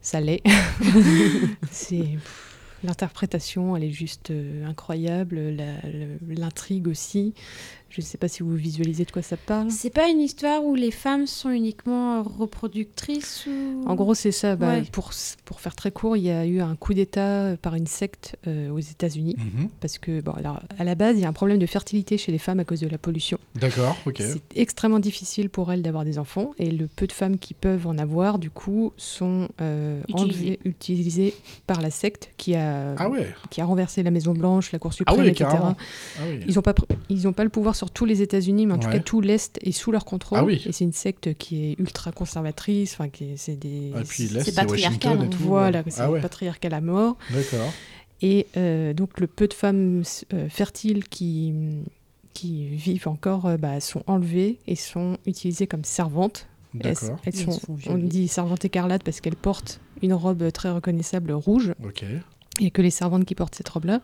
S5: ça l'est. C'est pff, l'interprétation, elle est juste euh, incroyable, la- le- l'intrigue aussi. Je- Je ne sais pas si vous visualisez de quoi ça parle.
S3: C'est pas une histoire où les femmes sont uniquement euh, reproductrices ou...
S5: En gros, c'est ça. Bah,
S3: Ouais.
S5: pour, s- pour faire très court, il y a eu un coup d'État par une secte euh, aux États-Unis.
S1: Mhm.
S5: Parce que, bon, alors, à la base, il y a un problème de fertilité chez les femmes à cause de la pollution.
S1: D'accord, ok.
S5: C'est extrêmement difficile pour elles d'avoir des enfants. Et le peu de femmes qui peuvent en avoir, du coup, sont euh,
S2: Utilisées.
S5: enlevées- utilisées par la secte qui a,
S1: Ah ouais.
S5: qui a renversé la Maison Blanche, la Cour suprême,
S1: oui,
S5: etc.
S1: carrément. Ah oui.
S5: Ils n'ont pas, pr- ils ont pas le pouvoir sur tous les États-Unis, mais en tout
S1: Ouais.
S5: cas, tout l'Est est sous leur contrôle.
S1: Ah oui.
S5: Et c'est une secte qui est ultra conservatrice. Enfin, qui est- c'est des.
S1: Ah, et puis l'Est, C'est c'est patriarcal, Washington et tout,
S5: Voilà,
S1: ouais.
S5: c'est
S1: Ah ouais.
S5: patriarcal à mort.
S1: D'accord.
S5: Et euh, donc, le peu de femmes euh, fertiles qui, qui vivent encore euh, bah, sont enlevées et sont utilisées comme servantes. Elles,
S1: D'accord.
S5: elles
S1: Elles
S5: sont,
S1: se font
S5: on
S1: violer.
S5: dit servantes écarlates parce qu'elles portent une robe très reconnaissable rouge.
S1: Ok.
S5: Il n'y a que les servantes qui portent cette robe-là.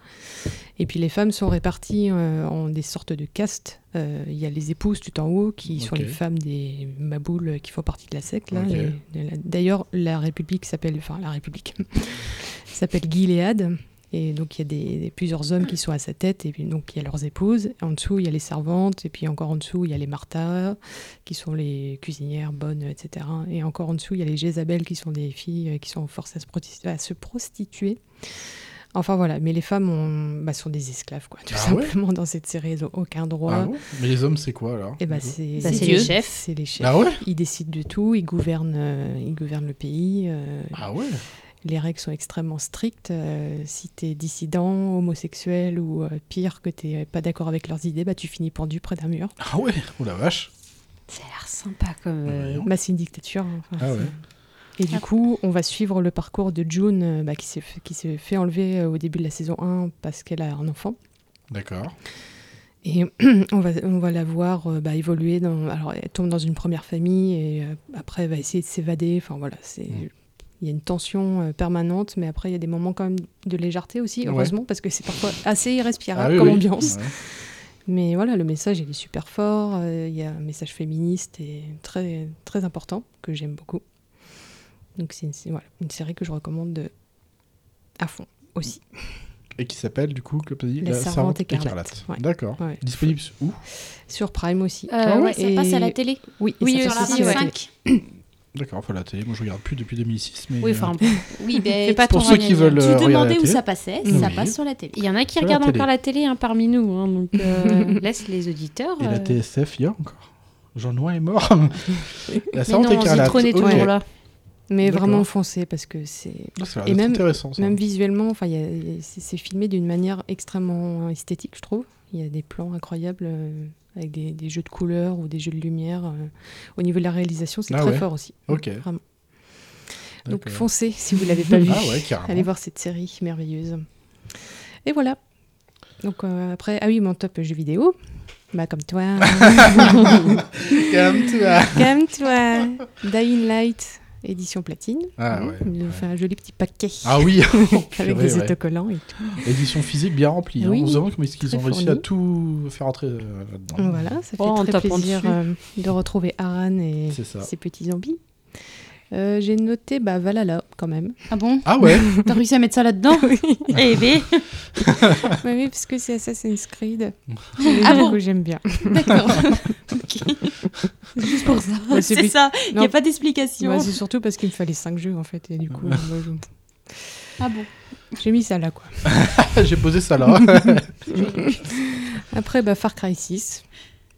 S5: Et puis les femmes sont réparties euh, en des sortes de castes. Euh, Il y a les épouses tout en haut qui sont
S9: Ok.
S5: les femmes des maboules euh, qui font partie de la secte. là.
S9: Ok.
S5: Les- de la- D'ailleurs, la République s'appelle, enfin la République s'appelle Gilead. Et donc il y a des, des- plusieurs hommes qui sont à sa tête. Et puis donc il y a leurs épouses. En dessous il y a les servantes. Et puis encore en dessous il y a les Martha qui sont les cuisinières bonnes, etc. Et encore en dessous il y a les Jézabel qui sont des filles euh, qui sont forcées à se prosti- à se prostituer. Enfin voilà, mais les femmes ont- bah, sont des esclaves, quoi, tout
S1: Ah ouais
S5: simplement dans cette série, elles n'ont aucun droit.
S1: Ah bon Mais les hommes, c'est quoi alors
S5: Et bah,
S1: du coup
S5: hein. c'est
S9: Bah, c'est
S5: Dieu.
S9: les chefs.
S5: C'est les chefs.
S1: Ah ouais
S5: ils décident de tout, ils gouvernent, euh, ils gouvernent le pays. euh,
S1: Ah ouais
S5: Les règles sont extrêmement strictes. euh, si t'es dissident, homosexuel ou euh, pire, que t'es pas d'accord avec leurs idées, bah tu finis pendu près d'un mur.
S1: Ah ouais Oh la vache
S5: Ça a l'air sympa comme.
S1: euh, Voyons.
S5: Bah, c'est une dictature. hein, enfin,
S1: Ah ouais.
S5: c'est- Et du coup, on va suivre le parcours de June, euh, bah, qui s'est f- qui s'est fait enlever euh, au début de la saison 1 parce qu'elle a un enfant.
S1: D'accord.
S5: Et on va, on va la voir euh, bah, évoluer. Dans, alors, elle tombe dans une première famille et euh, après, elle va essayer de s'évader. Enfin, voilà, c'est. Il y a une tension euh, permanente, mais après, il y a des moments quand même de légèreté aussi,
S1: Ouais.
S5: heureusement, parce que c'est parfois assez irrespirable
S1: Ah oui,
S5: comme
S1: oui.
S5: ambiance.
S1: Ouais.
S5: Mais voilà, le message, il est super fort. euh, Il y a un message féministe et très, très important que j'aime beaucoup. Donc, c'est une, c'est- voilà, une série que je recommande de- à fond aussi.
S1: Et qui s'appelle du coup, que t'as dit
S5: La Servante Écarlate. Ouais.
S1: D'accord.
S5: Ouais.
S1: Disponible sur- où
S5: Sur Prime aussi.
S3: Euh, Ah ouais, ça passe à la télé
S5: Oui,
S3: Oui, euh,
S6: euh,
S5: et ça
S3: sur
S5: passe
S3: la
S5: aussi à la
S3: 25.
S1: D'accord, enfin la télé. Moi, je regarde plus depuis 2006. Mais
S3: Oui,
S1: euh,
S3: enfin, oui, ben,
S1: C'est pour ceux qui veulent.
S3: Tu
S1: euh, regarder
S3: demandais
S1: la
S3: où
S1: télé.
S3: ça passait,
S1: Oui.
S3: ça passe sur la télé. Il y en a qui
S1: Sur la
S3: regardent
S1: télé.
S3: encore la télé, hein, parmi nous, hein, donc euh, laisse les auditeurs.
S1: Et la
S3: euh,
S1: TSF, il y a encore. Jean Noir est mort. la
S3: Mais
S1: Servante
S3: non, on y
S1: Écarlate.
S3: trônait
S1: ok.
S3: toujours là.
S5: Mais
S1: D'accord.
S5: vraiment foncé parce que c'est.
S1: Ah, ça a l'air
S5: Et
S1: d'être
S5: même,
S1: intéressant, ça.
S5: même visuellement, enfin, il y a- il y a- c'est c'est filmé d'une manière extrêmement esthétique, je trouve. Il y a des plans incroyables euh, avec des, des jeux de couleurs ou des jeux de lumière. euh. Au niveau de la réalisation, c'est
S1: Ah
S5: très
S1: ouais.
S5: fort aussi.
S1: Ok.
S5: Vraiment. Donc
S1: D'accord.
S5: foncez si vous l'avez pas vu.
S1: Ah ouais, carrément.
S5: Allez voir cette série merveilleuse. Et voilà. Donc euh, après, ah oui, mon top jeu vidéo. Bah comme toi.
S1: Comme toi.
S5: Comme toi. Dying Light, édition platine.
S1: Ah ouais,
S5: Il nous fait un joli petit paquet.
S1: Ah oui
S5: Avec
S1: Purée,
S5: des
S1: ouais.
S5: autocollants et tout.
S1: Édition physique bien remplie. hein.
S5: Oui,
S1: On se demande comment est-ce qu'ils
S5: très
S1: ont réussi à
S5: fournie.
S1: tout faire entrer euh, là-dedans.
S5: Voilà, ça fait
S2: Oh, en
S5: très
S2: tapant
S5: plaisir
S2: dessus.
S5: euh, de retrouver Aran et
S1: C'est ça.
S5: ses petits zombies. Euh, J'ai noté bah, Valhalla quand même.
S4: Ah bon
S1: Ah ouais
S4: T'as réussi à mettre ça là-dedans Eh ben
S5: Bah oui, parce que c'est Assassin's Creed.
S4: Ah
S5: du
S4: bon
S5: coup, j'aime bien.
S4: D'accord. Ok. C'est juste pour ça.
S5: Bah,
S4: C'est
S5: plus-
S4: ça. Y a
S5: Non.
S4: pas d'explication.
S5: Bah, c'est surtout parce qu'il me fallait 5 jeux en fait. Et du coup, moi, je-
S4: Ah bon
S5: j'ai mis ça là quoi.
S1: Ah, J'ai posé ça là.
S5: Après, bah, Far Cry 6.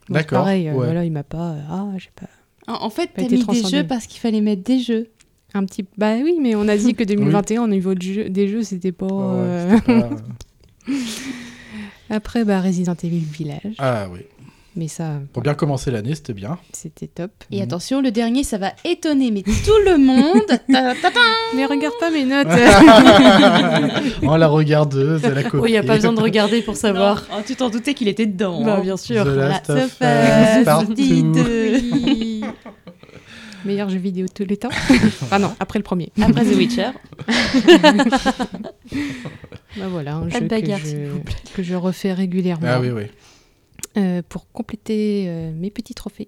S5: Bon,
S1: D'accord,
S5: Pareil, euh,
S1: ouais.
S5: voilà, il m'a pas. euh, ah, j'ai pas.
S4: En, en fait,
S5: pas
S4: t'as
S5: été
S4: mis des
S5: transcendée.
S4: jeux parce qu'il fallait mettre des jeux.
S5: Un petit. Bah oui, mais on a dit que 2021, au niveau de jeu- des jeux, c'était pas. euh,
S1: c'était pas,
S5: Après, bah, Resident Evil Village.
S1: Ah oui.
S5: Mais ça,
S1: Pour bien commencer l'année, c'était bien.
S5: c'était top.
S4: Et attention, le dernier, ça va étonner mais tout le monde.
S5: mais regarde pas mes notes.
S1: oh la regardeuse, elle a copié.
S2: Oh, il n'y a pas besoin de regarder pour savoir.
S4: Oh, tu t'en doutais qu'il était dedans.
S2: Bah,
S4: hein.
S2: bien sûr.
S1: The Last
S4: Voilà,
S1: of
S4: se fait,
S1: Us, partout.
S4: dis de-
S5: euh. Meilleur jeu vidéo de tous les temps. ah non, après le premier.
S4: Après The Witcher.
S5: bah voilà, un
S4: Pas de
S5: jeu
S4: bagarre,
S5: que,
S4: s'il
S5: je,
S4: vous plaît.
S5: que je refais régulièrement.
S1: Ah oui, oui.
S5: Euh, pour compléter euh, mes petits trophées,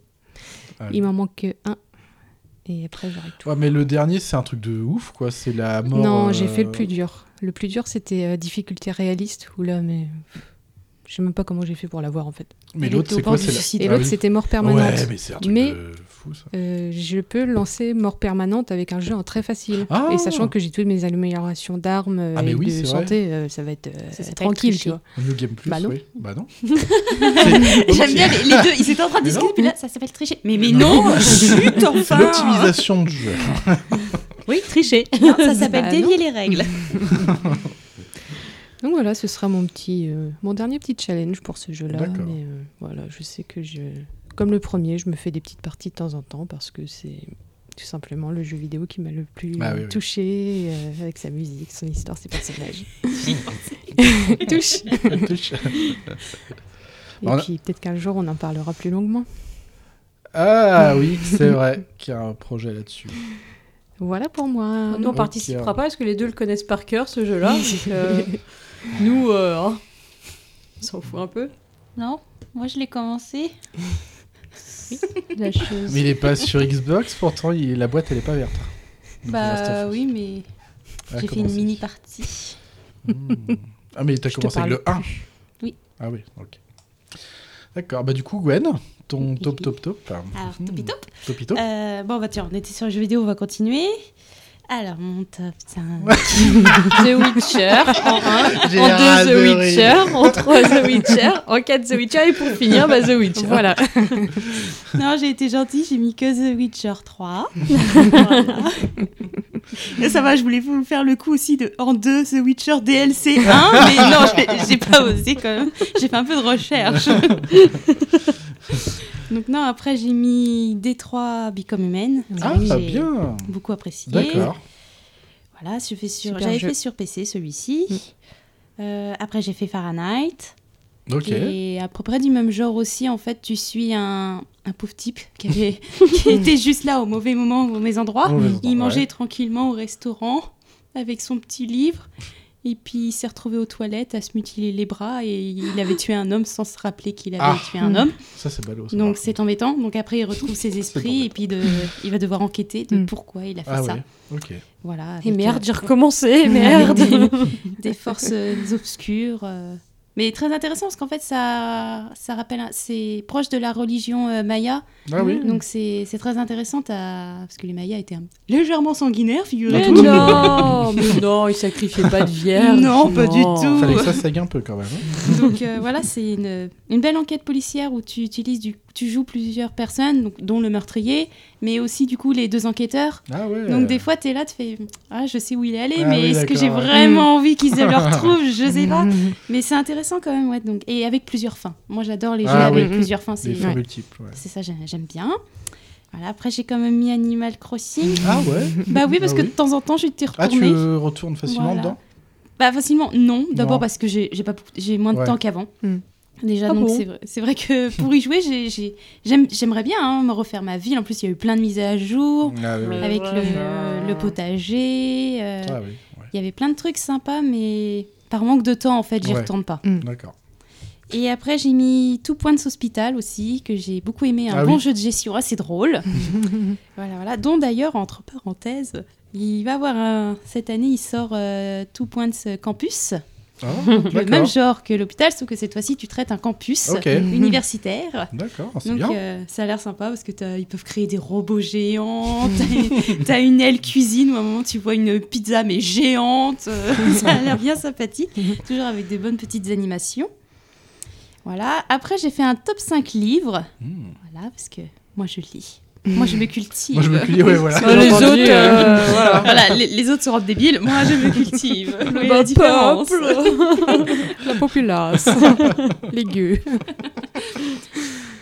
S1: Ah oui.
S5: il m'en manque un. Et après, j'aurai tout.
S1: Ouais, mais le dernier, c'est un truc de ouf, quoi. C'est la mort.
S5: non, j'ai
S1: euh,
S5: fait le plus dur. Le plus dur, c'était euh, difficulté réaliste, où là, mais. Je sais même pas comment j'ai fait pour l'avoir en fait.
S1: Mais
S5: Elle
S1: l'autre,
S5: était au
S1: c'est
S5: bord
S1: quoi,
S5: du
S1: c'est la-
S5: suicide.
S1: Ah
S5: Et l'autre,
S1: oui.
S5: c'était mort permanente.
S1: Ouais, mais c'est un truc de fou, ça.
S5: euh, je peux lancer mort permanente avec un jeu en très facile.
S1: Ah.
S5: et sachant que j'ai toutes mes améliorations d'armes euh,
S1: Ah, mais
S5: et
S1: oui,
S5: de
S1: c'est
S5: santé, euh, ça va être euh,
S1: Ça s'appelle
S5: tranquille, tu
S1: tricher.
S5: vois.
S1: New Game Plus,
S5: Bah non.
S1: oui. Bah non.
S6: J'aime bien les, les deux, ils étaient en train de
S1: Mais
S6: discuter,
S1: non.
S6: puis là, ça s'appelle tricher. Mais, mais non, chut, enfin
S1: L'optimisation de jeu.
S6: Oui, tricher. Non, ça s'appelle
S5: Bah,
S6: dévier
S5: non.
S6: les règles.
S5: Donc voilà, ce sera mon petit, euh, mon dernier petit challenge pour ce jeu-là.
S1: D'accord.
S5: Mais euh, voilà, je sais que je, comme le premier, je me fais des petites parties de temps en temps parce que c'est tout simplement le jeu vidéo qui m'a le plus
S1: Bah oui, oui.
S5: touché euh, avec sa musique, son histoire, ses personnages. Touche.
S1: Touche.
S5: Et
S1: On a-
S5: puis peut-être qu'un jour on en parlera plus longuement.
S1: Ah oui, c'est vrai qu'il y a un projet là-dessus.
S5: Voilà pour moi.
S2: Ah, Nous, on
S1: Ok.
S2: participera pas parce que les deux le connaissent par cœur, ce jeu-là. donc, euh, nous, euh, oh, on s'en fout un peu.
S6: Non, moi je l'ai commencé.
S2: La chose.
S1: Mais il est pas sur Xbox, pourtant il- la boîte elle est pas verte. Donc, Last of
S6: Bah
S1: Us.
S6: oui, mais
S1: Ah,
S6: j'ai fait
S1: comment
S6: une
S1: c'est
S6: mini partie.
S1: Ah mais t'as
S5: Je te
S1: commencé avec
S5: parle
S1: le 1
S6: Oui.
S1: Ah oui, ok. D'accord, bah du coup Gwen, ton top top top. Hmm,
S6: Alors, topi top.
S1: Topi top.
S6: Euh, bon, bah tiens, on était sur le jeu vidéo, on va continuer. Alors, mon top 5.
S2: The Witcher en 1, en 2 The
S6: adoré.
S2: Witcher, en 3 The Witcher, en 4 The Witcher et pour finir bah, The Witcher.
S6: Voilà. non, j'ai été gentille, j'ai mis que The Witcher 3. Voilà. Et ça va, je voulais vous faire le coup aussi de en 2 The Witcher DLC 1, mais non, j'ai- j'ai pas osé quand même. J'ai fait un peu de recherche. Donc non, après j'ai mis Détroit Become Human.
S1: Ah,
S6: Celui que
S1: bah
S6: j'ai
S1: bien.
S6: Beaucoup apprécié.
S1: D'accord.
S6: Voilà, je fais sur-
S5: Super
S6: j'avais
S5: jeu.
S6: fait sur PC celui-ci.
S1: Mm.
S6: Euh, après j'ai fait Fahrenheit.
S1: Ok.
S6: Et à peu près du même genre aussi, en fait, tu suis un, un pauvre type qui, avait- qui était juste là au mauvais moment, au mauvais endroit.
S5: Au mauvais endroit,
S6: il mangeait
S5: ouais.
S6: tranquillement au restaurant avec son petit livre. Et puis il s'est retrouvé aux toilettes à se mutiler les bras et il avait tué un homme sans se rappeler qu'il avait
S1: Ah.
S6: tué un homme.
S1: Ça, c'est ballot, ça, par
S6: Donc c'est embêtant. Donc après il retrouve ses esprits et puis de- il va devoir enquêter de pourquoi il a fait
S1: Ah
S6: ça.
S1: ouais, ok.
S6: Voilà.
S2: Et
S6: avec,
S2: merde,
S6: euh,
S2: j'ai recommencé, merde.
S6: des, des forces euh, obscures. euh. Mais très intéressant parce qu'en fait, ça, ça rappelle, un- c'est proche de la religion euh, maya.
S1: Ah oui.
S6: Donc c'est c'est très intéressant à- parce que les mayas étaient un- légèrement sanguinaires,
S2: Mais
S6: figurez-vous.
S2: non, mais non, il sacrifiait pas de vierge.
S6: Non, pas du tout.
S1: Fallait que ça saigue un peu quand même. hein.
S6: Donc euh, voilà, c'est une, une belle enquête policière où tu utilises du, tu joues plusieurs personnes, donc, dont le meurtrier, mais aussi du coup les deux enquêteurs.
S1: Ah ouais.
S6: Donc des fois t'es là, tu fais ah je sais où il est allé,
S1: Ah
S6: mais
S1: oui,
S6: est-ce que
S1: d'accord, Mm.
S6: j'ai
S1: ouais.
S6: vraiment envie qu'ils le retrouvent Je sais pas. mais c'est intéressant quand même, ouais. Donc et avec plusieurs fins. Moi j'adore les jeux
S1: Ah
S6: avec
S1: oui.
S6: plusieurs fins.
S1: Des
S6: c'est-
S1: fins multiples, ouais.
S6: C'est ça j'aime j'aime bien. Voilà, après j'ai quand même mis Animal Crossing.
S1: Ah ouais
S6: Bah oui parce
S1: Ah
S6: que
S1: oui.
S6: de temps en temps je t'ai
S1: Ah, tu
S6: retourné.
S1: euh, retournes facilement
S6: Voilà.
S1: dedans
S6: Bah facilement, non.
S1: Non.
S6: D'abord parce que j'ai j'ai pas beaucoup- j'ai moins de
S1: Ouais.
S6: temps qu'avant.
S1: Hmm.
S6: Déjà,
S1: Ah
S6: donc
S1: bon
S6: c'est vrai, c'est vrai que pour y jouer, j'ai- j'ai- j'aime- j'aimerais bien hein, me refaire ma ville. En plus, il y a eu plein de mises à jour
S1: Ah oui, oui.
S6: avec
S1: Ouais.
S6: le, le potager. euh,
S1: Ah oui,
S6: Il y avait plein de trucs sympas, mais par manque de temps, en fait, j'y
S1: Ouais.
S6: retourne pas.
S1: D'accord.
S6: Et après, j'ai mis Two Points Hospital aussi, que j'ai beaucoup aimé. Un
S1: Ah
S6: bon
S1: oui.
S6: jeu de gestion assez drôle. voilà, voilà. Dont d'ailleurs, entre parenthèses, il va avoir un... cette année, il sort euh, Two Points Campus.
S1: Ah,
S6: Donc, le
S1: d'accord.
S6: même genre que l'hôpital, sauf que cette fois-ci, tu traites un campus
S1: Ok.
S6: universitaire.
S1: D'accord, c'est
S6: Donc,
S1: bien.
S6: euh, ça a l'air sympa parce que t'as- ils peuvent créer des robots géants. t'as- T'as une aile cuisine où à un moment tu vois une pizza mais géante. euh, ça a l'air bien sympathique. Toujours avec des bonnes petites animations. Voilà. Après, j'ai fait un top 5 livres. Voilà, parce que moi je lis. Moi je me cultive.
S1: Hmm. Moi, je me cultive, ouais, voilà.
S6: Parce que
S1: Les
S6: j'ai entendu,
S1: autres, euh, voilà.
S6: Voilà, les, les autres se rendent débiles. Moi je me cultive. Vous voyez la
S2: Le
S6: différence.
S2: peuple. La populace. Les gueux.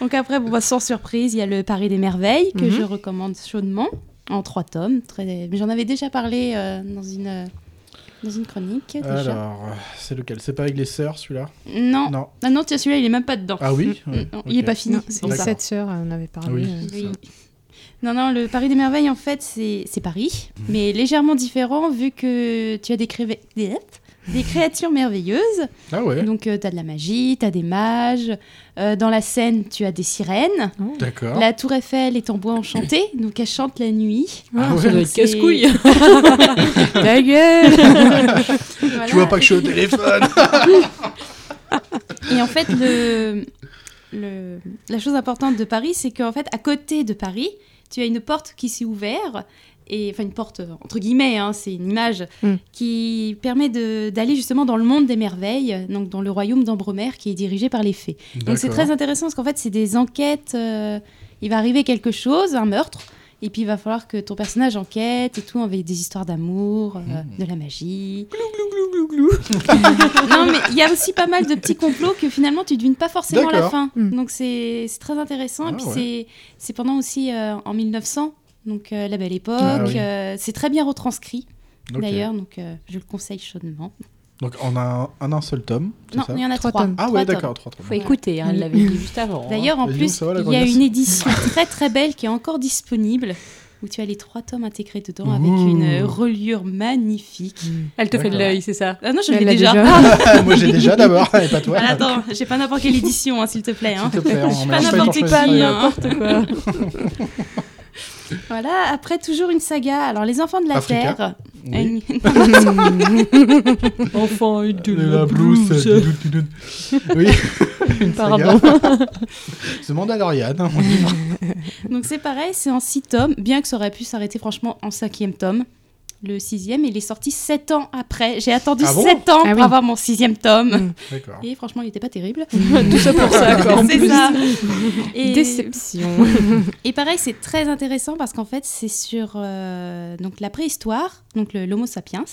S6: Donc après, bon, bah, sans surprise, il y a le Paris des merveilles que
S2: Mhm.
S6: je recommande chaudement en trois tomes. Très... mais J'en avais déjà parlé euh, dans une euh, dans une chronique. Déjà.
S1: Alors, euh, c'est lequel C'est pas avec les sœurs celui-là
S6: Non.
S1: Non.
S6: Ah non, tiens, celui-là, il est même pas dedans.
S1: Ah oui
S6: Mm,
S1: Ouais,
S6: non, Il est
S1: ok.
S6: pas fini.
S1: Non, c'est
S6: pour
S1: les
S6: ça.
S1: sept
S5: sœurs, on avait parlé,
S1: Oui, euh, c'est
S6: Oui. Non, non, le Paris des Merveilles, en fait, c'est c'est Paris,
S1: Mhm.
S6: mais légèrement différent vu que tu as des, créve- des- des créatures merveilleuses.
S1: Ah ouais.
S6: Donc, tu as de la magie, tu as des mages. Euh, dans la scène, tu as des sirènes.
S1: D'accord.
S6: La tour Eiffel est en bois enchanté, donc elle chante la nuit.
S1: Ah ouais. Ça doit être
S6: C'est-
S1: casse-couille.
S6: Ta gueule
S1: Tu vois pas que je suis au téléphone
S6: Et en fait, le, le- la chose importante de Paris, c'est qu'en fait, à côté de Paris, tu as une porte qui s'est ouverte, et, enfin une porte euh, entre guillemets, hein, c'est une image,
S5: Mm.
S6: qui permet de- d'aller justement dans le monde des merveilles, donc dans le royaume d'Ambromère qui est dirigé par les fées. Donc c'est
S5: D'accord.
S6: très intéressant parce qu'en fait, c'est des enquêtes, euh, il va arriver quelque chose, un meurtre. Et puis il va falloir que ton personnage enquête et tout avec des histoires d'amour, euh,
S1: Hmm.
S6: de la magie. non, mais il y a aussi pas mal de petits complots que finalement tu devines pas forcément la
S5: D'accord.
S6: fin.
S1: Hmm.
S6: Donc c'est c'est très intéressant.
S5: Ah,
S6: et puis
S5: ouais.
S6: c'est- c'est pendant aussi euh, en 1900, donc euh, la belle époque.
S1: Ah, oui.
S6: euh, c'est très bien retranscrit
S1: Ok.
S6: d'ailleurs, donc euh, je le conseille chaudement.
S1: Donc on a un, en un seul tome. c'est
S6: Non,
S1: ça
S6: il y en a Trois trois. tomes.
S1: Ah
S6: Trois
S1: ouais, d'accord,
S6: tomes.
S1: trois tomes.
S2: Faut écouter, hein, elle l'avait dit juste avant. hein.
S6: D'ailleurs, en
S1: Vas-y, donc,
S6: plus,
S1: Oh, ça va, la
S6: il y a
S1: connasse.
S6: une édition très très belle qui est encore disponible où tu as les trois tomes intégrés dedans avec
S1: Mmh.
S2: Ouh.
S6: une euh, reliure magnifique.
S2: Elle te fait de l'œil, c'est ça
S6: Ah non, je
S2: Elle
S6: l'ai
S2: l'a
S6: déjà.
S2: déjà. Moi, j'ai
S1: Ah, déjà d'abord, et pas toi.
S6: Ah, attends, j'ai pas n'importe quelle édition, hein, s'il te plaît. hein.
S1: S'il te plaît, on
S6: je suis pas
S1: mélange pas
S6: n'importe
S1: les
S6: qui.
S1: torchons et les
S6: hein.
S1: feuilles.
S6: voilà, après, toujours une saga. Alors, Les Enfants de la
S1: Africa.
S6: Terre.
S1: Oui.
S6: Une-
S2: Enfant et de la,
S1: blouse.
S2: blouse.
S1: euh, doudoute, doudoute. oui, une saga.
S2: Pardon.
S1: C'est Mandalorian, hein, mon livre.
S6: Donc c'est pareil, c'est en six tomes, bien que ça aurait pu s'arrêter franchement en cinquième tome. Le sixième, il est sorti sept ans après. J'ai attendu
S2: Ah bon
S6: sept ans
S2: Ah
S6: pour
S2: oui.
S6: avoir mon sixième tome.
S1: D'accord.
S6: Et franchement, il n'était pas terrible.
S2: Tout ça pour ça, quoi, en
S6: c'est
S2: plus.
S6: ça.
S5: Déception.
S6: Et pareil, c'est très intéressant parce qu'en fait, c'est sur euh, donc la préhistoire, donc le- l'Homo sapiens.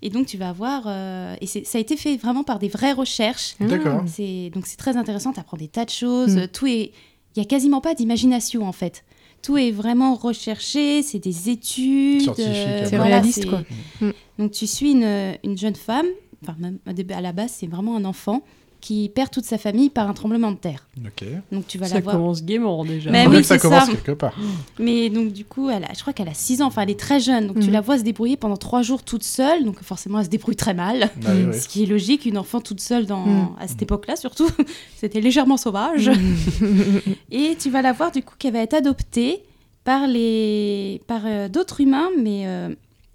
S6: Et donc, tu vas avoir. euh, et c'est- ça a été fait vraiment par des vraies recherches.
S5: Ah.
S1: D'accord.
S6: C'est- Donc, c'est très intéressant. Tu apprends des tas de choses.
S5: Mm.
S6: euh, Tout est. Il n'y a quasiment pas d'imagination, en fait. Tout est vraiment recherché. C'est des études.
S5: Scientifique,
S6: euh,
S5: hein. C'est
S6: voilà,
S5: réaliste,
S6: c'est- Hmm.
S5: quoi. Mm.
S6: Donc, tu suis une, une jeune femme. Enfin, même au début- à la base, c'est vraiment un enfant qui perd toute sa famille par un tremblement de terre.
S1: Ok.
S6: Donc tu vas
S2: Ça
S6: la voir.
S2: commence gaiement, déjà.
S6: Mais
S2: Faut
S6: Ah oui,
S2: que ça
S6: c'est Mm.
S2: commence quelque part.
S6: Mais donc du coup, elle a- je crois qu'elle a 6 ans, enfin elle est très jeune, donc tu
S5: Mhm.
S6: la vois se débrouiller pendant 3 jours toute seule, donc forcément elle se débrouille très mal,
S1: Ah
S5: Bah oui, oui.
S6: ce qui est logique, une enfant toute seule dans,
S5: Mhm.
S6: à cette époque-là surtout, c'était légèrement sauvage. Et tu vas la voir du coup qu'elle va être adoptée par, les... par euh, d'autres humains, mais... euh,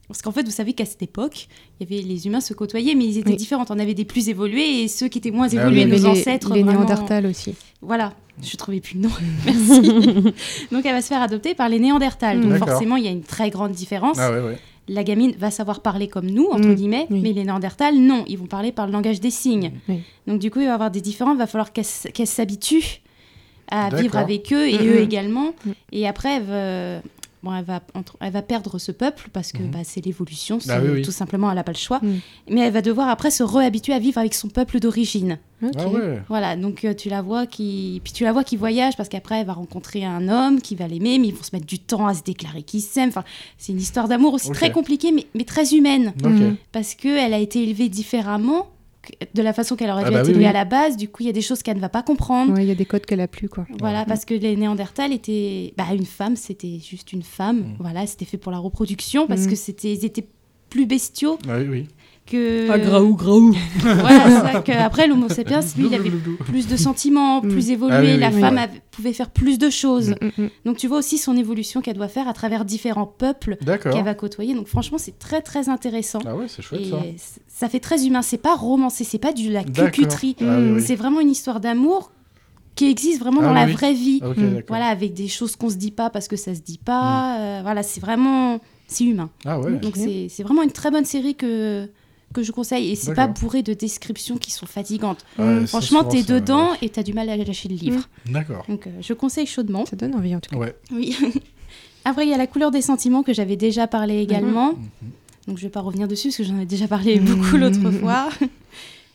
S6: Parce qu'en fait, vous savez qu'à cette époque, il y avait les humains se côtoyaient, mais ils étaient
S5: Oui.
S6: différents. On avait des plus évolués et ceux qui étaient moins
S5: Ah
S6: évolués,
S5: oui. Il y
S6: nos
S5: avait les-
S6: ancêtres.
S5: les
S6: vraiment-
S5: Néandertals aussi.
S6: Voilà,
S5: Mm.
S6: je trouvais plus le nom. Merci. Donc elle va se faire adopter par les Néandertals.
S5: Mm.
S6: Donc
S5: D'accord.
S6: forcément, il y a une très grande différence.
S5: Ah ouais, ouais.
S6: La gamine va savoir parler comme nous, entre
S5: Mm.
S6: guillemets, mais les Néandertals, non, ils vont parler par le langage des signes. Donc du coup, il va y avoir des différences, il va falloir qu'elle s- qu'elle s'habitue à vivre
S5: D'accord.
S6: avec eux et
S5: Mhm.
S6: eux également. Et après, elle va, bon, elle va, entre- elle va perdre ce peuple parce que bah, c'est l'évolution, c'est
S5: Mm. Bah oui, Mm. oui.
S6: tout simplement, elle n'a pas le choix. Mais elle va devoir après se réhabituer à vivre avec son peuple d'origine.
S5: Ok. Ah ouais.
S6: Voilà, donc euh, tu la vois qui, puis tu la vois qui voyage parce qu'après elle va rencontrer un homme qui va l'aimer, mais ils vont se mettre du temps à se déclarer qu'ils s'aiment. Enfin, c'est une histoire d'amour aussi
S5: Ok.
S6: très compliquée, mais, mais très humaine
S5: Ok. Mhm.
S6: parce que elle a été élevée différemment que- de la façon qu'elle aurait
S5: Ah
S6: dû
S5: bah
S6: être
S5: oui,
S6: élevée
S5: oui.
S6: à la base. Du coup, il y a des choses qu'elle ne va pas comprendre.
S5: Ouais, il y a des codes qu'elle a plus, quoi.
S6: Voilà, parce que les Néandertals étaient. Bah, une femme, c'était juste une femme. Voilà, c'était fait pour la reproduction parce
S5: Mm.
S6: que c'était, ils étaient plus bestiaux
S1: Ah Oui, oui.
S6: que.
S2: Ah, graou, graou.
S6: voilà, c'est vrai qu'après, l'Homo sapiens, lui, il avait plus de sentiments, plus évolué.
S2: Ah oui, oui,
S6: la
S2: oui.
S6: femme
S2: Ouais.
S6: avait- pouvait faire plus de
S5: Mm.
S6: choses. Donc, tu vois aussi son évolution qu'elle doit faire à travers différents peuples
S1: D'accord.
S6: qu'elle va côtoyer. Donc, franchement, c'est très, très intéressant.
S1: Ah ouais, c'est chouette,
S6: Et
S1: ça.
S6: c- Ça fait très humain. C'est pas romancé, c'est pas de la
S1: D'accord.
S6: cucuterie.
S1: Ah oui, oui.
S6: C'est vraiment une histoire d'amour qui existe vraiment
S5: Ah
S6: dans
S5: oui,
S6: la
S5: oui.
S6: vraie vie. Mm.
S5: Ok, d'accord.
S6: Voilà, avec des choses qu'on se dit pas parce que ça se dit pas. Euh, voilà, c'est vraiment c'est humain.
S1: Ah ouais.
S6: Donc
S1: Ok.
S6: c'est- c'est vraiment une très bonne série que que je conseille et c'est pas
S1: D'accord.
S6: bourré de descriptions qui sont fatigantes.
S1: Ah Ouais, ça,
S6: Euh, Franchement,
S1: souvent,
S6: t'es
S1: ça, ouais.
S6: dedans et t'as du mal à lâcher le livre.
S2: Mm.
S1: D'accord.
S6: Donc euh, je conseille chaudement.
S5: Ça donne envie en tout
S1: cas. Ouais.
S6: Oui. Après, il y a la couleur des sentiments que j'avais déjà parlé
S1: Mm-hmm.
S6: également. Donc je vais pas revenir dessus parce que j'en ai déjà parlé beaucoup l'autre
S1: Mm.
S6: fois.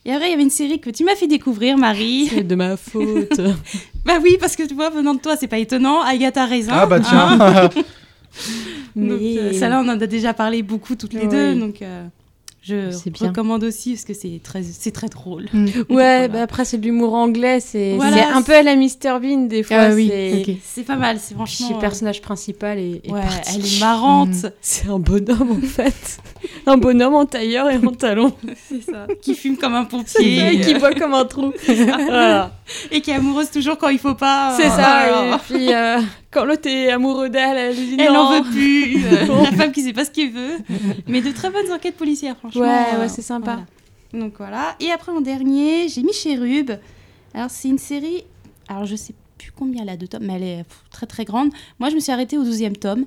S6: Et après, il y avait une série que tu m'as fait découvrir, Marie.
S2: C'est de ma faute.
S6: bah oui, parce que tu vois, venant de toi, c'est pas étonnant. Agatha Raisin.
S1: Ah bah tiens.
S6: hein.
S2: Mais-
S6: Donc, euh, celle-là, on en a déjà parlé beaucoup toutes les
S2: Ouais.
S6: deux. Donc euh, je
S2: C'est bien.
S6: recommande aussi parce que c'est très, c'est très drôle.
S2: Ouais, bah après c'est de l'humour anglais, c'est
S6: Voilà,
S2: c'est un peu à la Mr Bean des fois.
S6: Ah oui,
S2: c'est
S6: ok. C'est pas mal, c'est franchement,
S2: Puis
S6: euh,
S2: Le personnage principal est, est
S6: Ouais,
S2: parti.
S6: elle est marrante. Mm.
S2: C'est un bonhomme en fait, un bonhomme en tailleur et en talon.
S6: C'est ça. Qui fume comme un
S2: C'est ça,
S6: pompier.
S2: et qui boit comme un trou. Ah,
S6: C'est ça.
S2: Voilà.
S6: Et qui est amoureuse toujours quand il faut pas. euh,
S2: C'est ça.
S6: Voilà.
S2: Et puis euh, quand l'autre est amoureux d'elle, elle dit
S6: Elle
S2: non.
S6: en veut plus. euh, la femme qui sait pas ce qu'elle veut. Mais de très bonnes enquêtes policières, franchement.
S2: Ouais, ouais,
S6: euh,
S2: c'est sympa.
S6: voilà. Donc voilà. Et après, en dernier, j'ai mis Chérub. Alors, c'est une série. Alors, je sais plus combien elle a de tomes, mais elle est pff, très très grande. Moi, je me suis arrêtée au 12e tome.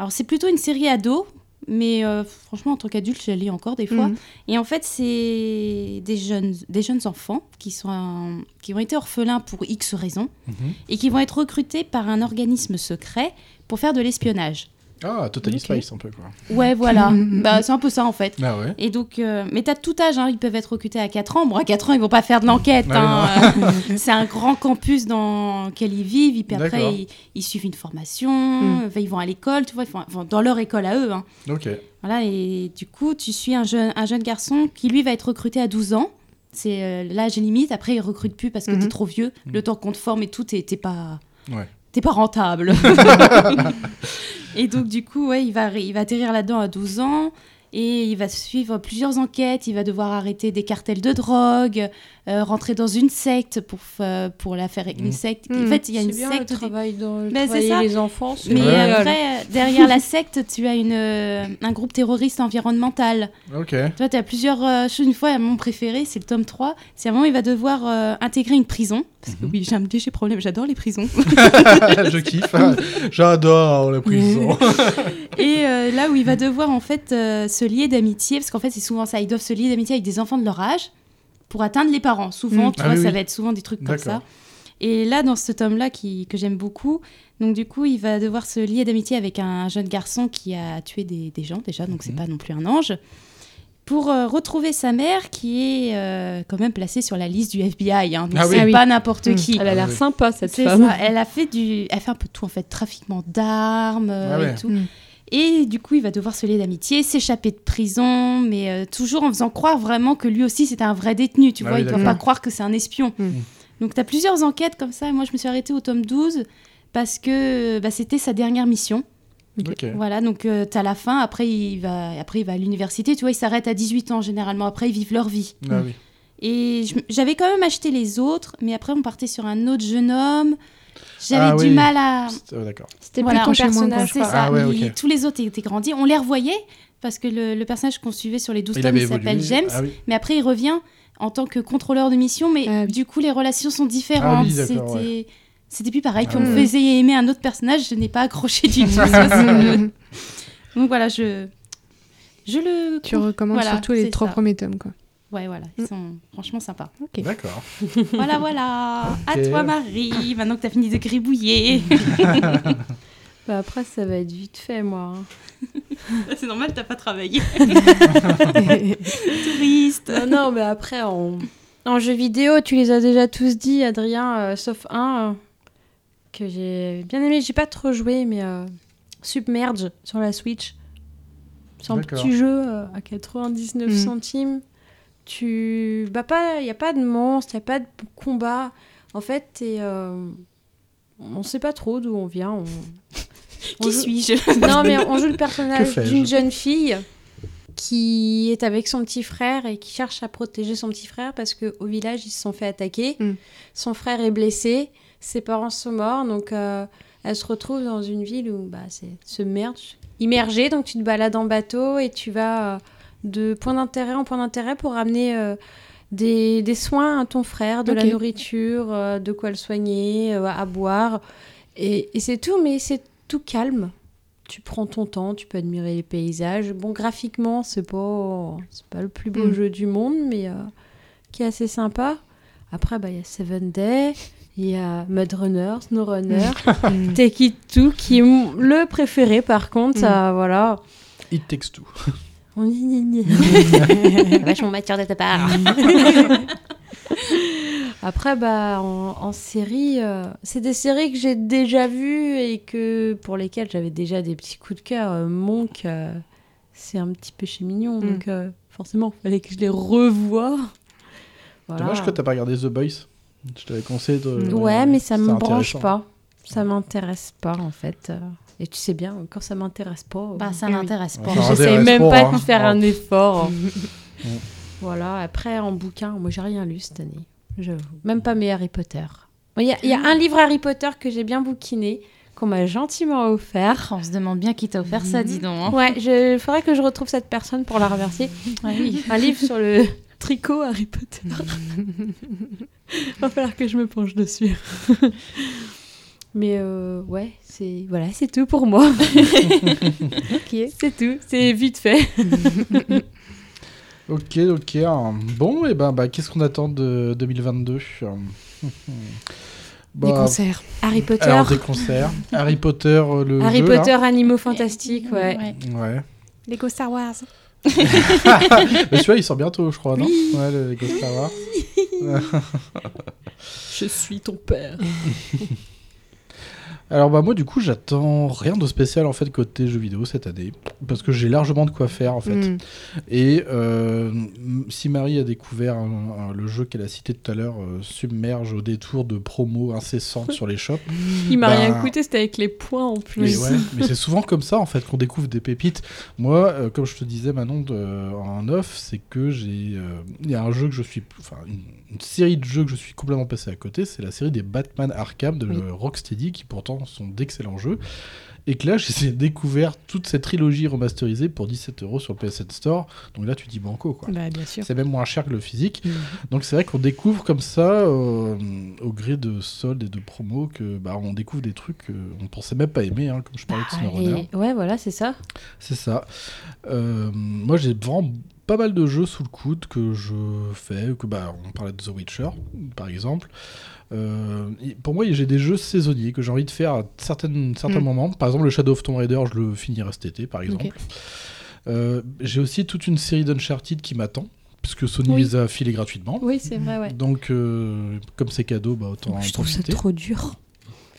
S6: Alors, c'est plutôt une série ado, mais euh, franchement, en tant qu'adulte, je la lis encore des fois.
S4: Mhm.
S6: Et en fait, c'est des jeunes, des jeunes enfants qui, sont, euh, qui ont été orphelins pour X raisons
S1: Mhm.
S6: et qui vont être recrutés par un organisme secret pour faire de l'espionnage.
S1: Ah, Totally Spice un peu quoi.
S6: Ouais, voilà. bah, c'est un peu ça, en fait.
S1: Ah ouais.
S6: Et donc, euh, mais t'as tout âge, hein, ils peuvent être recrutés à 4 ans. Bon, à 4 ans, ils vont pas faire de l'enquête.
S1: Ouais,
S6: hein.
S1: Bah non.
S6: Euh, c'est un grand campus dans lequel ils vivent. Et puis
S1: D'accord.
S6: après, ils, ils suivent une formation,
S1: Mm.
S6: enfin, ils vont à l'école, tu vois, ils font- enfin, dans leur école à eux. hein.
S1: Ok.
S6: Voilà, et du coup, tu suis un jeune, un jeune garçon qui, lui, va être recruté à 12 ans. C'est euh, l'âge limite. Après, il recrute plus parce que t'es trop vieux. Le temps qu'on te forme et tout, t'es t'es pas
S1: Mhm. Ouais.
S6: t'es pas rentable. et donc, du coup, ouais, il, va, il va atterrir là-dedans à 12 ans et il va suivre plusieurs enquêtes. Il va devoir arrêter des cartels de drogue, euh, rentrer dans une secte pour, f- euh, pour la faire. Une
S1: Mhm.
S2: Mm.
S6: secte.
S2: Mm.
S6: En fait, il y a
S2: C'est
S6: une
S2: bien,
S6: secte.
S2: Le travail dans le
S6: Mais
S2: travailler
S6: c'est ça.
S2: les enfants. c'est-
S6: Mais
S1: Ouais.
S6: après, euh, derrière la secte, tu as une, euh, un groupe terroriste environnemental.
S1: Ok.
S6: Toi, tu as plusieurs euh, choses. Une fois, mon préféré, c'est le tome 3. C'est un moment où il va devoir euh, intégrer une prison. Parce que oui, j'ai un léger problème, j'adore les prisons.
S1: je kiffe. J'adore la prison.
S6: Oh Et euh, là où il va devoir en fait euh, se lier d'amitié, parce qu'en fait c'est souvent ça, ils doivent se lier d'amitié avec des enfants de leur âge pour atteindre les parents. Souvent,
S4: Mm.
S6: tu
S4: Ah
S6: vois,
S4: oui,
S6: ça
S4: oui.
S6: va être souvent des trucs comme ça.
S4: D'accord.
S6: Et là, dans ce tome-là qui, que j'aime beaucoup, donc du coup, il va devoir se lier d'amitié avec un jeune garçon qui a tué des, des gens déjà,
S4: Mm.
S6: donc c'est pas non plus un ange, pour euh, retrouver sa mère qui est euh, quand même placée sur la liste du FBI. hein. donc
S2: Ah oui.
S6: c'est
S2: Ah oui.
S6: pas n'importe
S2: Mm.
S6: qui.
S2: Elle a l'air Ah oui. sympa, cette
S6: C'est
S2: femme.
S6: ça, Elle a fait du, elle fait un peu tout en fait, trafiquement d'armes euh,
S2: Ah ouais.
S6: et tout. Et du coup, il va devoir se lier d'amitié, s'échapper de prison, mais euh, toujours en faisant croire vraiment que lui aussi c'était un vrai détenu. Tu
S4: Ah
S6: vois,
S4: oui,
S6: il ne doit
S4: d'accord.
S6: pas croire que c'est un espion.
S2: Mm.
S6: Donc, tu as plusieurs enquêtes comme ça. Et moi, je me suis arrêtée au tome 12 parce que euh, bah, c'était sa dernière mission.
S1: Ok.
S6: Voilà, donc tu as la fin. Après, il va, après, il va à l'université. Tu vois, il s'arrête à 18 ans généralement. Après, ils vivent leur vie.
S1: Ah oui.
S6: Et je- j'avais quand même acheté les autres, mais après, on partait sur un autre jeune homme. J'avais
S1: Ah
S6: du
S1: oui.
S6: mal à.
S1: C'était- ouais, Ah, d'accord.
S6: C'était voilà,
S4: ton
S6: on
S4: personnage,
S6: personnage, c'est
S1: quoi.
S6: ça.
S1: Ah ouais,
S6: Il-
S1: ok.
S6: Tous les autres étaient grandis. On les revoyait parce que le, le personnage qu'on suivait sur les 12
S4: Il
S6: tomes,
S4: avait
S6: il s'appelle
S4: évolué.
S6: James.
S4: Ah oui.
S6: Mais après, il revient en tant que contrôleur de mission. Mais du coup, les relations sont différentes.
S4: Ah oui,
S6: C'était.
S4: d'accord, ouais.
S6: C'était plus pareil.
S4: Ah
S6: Puis on me
S4: ouais.
S6: faisait aimer un autre personnage, je n'ai pas accroché du tout. ça, c'est- Donc voilà, je. Je le.
S5: Tu recommandes
S6: Voilà,
S5: surtout les
S6: c'est
S5: trois
S6: ça.
S5: premiers tomes, quoi.
S6: Ouais, voilà, ils sont franchement sympas.
S1: D'accord.
S6: Voilà, voilà.
S2: Ok.
S6: À toi, Marie, maintenant que t'as fini de gribouiller.
S2: Bah, après, ça va être vite fait, moi. hein.
S6: C'est normal, t'as pas travaillé.
S2: Touriste. Non, non, mais après, en... en jeu vidéo, tu les as déjà tous dit, Adrien, euh, sauf un euh, que j'ai bien aimé. J'ai pas trop joué, mais euh, Submerge sur la Switch. C'est un
S4: D'accord.
S2: petit jeu euh, à 99
S4: Mm.
S2: centimes. Tu. Bah, pas. Y a pas de monstre, y a pas de combat. En fait, t'es. euh, On sait pas trop d'où on vient. On...
S6: Qui
S2: joue-
S6: suis-je
S2: Non, mais on joue le
S6: Que
S2: personnage
S6: fais-je
S2: d'une jeune fille qui est avec son petit frère et qui cherche à protéger son petit frère parce que au village ils se sont fait attaquer. Son frère est blessé, ses parents sont morts, donc euh, elle se retrouve dans une ville où bah c'est ce merde immergée. Donc tu te balades en bateau et tu vas euh, de point d'intérêt en point d'intérêt pour ramener euh, des, des soins à ton frère, de la
S4: Ok.
S2: nourriture nourriture, euh, de quoi le soigner, euh, à boire. Et, et c'est tout, mais c'est tout calme. Tu prends ton temps, tu peux admirer les paysages. Bon, graphiquement, c'est pas, c'est pas le plus beau
S4: Mm.
S2: jeu du monde, mais euh, qui est assez sympa. Après, bah, il y a Seven Day, il y a Mud Runner, Snow Runner, Take It Two, qui est mon- le préféré par contre.
S1: Mm.
S2: euh, voilà.
S1: It takes two.
S2: On y- y- y- Vachement mature de ta part. Après, bah, en, en série, euh, c'est des séries que j'ai déjà vues et que pour lesquelles j'avais déjà des petits coups de cœur. Euh, Monk, euh, c'est un petit péché mignon,
S4: Mm.
S2: donc euh, forcément, il fallait que je les revoie. Voilà.
S1: Dommage que t'as pas regardé The Boys. Je t'avais conseillé de.
S2: Ah. Ouais, mais ça me
S1: C'était
S2: branche
S1: intéressant.
S2: pas. Ça m'intéresse pas, en fait. euh. Et tu sais bien, quand ça m'intéresse pas. euh,
S6: Bah, ça
S2: oui.
S6: m'intéresse pas.
S1: Ça
S2: J'essaye
S1: m'intéresse
S2: même
S1: pas,
S2: pas
S1: hein.
S2: de faire un effort.
S1: Mm.
S2: voilà, après, en bouquin, moi, j'ai rien lu cette année. J'avoue. Même pas mes Harry Potter. Bon, Il y, a- il y a un livre Harry Potter que j'ai bien bouquiné, qu'on m'a gentiment offert.
S6: On se demande bien qui t'a
S2: Oh.
S6: offert ça, dis donc. hein.
S2: Ah Ouais, je- il faudrait que je retrouve cette personne pour la remercier. Un livre sur le, tricot Harry Potter. Va falloir que je me penche dessus. Mais euh, ouais, c'est voilà, c'est tout pour moi. C'est tout, c'est vite fait.
S1: Oh. Ok, ok. Bon, et ben, bah, qu'est-ce qu'on attend de 2022
S5: Des concerts.
S2: Harry Potter.
S1: Bah, Alors, des concerts. Harry Potter, euh, le
S2: Harry
S1: jeu, là.
S2: Potter, animaux fantastiques, ouais.
S1: Ouais.
S5: Lego Star Wars.
S1: Mais celui-là, il sort bientôt, je crois, non Ouais, le Lego Star Wars.
S2: Je suis ton père.
S1: Alors bah moi du coup j'attends rien de spécial en fait côté jeux vidéo cette année parce que j'ai largement de quoi faire en fait
S15: Mm.
S1: et euh, m- si Marie a découvert euh, le jeu qu'elle a cité tout à l'heure euh, submerge au détour de promos incessantes sur les shops
S2: Il m'a
S1: bah,
S2: rien coûté, c'était avec les points en plus.
S1: mais, ouais, mais c'est souvent comme ça en fait qu'on découvre des pépites. Moi, euh, comme je te disais Manon de- en off, c'est que j'ai, euh, il y a un jeu que je suis, enfin une, une série de jeux que je suis complètement passé à côté, c'est la série des Batman Arkham de euh, Rocksteady qui pourtant sont d'excellents jeux. Et que là, j'ai découvert toute cette trilogie remasterisée pour 17 euros sur le PSN Store. Donc là, tu dis banco quoi.
S5: Bah, bien sûr. Mmh.
S1: C'est même moins cher que le physique. Donc c'est vrai qu'on découvre comme ça, euh, au gré de soldes et de promos, que bah, on découvre des trucs qu'on ne pensait même pas aimer, hein, comme je
S5: Ah,
S1: parlais de SnowRunner.
S2: Et- ouais, voilà, c'est ça.
S1: C'est ça. Euh, moi j'ai vraiment pas mal de jeux sous le coude que je fais, que bah on parlait de The Witcher par exemple. Euh, et pour moi j'ai des jeux saisonniers que j'ai envie de faire à certaines, certains
S15: Mm.
S1: moments. Par exemple le Shadow of Tomb Raider je le finirai cet été par exemple.
S15: Ok.
S1: Euh, j'ai aussi toute une série d'Uncharted qui m'attend puisque Sony
S2: Oui.
S1: les a filés gratuitement.
S2: Oui, c'est vrai, ouais.
S1: Donc euh, comme c'est cadeau bah autant en
S2: Je trouve ça
S1: profiter.
S2: trop dur.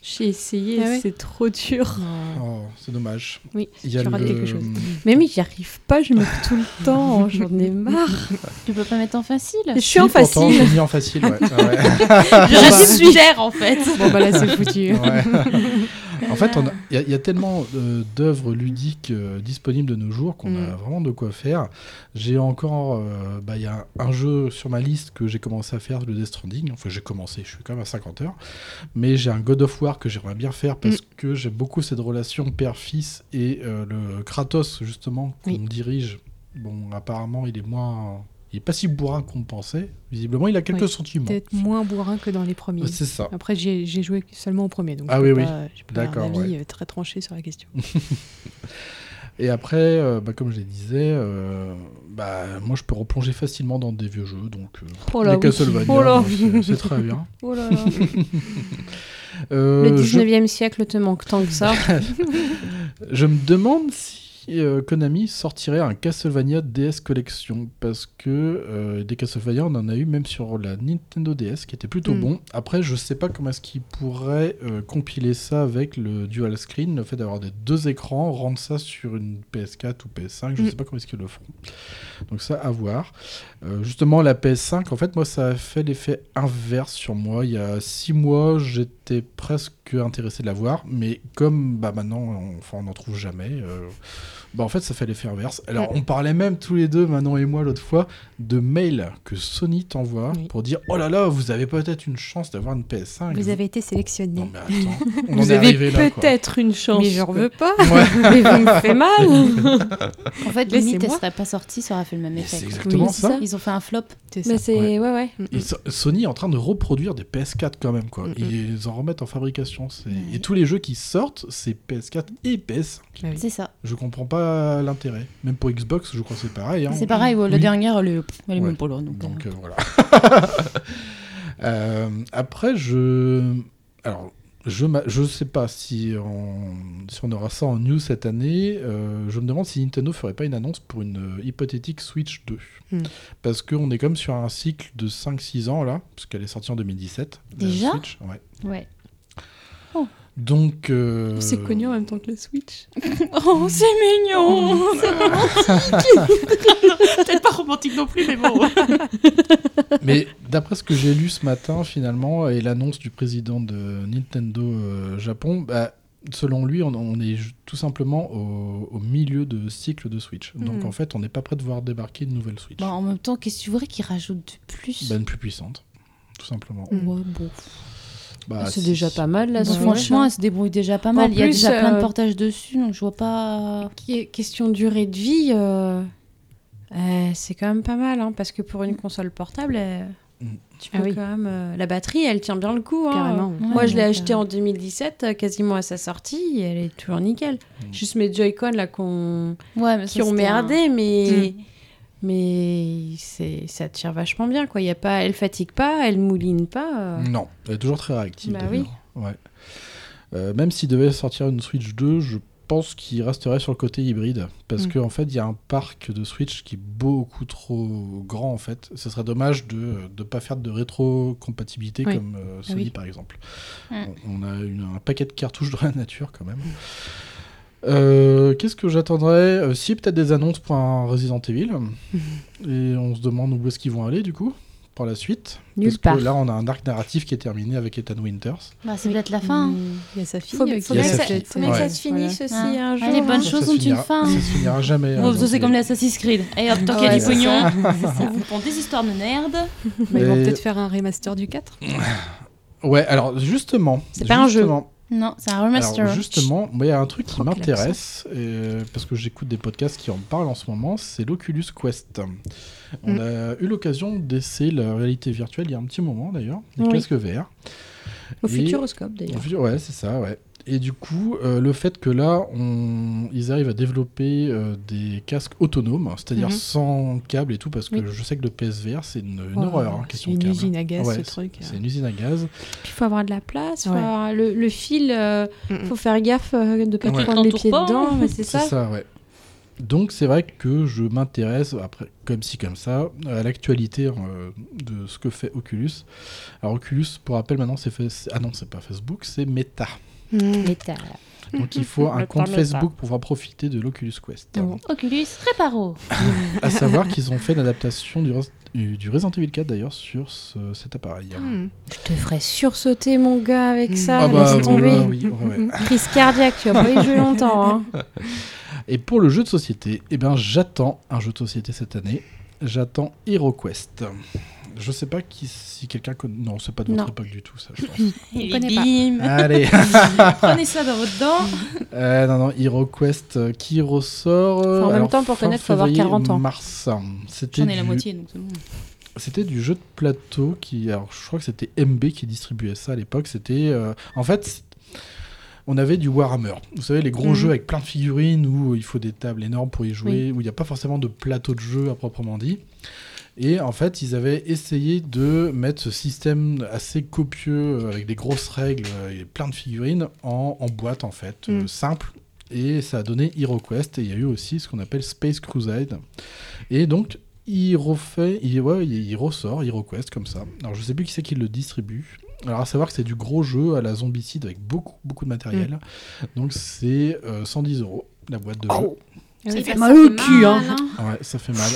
S2: J'ai essayé,
S5: Ah ouais
S2: c'est trop dur.
S1: Oh, c'est dommage.
S2: Oui,
S1: Il y a
S2: tu rates
S1: le-
S2: quelque chose. Mais oui, j'y arrive pas, je me fous tout le temps, Oh, hein, j'en ai marre.
S4: Tu peux pas mettre en facile
S2: Je suis en
S1: Si, pourtant,
S2: facile.
S1: j'ai mis en facile, ouais. Ah Ouais.
S4: Je suis gère en fait.
S5: Bon, bah là, c'est foutu.
S1: Ouais. en fait, on a- il y a- il y, a tellement euh, d'œuvres ludiques euh, disponibles de nos jours qu'on
S5: Mm.
S1: a vraiment de quoi faire. J'ai encore, euh, bah, il y a un jeu sur ma liste que j'ai commencé à faire, le Death Stranding. Enfin, j'ai commencé, je suis quand même à 50 heures. Mais j'ai un God of War que j'aimerais bien faire parce
S5: Mm.
S1: que j'aime beaucoup cette relation père-fils et euh, le Kratos, justement, qu'on
S15: Oui.
S1: dirige. Bon, apparemment, il est moins. Il est pas si bourrin qu'on pensait. Visiblement, il a quelques
S5: Ouais.
S1: sentiments.
S5: Peut-être moins bourrin que dans les premiers.
S1: Bah, C'est ça.
S5: Après, j'ai j'ai joué seulement au premier, donc
S1: Ah
S5: je
S1: oui,
S5: peux
S1: oui.
S5: pas- j'ai pas
S1: D'accord,
S5: un avis
S1: ouais.
S5: euh, très tranché sur la question.
S1: Et après, euh, bah, comme je le disais, euh, bah, moi je peux replonger facilement dans des vieux jeux, donc euh,
S2: Oh là
S1: les
S2: oui.
S1: Castlevania,
S2: Oh là.
S1: c'est- c'est très bien.
S2: Oh là là.
S1: Euh,
S2: le
S1: je-
S2: 19e siècle te manque tant que ça.
S1: Je me demande si euh, Konami sortirait un Castlevania DS Collection, parce que euh, des Castlevania, on en a eu même sur la Nintendo DS, qui était plutôt
S2: Hmm.
S15: Mm.
S1: bon. Après, je sais pas comment est-ce qu'ils pourraient euh, compiler ça avec le dual screen, le fait d'avoir des deux écrans, rendre ça sur une PS4 ou PS5, je
S2: Hmm.
S15: Mm.
S1: sais pas comment est-ce qu'ils le feront. Donc ça, à voir. Euh, justement, la PS5, en fait, moi, ça a fait l'effet inverse sur moi. Il y a six mois, j'étais presque intéressé de la voir, mais comme bah, maintenant, on enfin, on n'en trouve jamais, euh, bah, en fait, ça fait l'effet inverse. Alors,
S15: Ouais.
S1: on parlait même tous les deux, Manon et moi, l'autre fois, de mails que Sony t'envoie pour dire Oh là là, vous avez peut-être une chance d'avoir une PS5.
S5: Vous avez été sélectionné.
S1: On en est arrivé là, quoi.
S2: peut-être une chance.
S4: Mais j'en veux
S2: pas.
S1: Ouais.
S2: Mais vous me faites mal.
S4: En fait,
S2: Laissez-moi.
S4: limite, elle serait pas sortie, ça aurait fait le même effet.
S1: c'est
S4: quoi.
S1: exactement Oui, c'est ça. ça.
S4: Ils ont fait un flop.
S2: Mais c'est ouais ouais.
S1: Et So- Sony est en train de reproduire des PS4 quand même quoi. Ils en remettent en fabrication. c'est- Et tous les jeux qui sortent, c'est PS4 et PS5.
S4: C'est ça.
S1: Je comprends pas l'intérêt. Même pour Xbox, je crois que c'est pareil. hein.
S4: C'est pareil, ouais, la
S1: Oui.
S4: dernière, le... elle est
S1: Ouais.
S4: même pas
S2: hein,
S4: là. Donc,
S1: Donc euh, voilà. Euh, après, je. Alors, je, m'a- je sais pas si on... si on aura ça en news cette année. Euh, je me demande si Nintendo ferait pas une annonce pour une euh, hypothétique Switch 2.
S5: Hmm.
S1: Parce qu'on est comme sur un cycle de 5-6 ans là, parce qu'elle est sortie en 2017. la
S2: Déjà
S1: Switch, ouais.
S2: Ouais.
S1: Donc. euh,
S2: C'est connu en même temps que le Switch.
S4: Oh, c'est mignon
S2: C'est
S4: Peut-être pas romantique non plus, mais bon.
S1: Mais d'après ce que j'ai lu ce matin, finalement, et l'annonce du président de Nintendo euh, Japon, bah, selon lui, on, on est ju- tout simplement au, au milieu de cycle de Switch. Donc
S4: Mhm.
S1: en fait, on n'est pas prêt de voir débarquer une nouvelle Switch.
S6: Bah,
S4: Bon,
S2: Bah,
S4: en même temps, qu'est-ce que tu voudrais qu'ils rajoutent de plus
S1: Bah, une plus puissante, tout simplement.
S4: Ouais, bon.
S1: Bah,
S2: Mm. Ah, c'est
S1: si-
S2: déjà pas mal Hmm. la
S4: Bon,
S2: Switch.
S4: franchement, elle se débrouille déjà pas mal.
S2: En
S4: Il y a
S2: plus,
S4: déjà plein
S2: euh,
S4: de portages dessus, donc je vois pas.
S2: Question durée de vie. euh, Euh, c'est quand même pas mal, hein, parce que pour une console portable, euh, tu peux
S16: Ah oui.
S2: quand même. euh, la batterie, elle tient bien le coup. hein.
S16: Carrément.
S2: Euh,
S16: Ouais,
S2: Moi, je l'ai
S16: ouais,
S2: achetée en 2017, euh, quasiment à sa sortie, et elle est toujours nickel.
S1: Mm.
S2: Juste mes Joy-Con là qu'on
S6: euh,
S17: Ouais, mais ça,
S2: qui ont
S17: c'était un-
S2: merdé, mais Mm. mais c'est ça tire vachement bien quoi. Il y a pas, elle fatigue pas, elle mouline pas. euh.
S1: Non, elle est toujours très réactive.
S2: Bah
S1: d'ailleurs.
S2: oui.
S1: Ouais. Euh, même s'il devait sortir une Switch 2, je pense qu'il resterait sur le côté hybride. Parce
S18: Mm.
S1: qu'en fait, il y a un parc de Switch qui est beaucoup trop grand, en fait. Ce serait dommage de ne pas faire de rétro-compatibilité
S18: Oui.
S1: comme euh,
S18: Ah
S1: Sony,
S18: oui.
S1: par exemple.
S18: Mm.
S1: On, on a une- un paquet de cartouches dans la nature, quand même. Euh, Qu'est-ce que j'attendrais Euh, Si, peut-être des annonces pour un Resident Evil. Et on se demande où est-ce qu'ils vont aller, du coup, pour la suite.
S5: Nulle
S1: Parce
S5: part.
S1: que là, on a un arc narratif qui est terminé avec Ethan Winters.
S6: Bah, c'est peut-être la fin.
S1: Hmm.
S6: hein.
S5: Il y a sa fille.
S6: Faut-
S5: euh,
S6: faut bien
S5: qui a
S1: que ça-
S5: peut-être-
S6: faut bien que ça se
S19: finisse aussi
S2: Ah.
S19: un jour,
S6: Ouais, les
S19: hein.
S6: bonnes choses
S1: Ça
S6: ont
S1: finira-
S6: une fin.
S1: Ça se finira jamais. hein,
S6: Bon, ça,
S1: donc,
S6: c'est comme l'Assassin's Creed. Et hop, tant qu'il y a
S1: Ouais,
S6: du
S1: c'est
S6: pognon,
S1: ça.
S6: vous vous pondez des histoires de merde.
S5: Bah, Ils vont
S1: Et-
S5: peut-être faire un remaster du 4.
S1: Ouais, alors justement.
S6: C'est pas un jeu. Oh,
S1: justement.
S6: Non, c'est un remaster.
S1: Alors, justement, moi, il y a un truc qui m'intéresse, euh, parce que j'écoute des podcasts qui en parlent en ce moment, c'est l'Oculus Quest. On
S18: Mm.
S1: a eu l'occasion d'essayer la réalité virtuelle il y a un petit moment d'ailleurs, les
S18: Oui.
S1: casques verts.
S16: Au Futuroscope, d'ailleurs.
S1: au futur- Ouais, c'est ça, ouais. Et du coup, euh, le fait que là, on... ils arrivent à développer euh, des casques autonomes, hein, c'est-à-dire
S5: Mhm.
S1: sans câble et tout, parce que
S5: Oui.
S1: je sais que le PSVR, c'est une, une
S5: Oh,
S1: horreur, hein,
S5: c'est
S1: question
S5: une
S1: câble.
S5: usine à gaz, ce
S1: c'est-
S5: truc.
S1: C'est une usine à gaz.
S2: Puis il faut avoir de la place, faut
S1: Ouais.
S2: avoir le, le fil, euh, faut faire gaffe euh, de pas
S1: Ouais.
S2: te prendre les
S1: T'entoures
S2: pieds
S1: pas,
S2: dedans,
S1: hein.
S2: mais c'est ça.
S1: ouais. Donc c'est vrai que je m'intéresse, après, comme ci, comme ça, à l'actualité euh, de ce que fait Oculus. Alors Oculus, pour rappel, maintenant c'est... fait- c'est- Ah non, c'est pas Facebook, c'est Meta.
S2: Meta.
S1: Donc il faut un
S6: Meta,
S1: compte
S6: Meta.
S1: Facebook pour pouvoir profiter de l'Oculus Quest.
S6: Mmh. Oculus Reparo.
S1: à savoir qu'ils ont fait l'adaptation du, Res- du- du Resident Evil 4 d'ailleurs sur ce- cet appareil.
S6: Ah,
S2: Je te ferais sursauter mon gars avec ça,
S1: Ah bah,
S2: laisse tomber.
S1: voilà, oui, ouais, ouais.
S2: Crise cardiaque, tu vas pas y jouer longtemps. hein.
S1: Et pour le jeu de société, eh ben, j'attends un jeu de société cette année. J'attends HeroQuest. Je sais pas qui, si quelqu'un connaît. Non, c'est pas de votre
S6: Non.
S1: époque du tout, ça, je pense.
S6: Et
S2: connaît
S6: bim.
S1: pas. Allez. Ah.
S6: Prenez ça dans votre dent.
S1: Euh, non, non, HeroQuest euh, qui ressort. euh,
S6: Enfin, en même
S1: alors,
S6: temps, pour
S1: fin
S6: connaître, faut avoir
S1: février,
S6: 40 ans.
S1: Mars. C'était
S6: J'en ai la
S1: du-
S6: moitié, donc c'est bon.
S1: C'était du jeu de plateau qui. Alors, je crois que c'était MB qui distribuait ça à l'époque. C'était. euh, en fait, c'est- on avait du Warhammer. Vous savez, les gros
S18: Mhm.
S1: jeux avec plein de figurines où il faut des tables énormes pour y jouer, où il n'y a pas forcément de plateau de jeu à proprement dit. Et en fait, ils avaient essayé de mettre ce système assez copieux, euh, avec des grosses règles euh, et plein de figurines, en, en boîte, en fait, euh,
S18: Mm.
S1: simple. Et ça a donné HeroQuest. Et il y a eu aussi ce qu'on appelle Space Crusade. Et donc, il refait, il, ouais, il, il ressort HeroQuest comme ça. Alors, je sais plus qui c'est qui le distribue. Alors, à savoir que c'est du gros jeu à la zombicide avec beaucoup, beaucoup de matériel. Donc, c'est euh, 110 euros la boîte de jeu.
S5: Ça
S19: Oui,
S5: fait
S19: bah,
S5: mal au cul, hein.
S19: mal,
S1: Ouais, ça fait mal.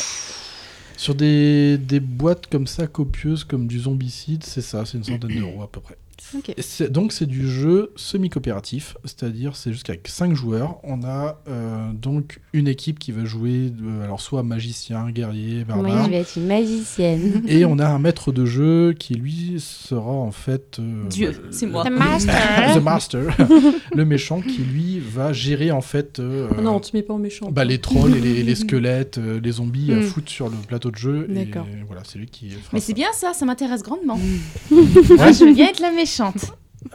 S1: Sur des, des boîtes comme ça, copieuses, comme du zombicide, c'est ça, c'est une centaine d'euros à peu près.
S5: Ok.
S1: Et c'est- Donc c'est du jeu semi-coopératif, c'est-à-dire c'est jusqu'avec 5 joueurs. On a euh, donc une équipe qui va jouer, euh, alors soit magicien, guerrier,
S16: Moi,
S1: barbare.
S16: je vais être une magicienne.
S1: Et on a un maître de jeu qui, lui, sera en fait... euh,
S16: Dieu,
S1: bah,
S16: c'est moi.
S1: le-
S16: The
S5: Ah,
S16: Master.
S1: The Master. le méchant qui, lui, va gérer en fait... euh,
S16: Oh non, on te met pas en méchant.
S1: Bah, les trolls et les, les squelettes, euh, les zombies euh,
S6: Mm.
S1: foutent sur le plateau de jeu. Et
S6: D'accord.
S1: voilà, c'est lui qui fera
S6: Mais
S1: ça.
S6: c'est bien ça, ça m'intéresse grandement. Moi, je veux bien être la méchante.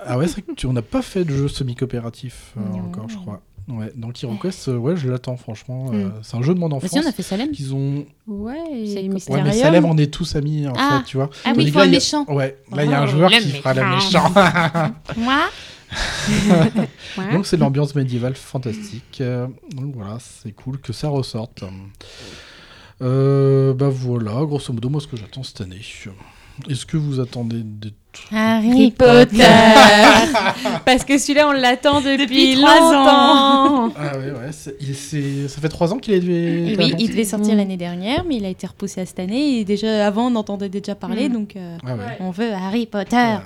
S1: Ah ouais, c'est vrai que tu- on n'a pas fait de jeu semi-coopératif euh, encore, je crois. Ouais, donc HeroQuest, euh, ouais, je l'attends franchement. euh,
S6: Mm.
S1: c'est un jeu de mon
S6: Bah
S1: enfance.
S6: si, on a fait Salem.
S1: Ils ont...
S2: Ouais, c'est
S1: Ouais, mais Salem, on est tous amis, en
S6: Ah.
S1: fait, tu vois.
S6: Ah oui, il
S1: Tandis
S6: faut
S1: que
S6: un
S1: là, y a-
S6: méchant.
S1: Ouais, là, il y a un
S6: Oh,
S1: joueur
S6: le
S1: qui fera le
S6: méchant.
S1: méchant.
S6: Moi Moi
S1: Donc, c'est de l'ambiance médiévale fantastique. Euh, Donc, voilà, c'est cool que ça ressorte. Euh, bah voilà, grosso modo, moi, ce que j'attends cette année. Est-ce que vous attendez des trucs
S6: Harry
S16: Parce que celui-là, on l'attend depuis,
S6: Depuis trois
S16: longtemps.
S6: ans.
S1: Ah ouais, ouais, c'est- il- c'est- ça fait trois ans qu'il est
S6: Et oui, il devait
S4: Mm.
S6: sortir l'année dernière, mais il a été repoussé à cette année. Et déjà avant, on entendait déjà parler,
S2: Mm.
S6: donc euh,
S1: Ah ouais.
S6: on veut Harry Potter. Ah,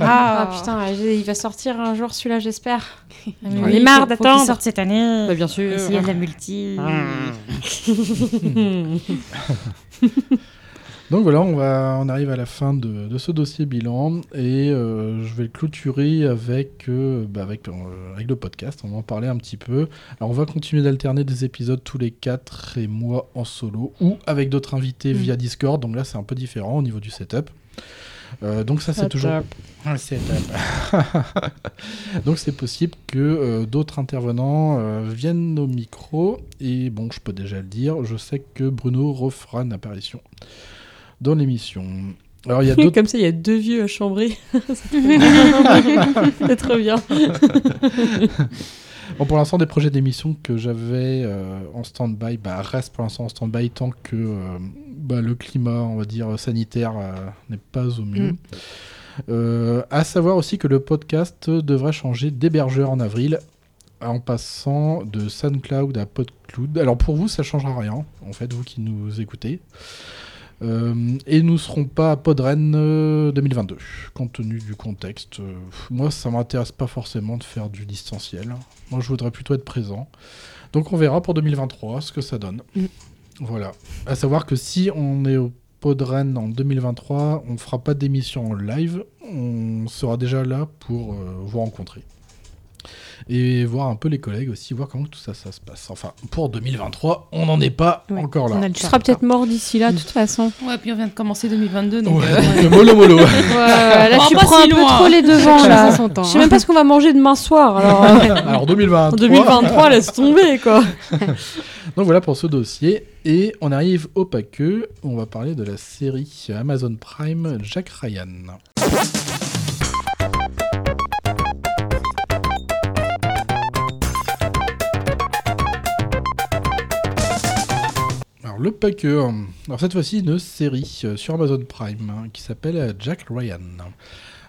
S2: Ah putain, j'ai- il va sortir un jour celui-là, j'espère.
S6: mais
S2: J'en
S6: oui,
S2: ai
S6: faut- faut
S2: marre
S6: qu'il
S2: d'attendre.
S6: sorte cette année.
S2: Bah, bien sûr.
S6: Et s'il y a de la multi.
S2: Ah.
S1: Donc voilà, on, va, on arrive à la fin de, de ce dossier bilan et euh, je vais le clôturer avec, euh, bah, avec, euh, avec le podcast. On va en parlait un petit peu. Alors on va continuer d'alterner des épisodes tous les quatre et moi en solo ou avec d'autres invités
S20: Mm.
S1: via Discord. Donc là, c'est un peu différent au niveau du setup. Euh, donc ça c'est
S20: Setup.
S1: toujours Un setup. donc c'est possible que euh, d'autres intervenants euh, viennent au micro et bon je peux déjà le dire je sais que Bruno refera une apparition dans l'émission. Alors il y a d'autres
S2: Comme ça, il y a deux vieux à chambrer. c'est trop bien.
S1: Bon, pour l'instant, des projets d'émission que j'avais euh, en stand-by bah, restent pour l'instant en stand-by tant que euh, bah, le climat, on va dire, sanitaire euh, n'est pas au mieux.
S20: Mm.
S1: Euh, à savoir aussi que le podcast devrait changer d'hébergeur en avril en passant de SoundCloud à PodCloud. Alors pour vous, ça changera rien, en fait, vous qui nous écoutez. Euh, et nous serons pas à Podren euh, 2022, compte tenu du contexte. Euh, pff, moi, ça m'intéresse pas forcément de faire du distanciel. Moi, je voudrais plutôt être présent. Donc, on verra pour 2023 ce que ça donne.
S21: Mm.
S1: Voilà. À savoir que si on est au Podren en 2023, on fera pas d'émission en live. On sera déjà là pour euh, vous rencontrer et voir un peu les collègues aussi, voir comment tout ça, ça se passe. Enfin, pour 2023, on n'en est pas
S21: Ouais,
S1: encore là.
S21: on a le Tu temps. seras peut-être mort d'ici là, de toute façon.
S4: Ouais, Oh, puis on vient de commencer 2022. Donc
S1: Ouais,
S4: euh,
S1: le mollo mollo.
S4: Ouais,
S2: Bah, là,
S4: On
S2: tu
S4: va pas
S2: prends
S4: si
S2: un peu
S4: loin.
S2: trop les devants,
S4: Chacun
S2: là.
S4: son temps,
S2: Je sais
S4: hein.
S2: même pas ce qu'on va manger demain soir. Alors, euh,
S1: Alors 2023.
S2: en 2023, laisse tomber, quoi.
S1: Donc voilà pour ce dossier. Et on arrive au paqueux. On va parler de la série Amazon Prime Jack Ryan. Alors le paqueux. Alors cette fois-ci une série euh, sur Amazon Prime hein, qui s'appelle euh, Jack Ryan.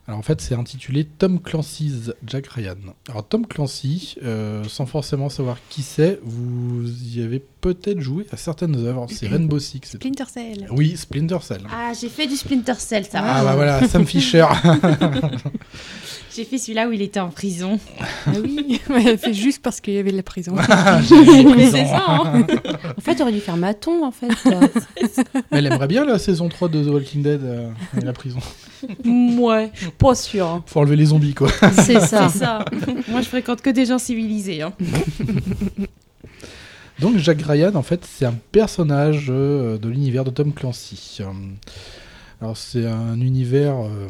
S1: Alors en fait c'est intitulé Tom Clancy's Jack Ryan. Alors Tom Clancy, euh, sans forcément savoir qui c'est, vous y avez peut-être joué à certaines œuvres. C'est Rainbow Six. c'est-
S4: Splinter Cell.
S1: Oui, Splinter Cell.
S4: Ah, j'ai fait du Splinter Cell, ça
S1: Ah, bah voilà, Sam Fisher.
S4: J'ai fait celui-là où il était en prison.
S5: Ah oui, elle fait juste parce qu'il y avait de la prison.
S4: Mais c'est ça, hein.
S2: En fait, t'aurais dû faire maton, en fait.
S1: Mais elle aimerait bien la saison 3 de The Walking Dead euh, et la prison.
S2: Mm, Ouais, je suis pas hein. sûre.
S1: Faut enlever les zombies quoi.
S4: C'est ça. Moi, je fréquente que des gens civilisés. hein.
S1: Donc Jack Ryan, en fait, c'est un personnage euh, de l'univers de Tom Clancy. Euh, Alors c'est un univers euh,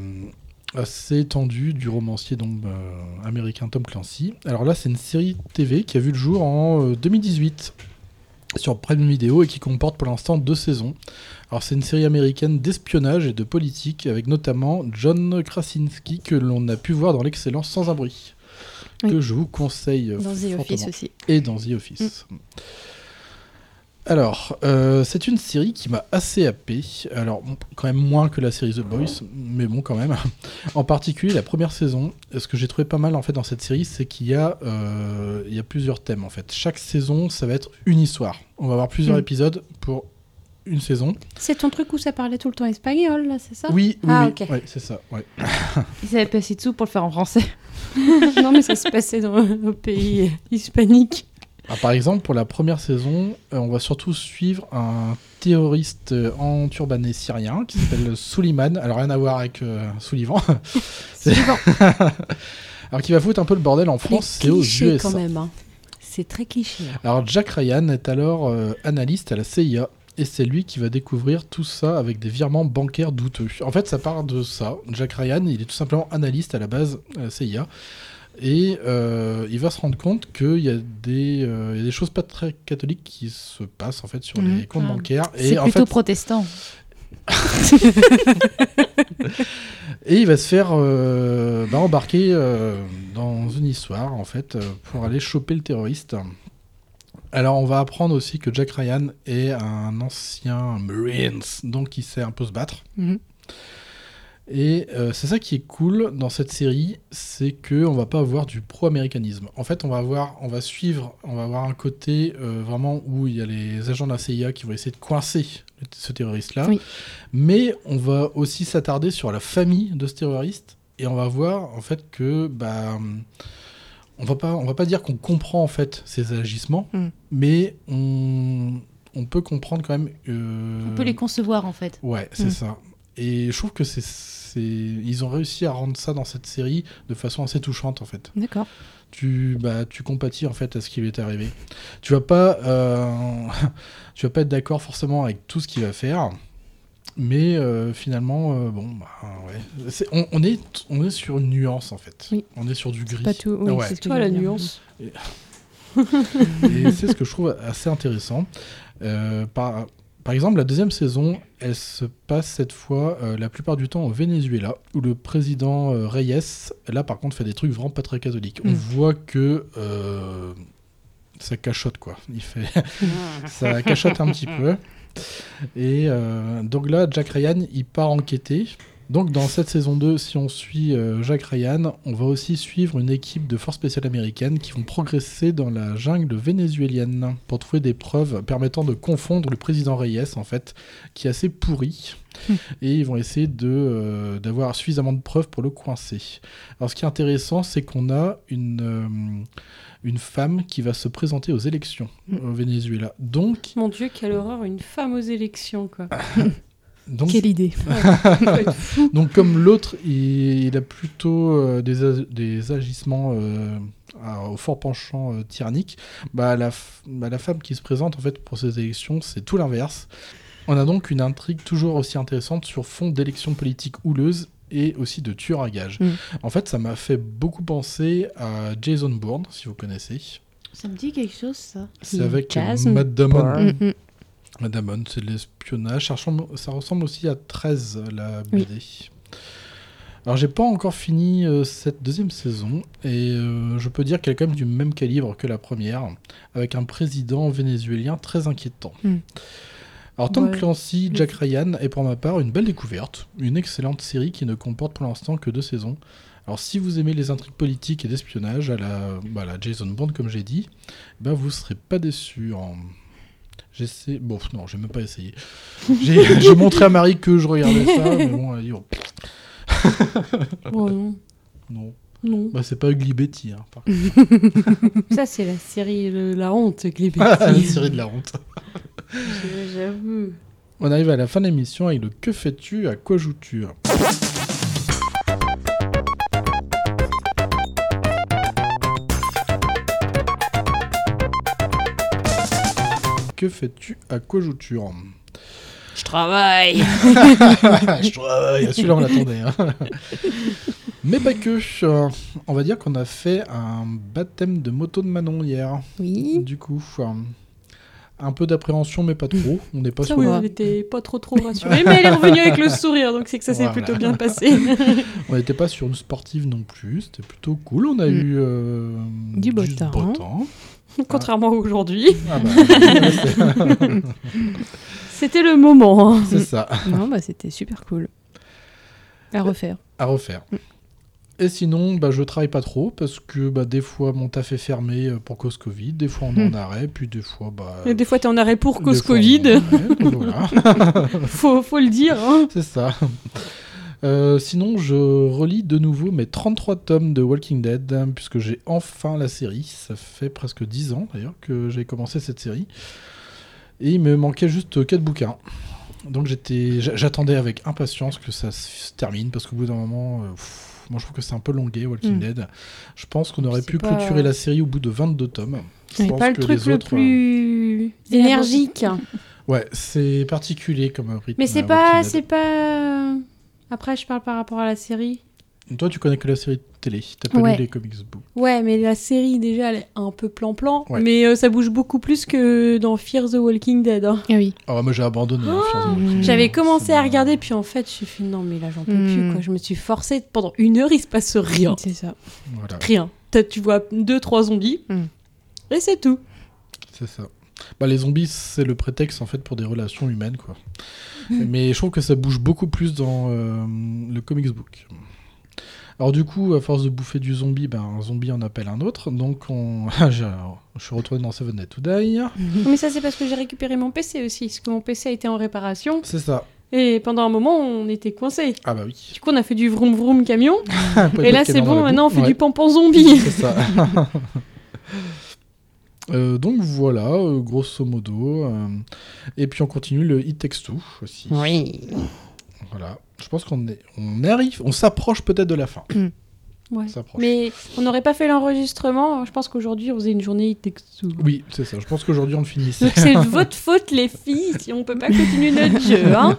S1: assez étendu du romancier donc, euh, américain Tom Clancy. Alors là, c'est une série TV qui a vu le jour en euh, 2018 sur Prime Video et qui comporte pour l'instant deux saisons. Alors c'est une série américaine d'espionnage et de politique avec notamment John Krasinski que l'on a pu voir dans l'excellence sans un bruit que je vous conseille
S5: Dans The
S1: fortement.
S5: Office aussi. Mm.
S1: et dans The Office. Alors, euh, c'est une série qui m'a assez happé. Alors, bon, quand même moins que la série The Boys, mais bon, quand même. En particulier, la première saison, ce que j'ai trouvé pas mal en fait dans cette série, c'est qu'il y, a, euh, il y a plusieurs thèmes en fait. Chaque saison, ça va être une histoire. On va avoir plusieurs
S21: Hmm.
S5: Mm.
S1: épisodes pour une saison.
S21: C'est ton truc où ça parlait tout le temps espagnol, là, c'est ça
S1: Oui, oui,
S21: Ah,
S1: oui,
S21: ok.
S1: ouais, c'est ça. ouais.
S21: Ils savaient pas assez de sous pour le faire en français.
S2: non, mais ça se passait dans au pays hispanique.
S1: Ah, par exemple, pour la première saison, euh, on va surtout suivre un terroriste euh, enturbané syrien qui s'appelle Souliman. Alors rien à voir avec euh, Sullivan. C'est- Alors qui va foutre un peu le bordel en France et aux
S2: cliché,
S1: USA.
S2: quand même. hein. C'est très cliché. hein.
S1: Alors Jack Ryan est alors euh, analyste à la CIA et c'est lui qui va découvrir tout ça avec des virements bancaires douteux. En fait, ça part de ça. Jack Ryan, il est tout simplement analyste à la base à la CIA et euh, il va se rendre compte qu'il y, a des, euh, il y a des choses pas très catholiques qui se passent en fait sur
S4: Mhm.
S1: les comptes
S4: Ah.
S1: bancaires. Et
S4: C'est
S1: en
S4: plutôt
S1: fait-
S4: protestant.
S1: Et il va se faire euh, bah, embarquer euh, dans une histoire, en fait, euh, pour aller choper le terroriste. Alors, on va apprendre aussi que Jack Ryan est un ancien Marines, donc il sait un peu se battre.
S5: Mhm.
S1: Et euh, c'est ça qui est cool dans cette série, c'est que on va pas avoir du pro-américanisme. En fait, on va avoir, on va suivre, on va avoir un côté euh, vraiment où il y a les agents de la CIA qui vont essayer de coincer le- ce terroriste-là,
S5: Oui.
S1: mais on va aussi s'attarder sur la famille de ce terroriste et on va voir en fait que bah
S4: Mm.
S1: on va pas, on va pas dire qu'on comprend en fait ses agissements,
S5: Mm.
S1: mais on on peut comprendre quand même. euh,
S4: On peut les concevoir en fait.
S1: Ouais, c'est
S4: Mm.
S1: ça. Et je trouve que c'est, c'est- ils ont réussi à rendre ça dans cette série de façon assez touchante en fait.
S5: D'accord.
S1: Tu bah tu compatis en fait à ce qui lui est arrivé. Tu vas pas euh, tu vas pas être d'accord forcément avec tout ce qu'il va faire, mais euh, finalement euh, bon bah ouais. C'est- on, on est on est sur une nuance en fait. On est sur du gris.
S5: pas tout- oui,
S1: Ouais.
S5: c'est ce que Toi, j'allais la dire. nuance.
S1: Et- et c'est ce que je trouve assez intéressant. Euh, par, par exemple, la deuxième saison, elle se passe cette fois euh, la plupart du temps au Venezuela, où le président euh, Reyes, là par contre, fait des trucs vraiment pas très catholiques. On
S20: Mm.
S1: voit que euh, ça cachote, quoi. Il fait... ça cachote un petit peu. Et euh, donc là, Jack Ryan, il part enquêter. Donc dans cette saison 2, si on suit euh, Jack Ryan, on va aussi suivre une équipe de forces spéciales américaines qui vont progresser dans la jungle vénézuélienne pour trouver des preuves permettant de confondre le président Reyes, en fait, qui est assez pourri. Et ils vont essayer de, euh, d'avoir suffisamment de preuves pour le coincer. Alors ce qui est intéressant, c'est qu'on a une, euh, une femme qui va se présenter aux élections au Venezuela. Donc
S2: Mon Dieu, quelle horreur, une femme aux élections, quoi.
S1: donc...
S2: Quelle idée.
S1: Donc comme l'autre, il, il a plutôt euh, des, a- des agissements euh, à- au fort penchant euh, tyrannique, bah la, f- bah, la femme qui se présente en fait pour ces élections, c'est tout l'inverse. On a donc une intrigue toujours aussi intéressante sur fond d'élections politiques houleuses et aussi de tueurs à gages.
S4: Mm.
S1: En fait, ça m'a fait beaucoup penser à Jason Bourne, si vous connaissez.
S4: Ça me dit quelque chose ça.
S1: C'est avec euh,
S4: Jason
S1: Matt Damon.
S4: Bourne. Mm, mm.
S1: Matt Damon, c'est de l'espionnage. Ça ressemble, ça ressemble aussi à 13, la
S4: Oui.
S1: BD. Alors, j'ai pas encore fini euh, cette deuxième saison, et euh, je peux dire qu'elle est quand même du même calibre que la première, avec un président vénézuélien très inquiétant.
S5: Mm.
S1: Alors, Tom
S5: Ouais.
S1: Clancy, Jack Ryan est pour ma part une belle découverte, une excellente série qui ne comporte pour l'instant que deux saisons. Alors, si vous aimez les intrigues politiques et d'espionnage à la, bah, à la Jason Bourne, comme j'ai dit, ben vous serez pas déçus. En... J'essaie. Bon, non, j'ai même pas essayé. J'ai j'ai montré à Marie que je regardais ça, mais bon, elle a dit. oh,
S2: Oh non.
S1: Non.
S2: Non.
S1: Bah, c'est pas Ugly Betty, hein, par contre.
S2: Ça, c'est la série de la honte, Glébéti.
S1: Ah, la série de la honte.
S2: J'avoue.
S1: On arrive à la fin de l'émission avec le Que fais-tu À quoi joues-tu hein Que fais-tu À quoi joues-tu hein
S21: Je travaille
S1: Je travaille. Celui-là, on l'attendait. hein. Mais pas que. Euh, On va dire qu'on a fait un baptême de moto de Manon hier.
S21: Oui.
S1: Du coup, euh, un peu d'appréhension, mais pas trop. On n'est pas
S2: Ça,
S1: sur
S2: Ah oui, elle était pas trop trop rassurée, mais elle est revenue avec le sourire, donc c'est que ça s'est
S1: Voilà.
S2: plutôt bien passé.
S1: on n'était pas sur une sportive non plus. C'était plutôt cool. On a
S2: Mm.
S1: eu euh,
S2: Du beau temps.
S1: temps.
S2: Contrairement à aujourd'hui.
S1: Ah bah, c'est-
S2: C'était le moment. hein.
S1: C'est ça.
S5: Non, bah c'était super cool. À refaire.
S1: à refaire.
S2: Mm.
S1: Et sinon, bah, je travaille pas trop parce que bah, des fois mon taf est fermé euh, pour cause Covid, des fois on est en arrêt, puis des fois bah.
S2: Mm. Et des fois, t'es en arrêt pour cause
S1: Des fois,
S2: Covid.
S1: on est en arrêt, voilà.
S2: faut, faut le dire. hein.
S1: C'est ça. Euh, sinon, je relis de nouveau mes 33 tomes de Walking Dead, hein, puisque j'ai enfin la série. Ça fait presque 10 ans d'ailleurs que j'ai commencé cette série. Et il me manquait juste 4 bouquins. Donc j'étais, j'a- j'attendais avec impatience que ça se termine, parce qu'au bout d'un moment, euh, pff, moi je trouve que c'est un peu longué Walking
S21: Mm.
S1: Dead. Je pense qu'on aurait
S21: C'est
S1: pu
S21: pas-
S1: clôturer la série au bout de 22 tomes. Je
S21: C'est
S1: pense
S21: pas le
S1: que
S21: truc
S1: les
S21: le
S1: autres,
S2: euh,
S21: plus énergique.
S1: euh, Ouais, c'est particulier comme rythme.
S21: Mais c'est
S1: euh,
S21: pas,
S1: Walking Dead.
S21: c'est pas.
S2: euh,
S21: Après, je parle par rapport à la série.
S1: Toi, tu connais que la série de télé, t'as pas
S21: Ouais.
S1: lu les comics books.
S2: Ouais, mais la série, déjà, elle est un peu plan-plan,
S1: Ouais.
S2: mais euh, ça bouge beaucoup plus que dans Fear the Walking Dead. hein.
S21: Ah oui.
S1: Ah, moi j'ai abandonné. hein, Fear the Walking Dead.
S2: Oh, J'avais commencé à regarder, puis en fait, je suis fait non, mais là, j'en peux plus.
S21: Mm.
S2: Quoi. Je me suis forcée. Pendant une heure, il se passe rien.
S5: C'est ça.
S1: Voilà.
S2: Rien. T'as- Tu vois deux, trois zombies, et c'est tout.
S1: C'est ça. Bah, les zombies, c'est le prétexte en fait pour des relations humaines, quoi. Mais je trouve que ça bouge beaucoup plus dans euh, le comics book. Alors du coup, à force de bouffer du zombie, ben, un zombie en appelle un autre. Donc on... j'ai- je suis retourné dans Seven Days to Die.
S2: mais ça, c'est parce que j'ai récupéré mon PC aussi, parce que mon PC a été en réparation,
S1: C'est ça.
S2: et pendant un moment, on était coincés.
S1: Ah bah oui.
S2: Du coup, on a fait du vroom vroom camion,
S1: Pas de
S2: et là,
S1: camion
S2: c'est
S1: dans la
S2: bon,
S1: boue.
S2: maintenant, on fait
S1: Ouais.
S2: du pampan zombie.
S1: C'est ça. Euh, donc voilà, euh, grosso modo. euh, et puis on continue le It Takes Two aussi.
S21: Oui.
S1: Voilà. Je pense qu'on est, on arrive, on s'approche peut-être de la fin.
S2: Ouais.
S1: s'approche.
S2: Mais on n'aurait pas fait l'enregistrement. Je pense qu'aujourd'hui, on faisait une journée texto.
S1: Oui, c'est ça. Je pense qu'aujourd'hui on le finit.
S2: Donc c'est de votre faute, les filles, si on peut pas continuer notre jeu. Hein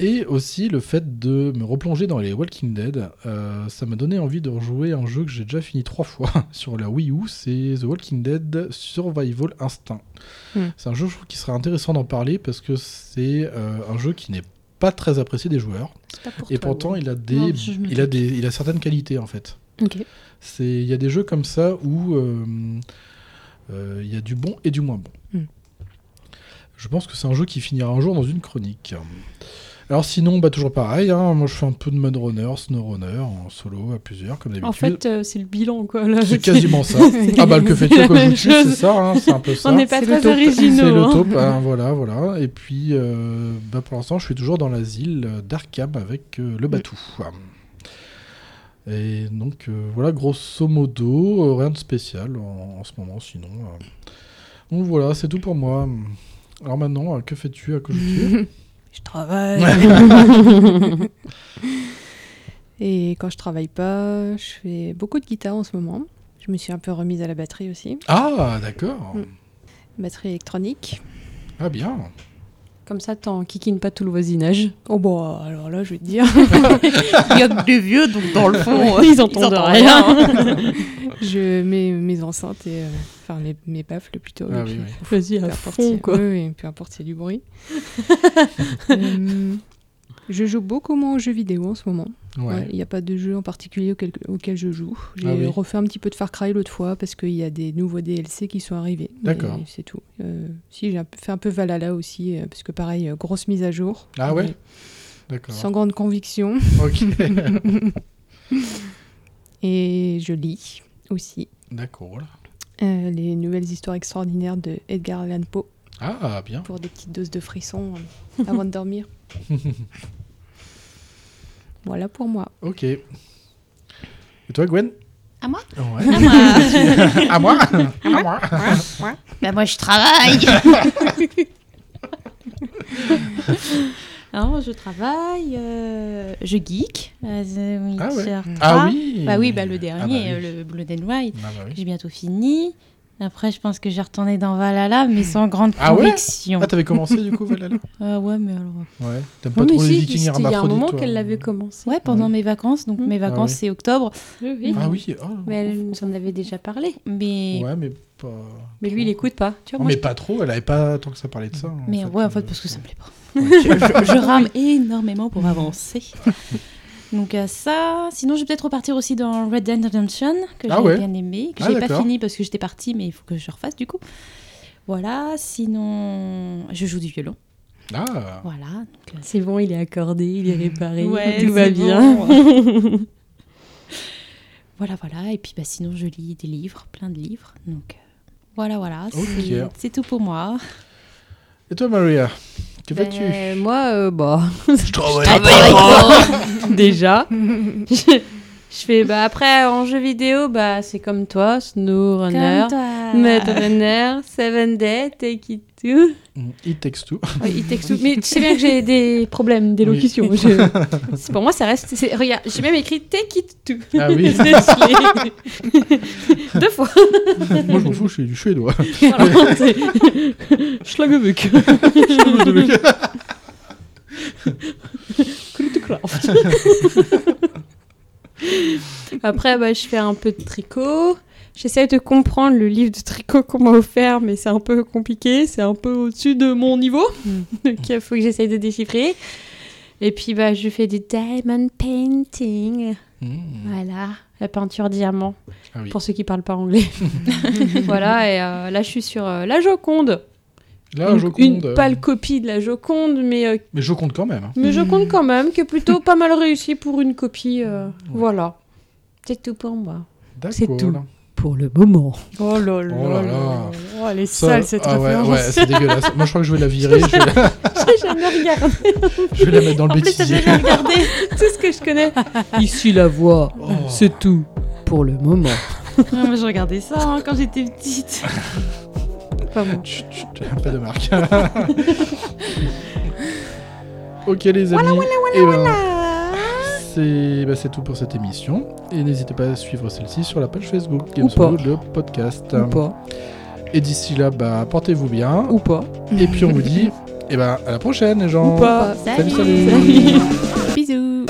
S1: Et aussi le fait de me replonger dans les Walking Dead, euh, ça m'a donné envie de rejouer un jeu que j'ai déjà fini trois fois sur la Wii U, c'est The Walking Dead Survival Instinct.
S21: Hmm.
S1: C'est un jeu je trouve, qui serait intéressant d'en parler parce que c'est euh, un jeu qui n'est pas très apprécié des joueurs.
S21: pas pour
S1: Et
S21: toi,
S1: pourtant,
S21: oui.
S1: il a des,
S21: Non, je- je me
S1: il a des, il a certaines qualités en fait.
S21: Ok.
S1: C'est, il y a des jeux comme ça où euh, euh, il y a du bon et du moins bon.
S21: Hmm.
S1: Je pense que c'est un jeu qui finira un jour dans une chronique. Alors sinon, bah toujours pareil, hein, moi je fais un peu de mode runner, snow runner, en solo, à plusieurs, comme d'habitude.
S2: En fait, euh, c'est le bilan, quoi. là.
S1: C'est quasiment ça.
S2: C'est
S1: Ah bah le que fais-tu
S2: la
S1: comme
S2: même
S1: foutu, c'est
S2: chose.
S1: ça, hein, c'est un peu ça.
S2: On n'est pas très originaux.
S1: C'est le top,
S2: hein.
S1: hein, voilà, voilà. Et puis, euh, bah, pour l'instant, je suis toujours dans l'asile euh, d'Arkham avec euh, le Batou. Et donc, euh, voilà, grosso modo, euh, rien de spécial en, en ce moment, sinon. euh. Donc voilà, c'est tout pour moi. Alors maintenant, euh, que fais-tu à Kojouki
S5: Je travaille. Et quand je travaille pas, je fais beaucoup de guitare en ce moment. Je me suis un peu remise à la batterie aussi.
S1: Ah, d'accord.
S5: Mm. Batterie électronique.
S1: Ah bien.
S2: Comme ça, t'en kikines pas tout le voisinage.
S5: Oh bah, alors là, je vais te dire.
S2: Il y a que des vieux, donc dans le fond, euh, ils entendent rien.
S5: je mets mes enceintes et. euh, Enfin, mes, mes baffles plutôt.
S2: Ah
S5: et
S2: oui,
S5: puis,
S2: oui.
S5: peu
S2: Vas-y, à
S5: importe
S2: fond,
S5: s'il y a-
S2: quoi.
S5: Oui, oui, peu importe s'il y a du bruit. Euh, je joue beaucoup moins aux jeux vidéo en ce moment.
S21: Ouais.
S5: Ouais, Il n'y a pas de jeu en particulier auquel, auquel je joue. J'ai
S21: Ah oui.
S5: refait un petit peu de Far Cry l'autre fois parce qu'il y a des nouveaux DLC qui sont arrivés. Mais
S1: D'accord.
S5: C'est tout. Euh, si, j'ai un peu- fait un peu Valhalla aussi, euh, parce que pareil, euh, grosse mise à jour.
S1: Ah ouais
S5: Mais
S1: D'accord.
S5: Sans grande conviction.
S1: Ok.
S5: Et je lis aussi
S1: D'accord.
S5: euh, les nouvelles histoires extraordinaires de Edgar Allan Poe.
S1: Ah, bien.
S5: Pour des petites doses de frissons euh, avant de dormir. Voilà pour moi.
S1: ok. Et toi, Gwen
S4: À moi
S1: Ouais.
S6: Ah,
S4: À moi
S1: À moi
S4: À moi Bah moi je travaille
S6: Alors, je travaille, euh, je geek. euh, The
S4: Ah ouais.
S6: Witcher 3.
S4: Ah oui.
S6: Bah oui, bah
S4: Ah
S6: le
S4: bah
S6: dernier,
S4: oui.
S6: euh, le Blood and White.
S4: Ah bah oui.
S6: J'ai bientôt fini. Après, je pense que j'ai retourné dans Valhalla, mais sans grande
S1: Ah ouais
S6: conviction.
S1: Ah, t'avais commencé, du coup, Valhalla
S6: Ah ouais, mais alors.
S1: Ouais. T'aimes
S2: Non,
S1: pas
S2: mais
S1: trop les
S2: si,
S1: vikings
S2: c'était il y a un
S1: hermaphrodites
S2: moment
S1: toi hein.
S2: qu'elle l'avait commencé.
S6: Ouais,
S4: Ah
S6: pendant mes vacances.
S4: Hmm.
S6: Donc mes
S1: Ah
S6: vacances,
S1: oui.
S6: c'est octobre.
S1: Ah oui, oh.
S2: Mais elle nous en avait déjà parlé.
S6: Mais,
S1: Ouais, mais pas.
S2: mais lui, il écoute pas. Tu vois,
S1: Non,
S2: moi,
S1: mais
S2: je-
S1: pas trop, elle avait pas tant que ça parlé de ça. hein.
S6: Mais ouais, en fait, parce que ça me plaît pas. je, je- je rame énormément pour avancer. Donc à ça, sinon je vais peut-être repartir aussi dans Red Dead Redemption que j'ai
S21: Ah ouais.
S6: bien aimé, que
S21: Ah,
S6: j'ai pas
S21: d'accord.
S6: fini parce que j'étais partie, mais il faut que je refasse du coup. Voilà, sinon je joue du violon.
S1: Ah.
S6: Voilà.
S2: C'est bon, il est accordé, il est réparé,
S6: Ouais,
S2: tout va
S6: c'est
S2: bien.
S6: bon. voilà, voilà. Et puis bah, sinon je lis des livres, plein de livres. Donc euh, voilà, voilà.
S21: Oh,
S6: c'est-
S1: Ok.
S6: C'est tout pour moi.
S1: Et toi, Maria Que
S2: Bah,
S1: fais-tu
S21: Euh, Moi, euh, bah. Je
S1: travaille
S21: pas.
S2: Déjà. je, je fais bah après en jeu vidéo bah c'est comme toi SnowRunner,
S21: Comme toi.
S2: Euh, Mudrunner, Seven Day, Take It Two.
S1: Mm, It takes two.
S2: Ouais, It Takes Two. Mais tu sais bien que j'ai des problèmes d'élocution.
S1: Oui.
S2: Je- c'est- Pour moi ça reste. c'est- Regarde, j'ai même écrit Take It Two.
S1: Ah oui.
S2: Désolée. Deux fois.
S1: Moi, je m'en fous, je suis du suédois.
S2: Voilà, c'est- Schlagebuck.
S1: Schlagebuck.
S2: Krute Kraft. Après, bah, je fais un peu de tricot. J'essaie de comprendre le livre de tricot qu'on m'a offert, mais c'est un peu compliqué. C'est un peu au-dessus de mon niveau. Donc, il faut que j'essaie de déchiffrer. Et puis, bah, je fais du diamond painting.
S1: Hmm.
S2: Voilà, la peinture diamant.
S21: Ah oui.
S2: Pour ceux qui parlent pas anglais. voilà, et euh, là, je suis sur euh, la Joconde.
S1: La
S2: une,
S1: Joconde,
S2: une
S1: euh.
S2: pâle copie de la Joconde, mais euh,
S1: Mais je compte quand même. hein.
S2: mais je compte quand même que plutôt pas mal réussi pour une copie. euh, Voilà. C'est tout pour moi. C'est
S1: D'accord.
S2: tout pour le moment. Oh là là.
S1: Oh
S2: là
S1: là là.
S2: là. Oh, elle est
S1: Ça-
S2: sale cette
S1: ah ouais,
S2: référence.
S1: Ouais, c'est dégueulasse. Moi, je crois que je vais la virer. Je vais la,
S2: J'ai jamais regardé.
S1: je vais la mettre dans le
S2: En plus, t'as
S1: bêtisier.
S2: jamais regardé tout ce que je connais.
S21: Ici la voix, c'est tout pour le moment. Ouais, moi, je regardais ça hein, quand j'étais petite. Pas moi.
S1: Pas de marque. ok les amis.
S21: Voilà,
S1: eh ben, C'est bah, c'est tout pour cette émission. Et n'hésitez pas à suivre celle-ci sur la page Facebook Games
S21: pas.
S1: World, le podcast.
S21: Ou pas.
S1: Et d'ici là, bah, portez-vous bien. Ou
S21: pas.
S1: Et puis on vous dit et ben à la prochaine les gens.
S21: Ou pas.
S1: Salut,
S21: Salut.
S1: salut.
S21: Bisous.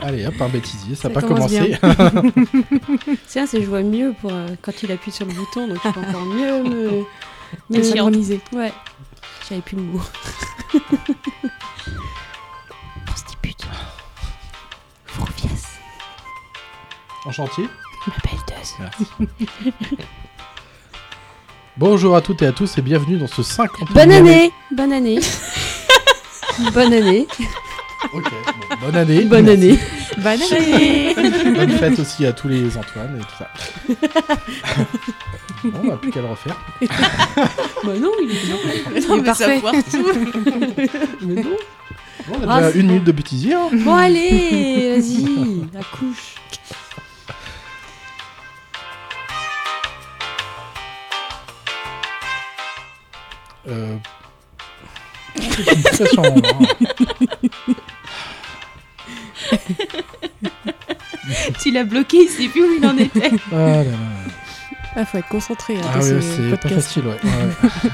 S1: Allez, hop, un bêtisier, ça n'a pas
S2: commence
S1: commencé.
S2: bien. Tiens, c'est je vois mieux pour euh, quand il appuie sur le bouton, donc je peux encore mieux me me
S1: Patiente.
S2: synchroniser. Ouais. J'avais plus le mot. Prostitute. Fourvias.
S1: en chantier
S2: Ma belle Merci.
S1: Bonjour à toutes et à tous et bienvenue dans ce 50
S2: Bonne année Bonne année Bonne année
S1: Bonne année
S2: Bonne année.
S1: Merci.
S2: Bonne année.
S1: Bonne fête aussi à tous les Antoine et tout ça. Bon, on n'a plus qu'à le refaire.
S2: Bah non, il est bien.
S1: Non,
S2: il est
S1: mais ça
S2: parfait. Ah,
S1: foire tout.
S2: mais non.
S1: Bon, on a déjà une minute de bêtisier. hein.
S2: Bon, allez, vas-y, accouche.
S1: Euh... ça change, hein.
S6: tu l'as bloqué, il sait plus où il en était.
S1: Ah là là.
S5: Ah, faut être concentré. hein,
S1: Ah
S5: dans
S1: ouais,
S5: ce
S1: c'est pas
S5: podcast.
S1: facile, ouais. Ouais, ouais.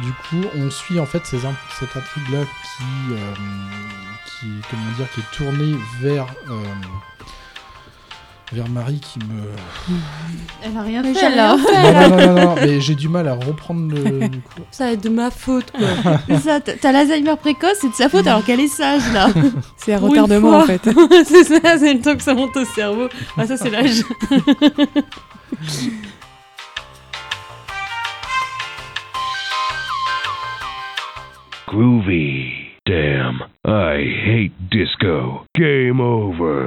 S1: du coup, on suit en fait ces in- cette intrigue-là qui, euh, qui, est- comment dire, qui est tournée vers, euh, vers Marie qui me.
S4: Elle a rien
S2: Mais
S4: fait
S2: j'ai
S4: là.
S2: rien fait.
S1: Non, non, non, non, non, mais j'ai du mal à reprendre le. du coup.
S2: Ça va être de ma faute, quoi.
S4: C'est ça, t- t'as l'Alzheimer précoce, c'est de sa faute alors qu'elle est sage là.
S5: C'est un
S2: Pour une fois.
S5: retardement en fait.
S2: c'est ça, c'est le temps que ça monte au cerveau. Ah, ça, c'est l'âge.
S22: Groovy. Damn. I hate disco. Game over.